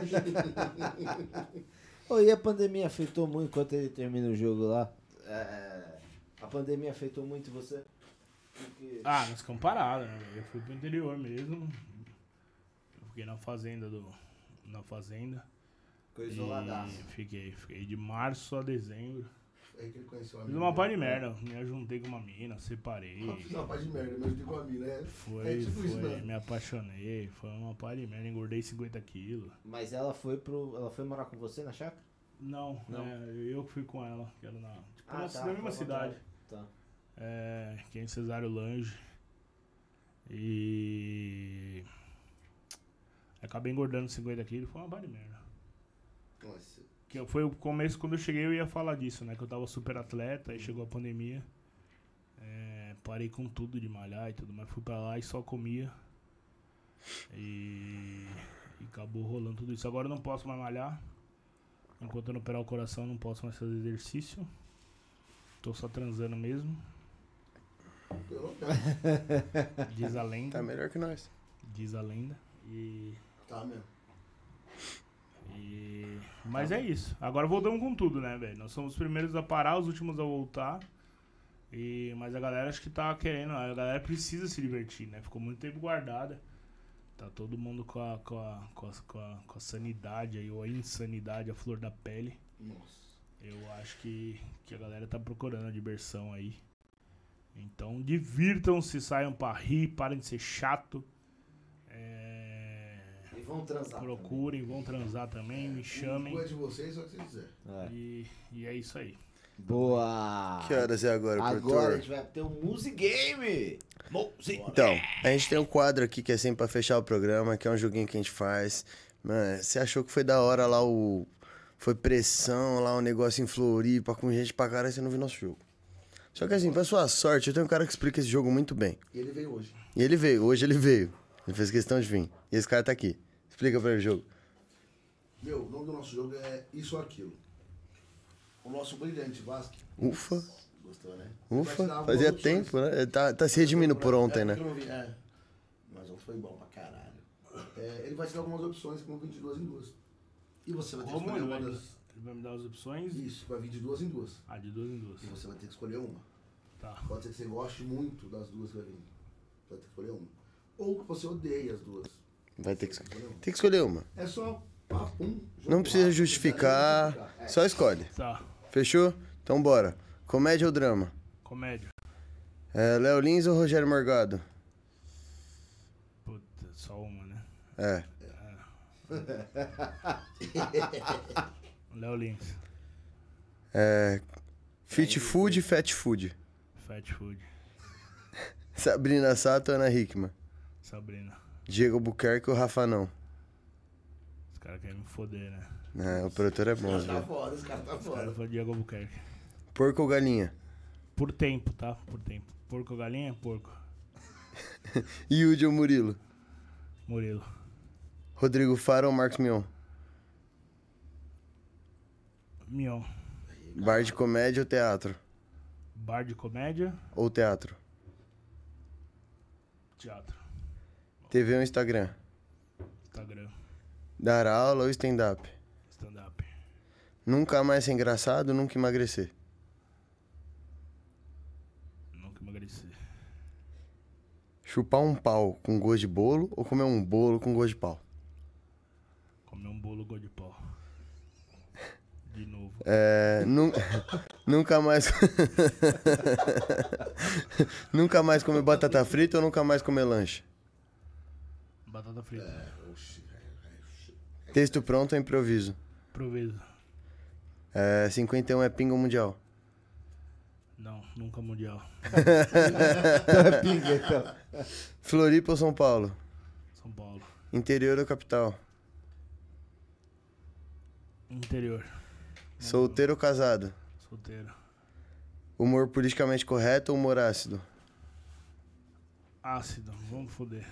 [SPEAKER 1] Oh, e a pandemia afetou muito enquanto ele termina o jogo lá?
[SPEAKER 6] É,
[SPEAKER 1] A pandemia afetou muito você? Porque...
[SPEAKER 4] Ah, nós ficamos parados, né? Eu fui pro interior mesmo. Eu fiquei na fazenda do. Na fazenda.
[SPEAKER 6] ficou
[SPEAKER 4] E
[SPEAKER 6] isoladaço.
[SPEAKER 4] Fiquei, fiquei de março a dezembro.
[SPEAKER 2] Aí é que ele conheceu a
[SPEAKER 4] Fiz
[SPEAKER 2] mina.
[SPEAKER 4] uma par de merda. Me juntei com uma mina, separei.
[SPEAKER 2] Eu Fiz uma pá de merda, mas eu digo a mina, é.
[SPEAKER 4] Foi,
[SPEAKER 2] é tipo
[SPEAKER 4] foi,
[SPEAKER 2] isso, né?
[SPEAKER 4] me apaixonei, foi uma par de merda, engordei 50 quilos.
[SPEAKER 1] Mas ela foi pro. Ela foi morar com você na chácara?
[SPEAKER 4] Não,
[SPEAKER 1] Não.
[SPEAKER 4] é, eu que fui com ela, que era na, tipo,
[SPEAKER 1] Ah,
[SPEAKER 4] na,
[SPEAKER 1] tá,
[SPEAKER 4] na
[SPEAKER 1] foi
[SPEAKER 4] mesma
[SPEAKER 1] ao
[SPEAKER 4] cidade.
[SPEAKER 1] Tá.
[SPEAKER 4] É, que é em Cesário Lange. E. Acabei engordando 50 quilos, foi uma par de merda.
[SPEAKER 2] Nossa,
[SPEAKER 4] Que eu- foi o começo, quando eu cheguei, eu ia falar disso, né? Que eu tava super atleta, aí chegou a pandemia. É, parei com tudo de malhar e tudo, mas fui pra lá e só comia. E, e acabou rolando tudo isso. Agora eu não posso mais malhar. Enquanto eu não operar o coração, eu não posso mais fazer exercício. Tô só transando mesmo.
[SPEAKER 2] eu não quero.
[SPEAKER 4] Diz a lenda.
[SPEAKER 3] Tá melhor que nós.
[SPEAKER 4] Diz a lenda. E.
[SPEAKER 2] Tá mesmo.
[SPEAKER 4] E- Mas é isso. Agora voltamos com tudo, né, velho? Nós somos os primeiros a parar, os últimos a voltar. E... Mas a galera acho que tá querendo, a galera precisa se divertir, né? Ficou muito tempo guardada. Tá todo mundo com a, com a, com a, com a- com a sanidade aí, ou a insanidade, a flor da pele.
[SPEAKER 2] Nossa.
[SPEAKER 4] Eu acho que, que a galera tá procurando a diversão aí. Então divirtam-se, saiam pra rir, parem de ser chato. É...
[SPEAKER 6] E vão
[SPEAKER 2] Tá,
[SPEAKER 6] transar.
[SPEAKER 4] Procurem, vão transar também, me chamem.
[SPEAKER 2] O cu é de vocês, só que vocês quiser.
[SPEAKER 1] É.
[SPEAKER 4] E, e é isso aí.
[SPEAKER 1] Boa!
[SPEAKER 3] Que horas é agora,
[SPEAKER 6] Agora a
[SPEAKER 3] produtor?
[SPEAKER 6] gente vai ter um Music Game. Music.
[SPEAKER 3] Então, a gente tem um quadro aqui que é sempre pra fechar o programa, que é um joguinho que a gente faz. Mano, você achou que foi da hora lá o. Foi pressão lá, um negócio em Floripa com gente pra caralho, você não viu nosso jogo. Só que assim, pra sua sorte, eu tenho um cara que explica esse jogo muito bem.
[SPEAKER 2] E ele veio hoje.
[SPEAKER 3] E ele veio, hoje ele veio. Ele fez questão de vir. E esse cara tá aqui. Explica pra ele o jogo.
[SPEAKER 2] Meu, o nome do nosso jogo é Isso ou Aquilo. O nosso brilhante Vasque.
[SPEAKER 3] Ufa.
[SPEAKER 2] Gostou, né? Vai te dar
[SPEAKER 3] Ufa,
[SPEAKER 2] uma
[SPEAKER 3] fazia
[SPEAKER 2] boa opções.
[SPEAKER 3] tempo, né? Ele Tá, tá se redimindo por ontem,
[SPEAKER 2] É,
[SPEAKER 3] né?
[SPEAKER 2] porque eu não vi, é. Mas ontem foi bom pra caralho. É, ele vai te dar algumas opções que vão vir de duas em duas. E você vai ter que
[SPEAKER 4] Como
[SPEAKER 2] escolher
[SPEAKER 4] ele
[SPEAKER 2] uma
[SPEAKER 4] vai,
[SPEAKER 2] das.
[SPEAKER 4] ele vai me dar as opções?
[SPEAKER 2] Isso, vai vir de duas em duas.
[SPEAKER 4] Ah, de duas em duas.
[SPEAKER 2] E você vai ter que escolher uma.
[SPEAKER 4] Tá.
[SPEAKER 2] Pode ser que você goste muito das duas que vai vir. Vai ter que escolher uma. Ou que você odeie as duas.
[SPEAKER 3] Vai ter que,
[SPEAKER 2] Vai ter que escolher uma.
[SPEAKER 3] tem que escolher uma.
[SPEAKER 2] É só papo, um, jogo
[SPEAKER 3] Não precisa
[SPEAKER 2] rápido,
[SPEAKER 3] justificar,
[SPEAKER 2] não precisa justificar. É.
[SPEAKER 3] só escolhe.
[SPEAKER 4] Tá.
[SPEAKER 3] Fechou? Então bora. Comédia ou drama?
[SPEAKER 4] Comédia.
[SPEAKER 3] É, Léo Lins ou Rogério Morgado?
[SPEAKER 4] Puta, só uma, né?
[SPEAKER 3] É.
[SPEAKER 4] Léo Lins.
[SPEAKER 3] é fit food, fat food.
[SPEAKER 4] Fat Food.
[SPEAKER 3] Sabrina Sato ou Ana Hickman?
[SPEAKER 4] Sabrina.
[SPEAKER 3] Diego Buquerque ou Rafa não?
[SPEAKER 4] Os caras querem me foder, né?
[SPEAKER 3] É, o produtor é bom,
[SPEAKER 2] Os caras tá
[SPEAKER 3] velho.
[SPEAKER 2] fora, os caras tá
[SPEAKER 4] Os caras
[SPEAKER 2] fora.
[SPEAKER 4] foram Diego Albuquerque.
[SPEAKER 3] Porco ou galinha?
[SPEAKER 4] Por tempo, tá? Por tempo. Porco ou galinha? Porco.
[SPEAKER 3] Yudi ou Murilo?
[SPEAKER 4] Murilo.
[SPEAKER 3] Rodrigo Faro ou Marcos Mion?
[SPEAKER 4] Mion.
[SPEAKER 3] Bar de comédia ou teatro?
[SPEAKER 4] Bar de comédia?
[SPEAKER 3] Ou teatro?
[SPEAKER 4] Teatro.
[SPEAKER 3] TV ou Instagram?
[SPEAKER 4] Instagram.
[SPEAKER 3] Dar aula ou stand-up?
[SPEAKER 4] Stand-up.
[SPEAKER 3] Nunca mais ser engraçado, nunca emagrecer.
[SPEAKER 4] emagrecer?
[SPEAKER 3] Chupar um pau com gosto de bolo ou comer um bolo com gosto de pau?
[SPEAKER 4] Comer um bolo gol de pau. De novo.
[SPEAKER 3] É, nun- nunca mais. nunca mais comer batata frita ou nunca mais comer lanche?
[SPEAKER 4] Batata frita.
[SPEAKER 2] Oxi, é,
[SPEAKER 3] Texto pronto ou improviso?
[SPEAKER 4] Improviso.
[SPEAKER 3] É, 51 é pingo mundial.
[SPEAKER 4] Não, nunca mundial.
[SPEAKER 1] Pinga, então.
[SPEAKER 3] Floripa ou São Paulo?
[SPEAKER 4] São Paulo.
[SPEAKER 3] Interior ou capital?
[SPEAKER 4] Interior.
[SPEAKER 3] Solteiro ou casado?
[SPEAKER 4] Solteiro.
[SPEAKER 3] Humor politicamente correto ou humor ácido?
[SPEAKER 4] Ácido. Vamos foder.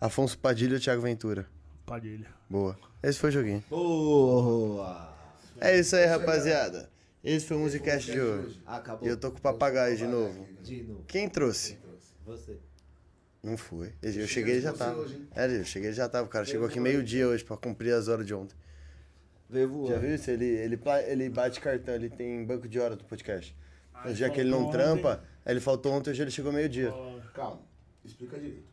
[SPEAKER 3] Afonso Padilha ou Thiago Ventura?
[SPEAKER 4] Padilha.
[SPEAKER 3] Boa. Esse foi o joguinho.
[SPEAKER 1] tá- Boa!
[SPEAKER 3] É isso aí, rapaziada. Esse foi o Musicast de hoje.
[SPEAKER 1] Acabou.
[SPEAKER 3] E eu tô com o papagaio de novo.
[SPEAKER 1] De novo.
[SPEAKER 3] Quem trouxe?
[SPEAKER 1] Você.
[SPEAKER 3] Não foi. Eu cheguei e já
[SPEAKER 2] com
[SPEAKER 3] tava.
[SPEAKER 2] você hoje, hein?
[SPEAKER 3] É, eu cheguei e já tava. O cara chegou aqui meio-dia hoje pra cumprir as horas de ontem.
[SPEAKER 1] Veio
[SPEAKER 3] Já
[SPEAKER 1] voando.
[SPEAKER 3] viu isso? Ele, ele, pla- ele bate cartão, ele tem banco de hora do podcast.
[SPEAKER 4] Ah,
[SPEAKER 3] No dia que ele não
[SPEAKER 4] faltou
[SPEAKER 3] trampa, aí ele faltou ontem, hoje ele chegou meio-dia.
[SPEAKER 2] Calma, explica direito.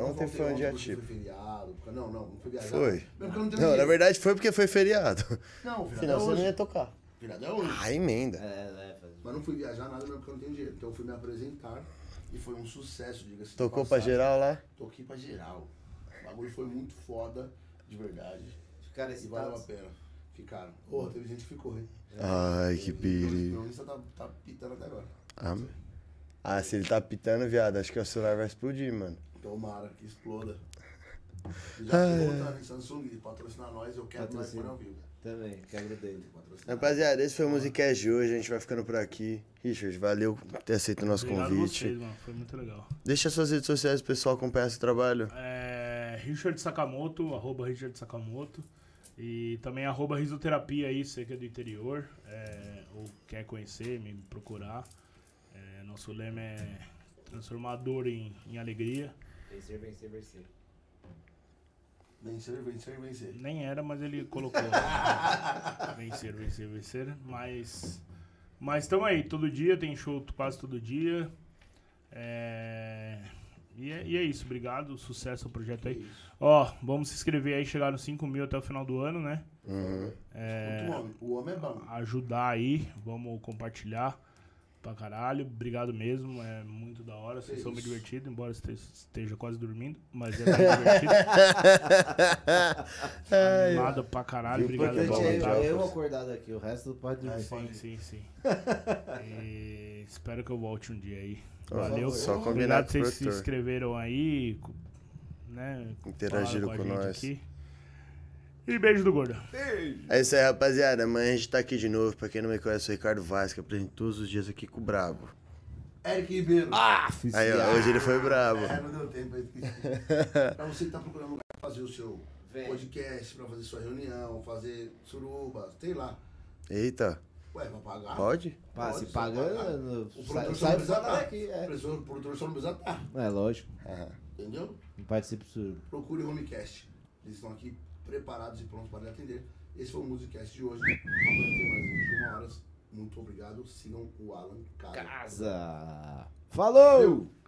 [SPEAKER 3] Ontem foi um dia
[SPEAKER 2] porque
[SPEAKER 3] tipo.
[SPEAKER 2] Foi feriado, porque- não, não, não foi viajado.
[SPEAKER 3] Foi.
[SPEAKER 2] Mesmo porque eu não tenho
[SPEAKER 3] Não, na
[SPEAKER 2] dinheiro.
[SPEAKER 3] verdade foi porque foi feriado.
[SPEAKER 2] Não,
[SPEAKER 3] Senão
[SPEAKER 2] feriado é
[SPEAKER 3] você não
[SPEAKER 2] hoje.
[SPEAKER 3] ia tocar.
[SPEAKER 2] Feriado é hoje.
[SPEAKER 3] Ah, emenda.
[SPEAKER 1] É, é, faz-
[SPEAKER 2] Mas não fui viajar nada mesmo porque eu não tenho dinheiro. Então eu fui me apresentar e foi um sucesso, diga-se. de
[SPEAKER 3] Tocou pra
[SPEAKER 2] passagem.
[SPEAKER 3] geral lá.
[SPEAKER 2] Toquei pra geral. O bagulho foi muito foda, de verdade.
[SPEAKER 1] Ficaram
[SPEAKER 2] E valeu a
[SPEAKER 1] excitados.
[SPEAKER 2] pena. Ficaram. Porra, teve gente que ficou, hein?
[SPEAKER 3] Ai, que
[SPEAKER 2] perigo.
[SPEAKER 3] perigo.
[SPEAKER 2] O tá, tá pitando até agora.
[SPEAKER 3] Amém. Ah, se ele tá pitando, viado, acho que o celular vai explodir, mano.
[SPEAKER 2] Tomara que exploda. E já tô voltando em Samsung, patrocinar nós, eu quero mais
[SPEAKER 1] Patrocina.
[SPEAKER 2] por ao vivo.
[SPEAKER 1] Também, quebra dele.
[SPEAKER 2] Patrocinar.
[SPEAKER 3] Rapaziada, esse foi o Musicast de hoje. A gente vai ficando por aqui. Richard, valeu por ter aceito o nosso
[SPEAKER 4] Obrigado
[SPEAKER 3] convite.
[SPEAKER 4] vocês, mano. Foi muito legal.
[SPEAKER 3] Deixa suas redes sociais, pro pessoal, acompanhar seu trabalho.
[SPEAKER 4] É, Richard Sakamoto, arroba Richard Sakamoto. E também arroba risoterapia aí, você que é do interior. é, ou quer conhecer, me procurar. É, nosso lema é transformar a dor em, em alegria.
[SPEAKER 3] É.
[SPEAKER 1] Vencer, vencer, vencer.
[SPEAKER 2] Vencer, vencer, vencer.
[SPEAKER 4] Nem era, mas ele colocou. vencer, vencer, vencer. Mas. Mas estamos aí, todo dia, tem show quase todo dia. É, E é, e é isso, obrigado. Sucesso ao projeto aí. Ó, vamos se inscrever aí, chegar nos 5 mil até o final do ano, né?
[SPEAKER 3] Uhum.
[SPEAKER 4] É,
[SPEAKER 2] Muito homem. O homem é bom.
[SPEAKER 4] ajudar aí, vamos compartilhar pra caralho. Obrigado mesmo, é muito da hora. Vocês
[SPEAKER 2] Que
[SPEAKER 4] são muito
[SPEAKER 2] isso.
[SPEAKER 4] divertidos, embora este- esteja quase dormindo, mas é muito divertido. Animado pra caralho,
[SPEAKER 3] Viu?
[SPEAKER 4] obrigado
[SPEAKER 3] Porque
[SPEAKER 4] pela
[SPEAKER 3] bom,
[SPEAKER 1] Importante
[SPEAKER 3] já
[SPEAKER 1] é eu
[SPEAKER 3] foi.
[SPEAKER 1] acordado aqui, o resto pode
[SPEAKER 4] vontade.
[SPEAKER 1] dormir.
[SPEAKER 4] Sim, sim, sim. E espero que eu volte um dia aí.
[SPEAKER 3] Ó,
[SPEAKER 4] Valeu.
[SPEAKER 3] Só combinar
[SPEAKER 4] Obrigado
[SPEAKER 3] com
[SPEAKER 4] que
[SPEAKER 3] o
[SPEAKER 4] vocês se
[SPEAKER 3] produtor.
[SPEAKER 4] inscreveram aí, co- né?
[SPEAKER 3] Interagiram
[SPEAKER 4] falaram a
[SPEAKER 3] com
[SPEAKER 4] gente
[SPEAKER 3] nós.
[SPEAKER 4] aqui. E beijo do gordo.
[SPEAKER 3] É isso aí, rapaziada. Amanhã a gente tá aqui de novo. Pra quem não me conhece, eu sou o Ricardo Vaz, que apresento todos os dias aqui com o Brabo.
[SPEAKER 2] Eric Ribeiro.
[SPEAKER 1] Ah,
[SPEAKER 3] Aí, ó, hoje ele foi
[SPEAKER 1] tá
[SPEAKER 3] brabo.
[SPEAKER 2] É, não deu tempo. eu esqueci. pra você que tá procurando um lugar pra fazer o seu
[SPEAKER 1] Vem.
[SPEAKER 2] podcast, pra fazer sua reunião, fazer suruba, sei lá.
[SPEAKER 3] Eita,
[SPEAKER 2] Ué, vai pagar?
[SPEAKER 3] pode?
[SPEAKER 1] Pá, se
[SPEAKER 2] Pode, só pagar.
[SPEAKER 1] pagando,
[SPEAKER 2] O
[SPEAKER 1] sai,
[SPEAKER 2] produtor só não
[SPEAKER 1] sai
[SPEAKER 2] precisa
[SPEAKER 1] fora
[SPEAKER 2] estar.
[SPEAKER 1] daqui. É.
[SPEAKER 2] O produtor só não precisa estar,
[SPEAKER 1] é lógico,
[SPEAKER 2] entendeu?
[SPEAKER 1] não participa do
[SPEAKER 2] Procure o Homecast. Eles estão aqui preparados e prontos para lhe atender. Esse foi o Musicast de hoje. Amanhã tem mais 21 horas. Muito obrigado. Sigam o Alan Cara.
[SPEAKER 1] casa. Falou!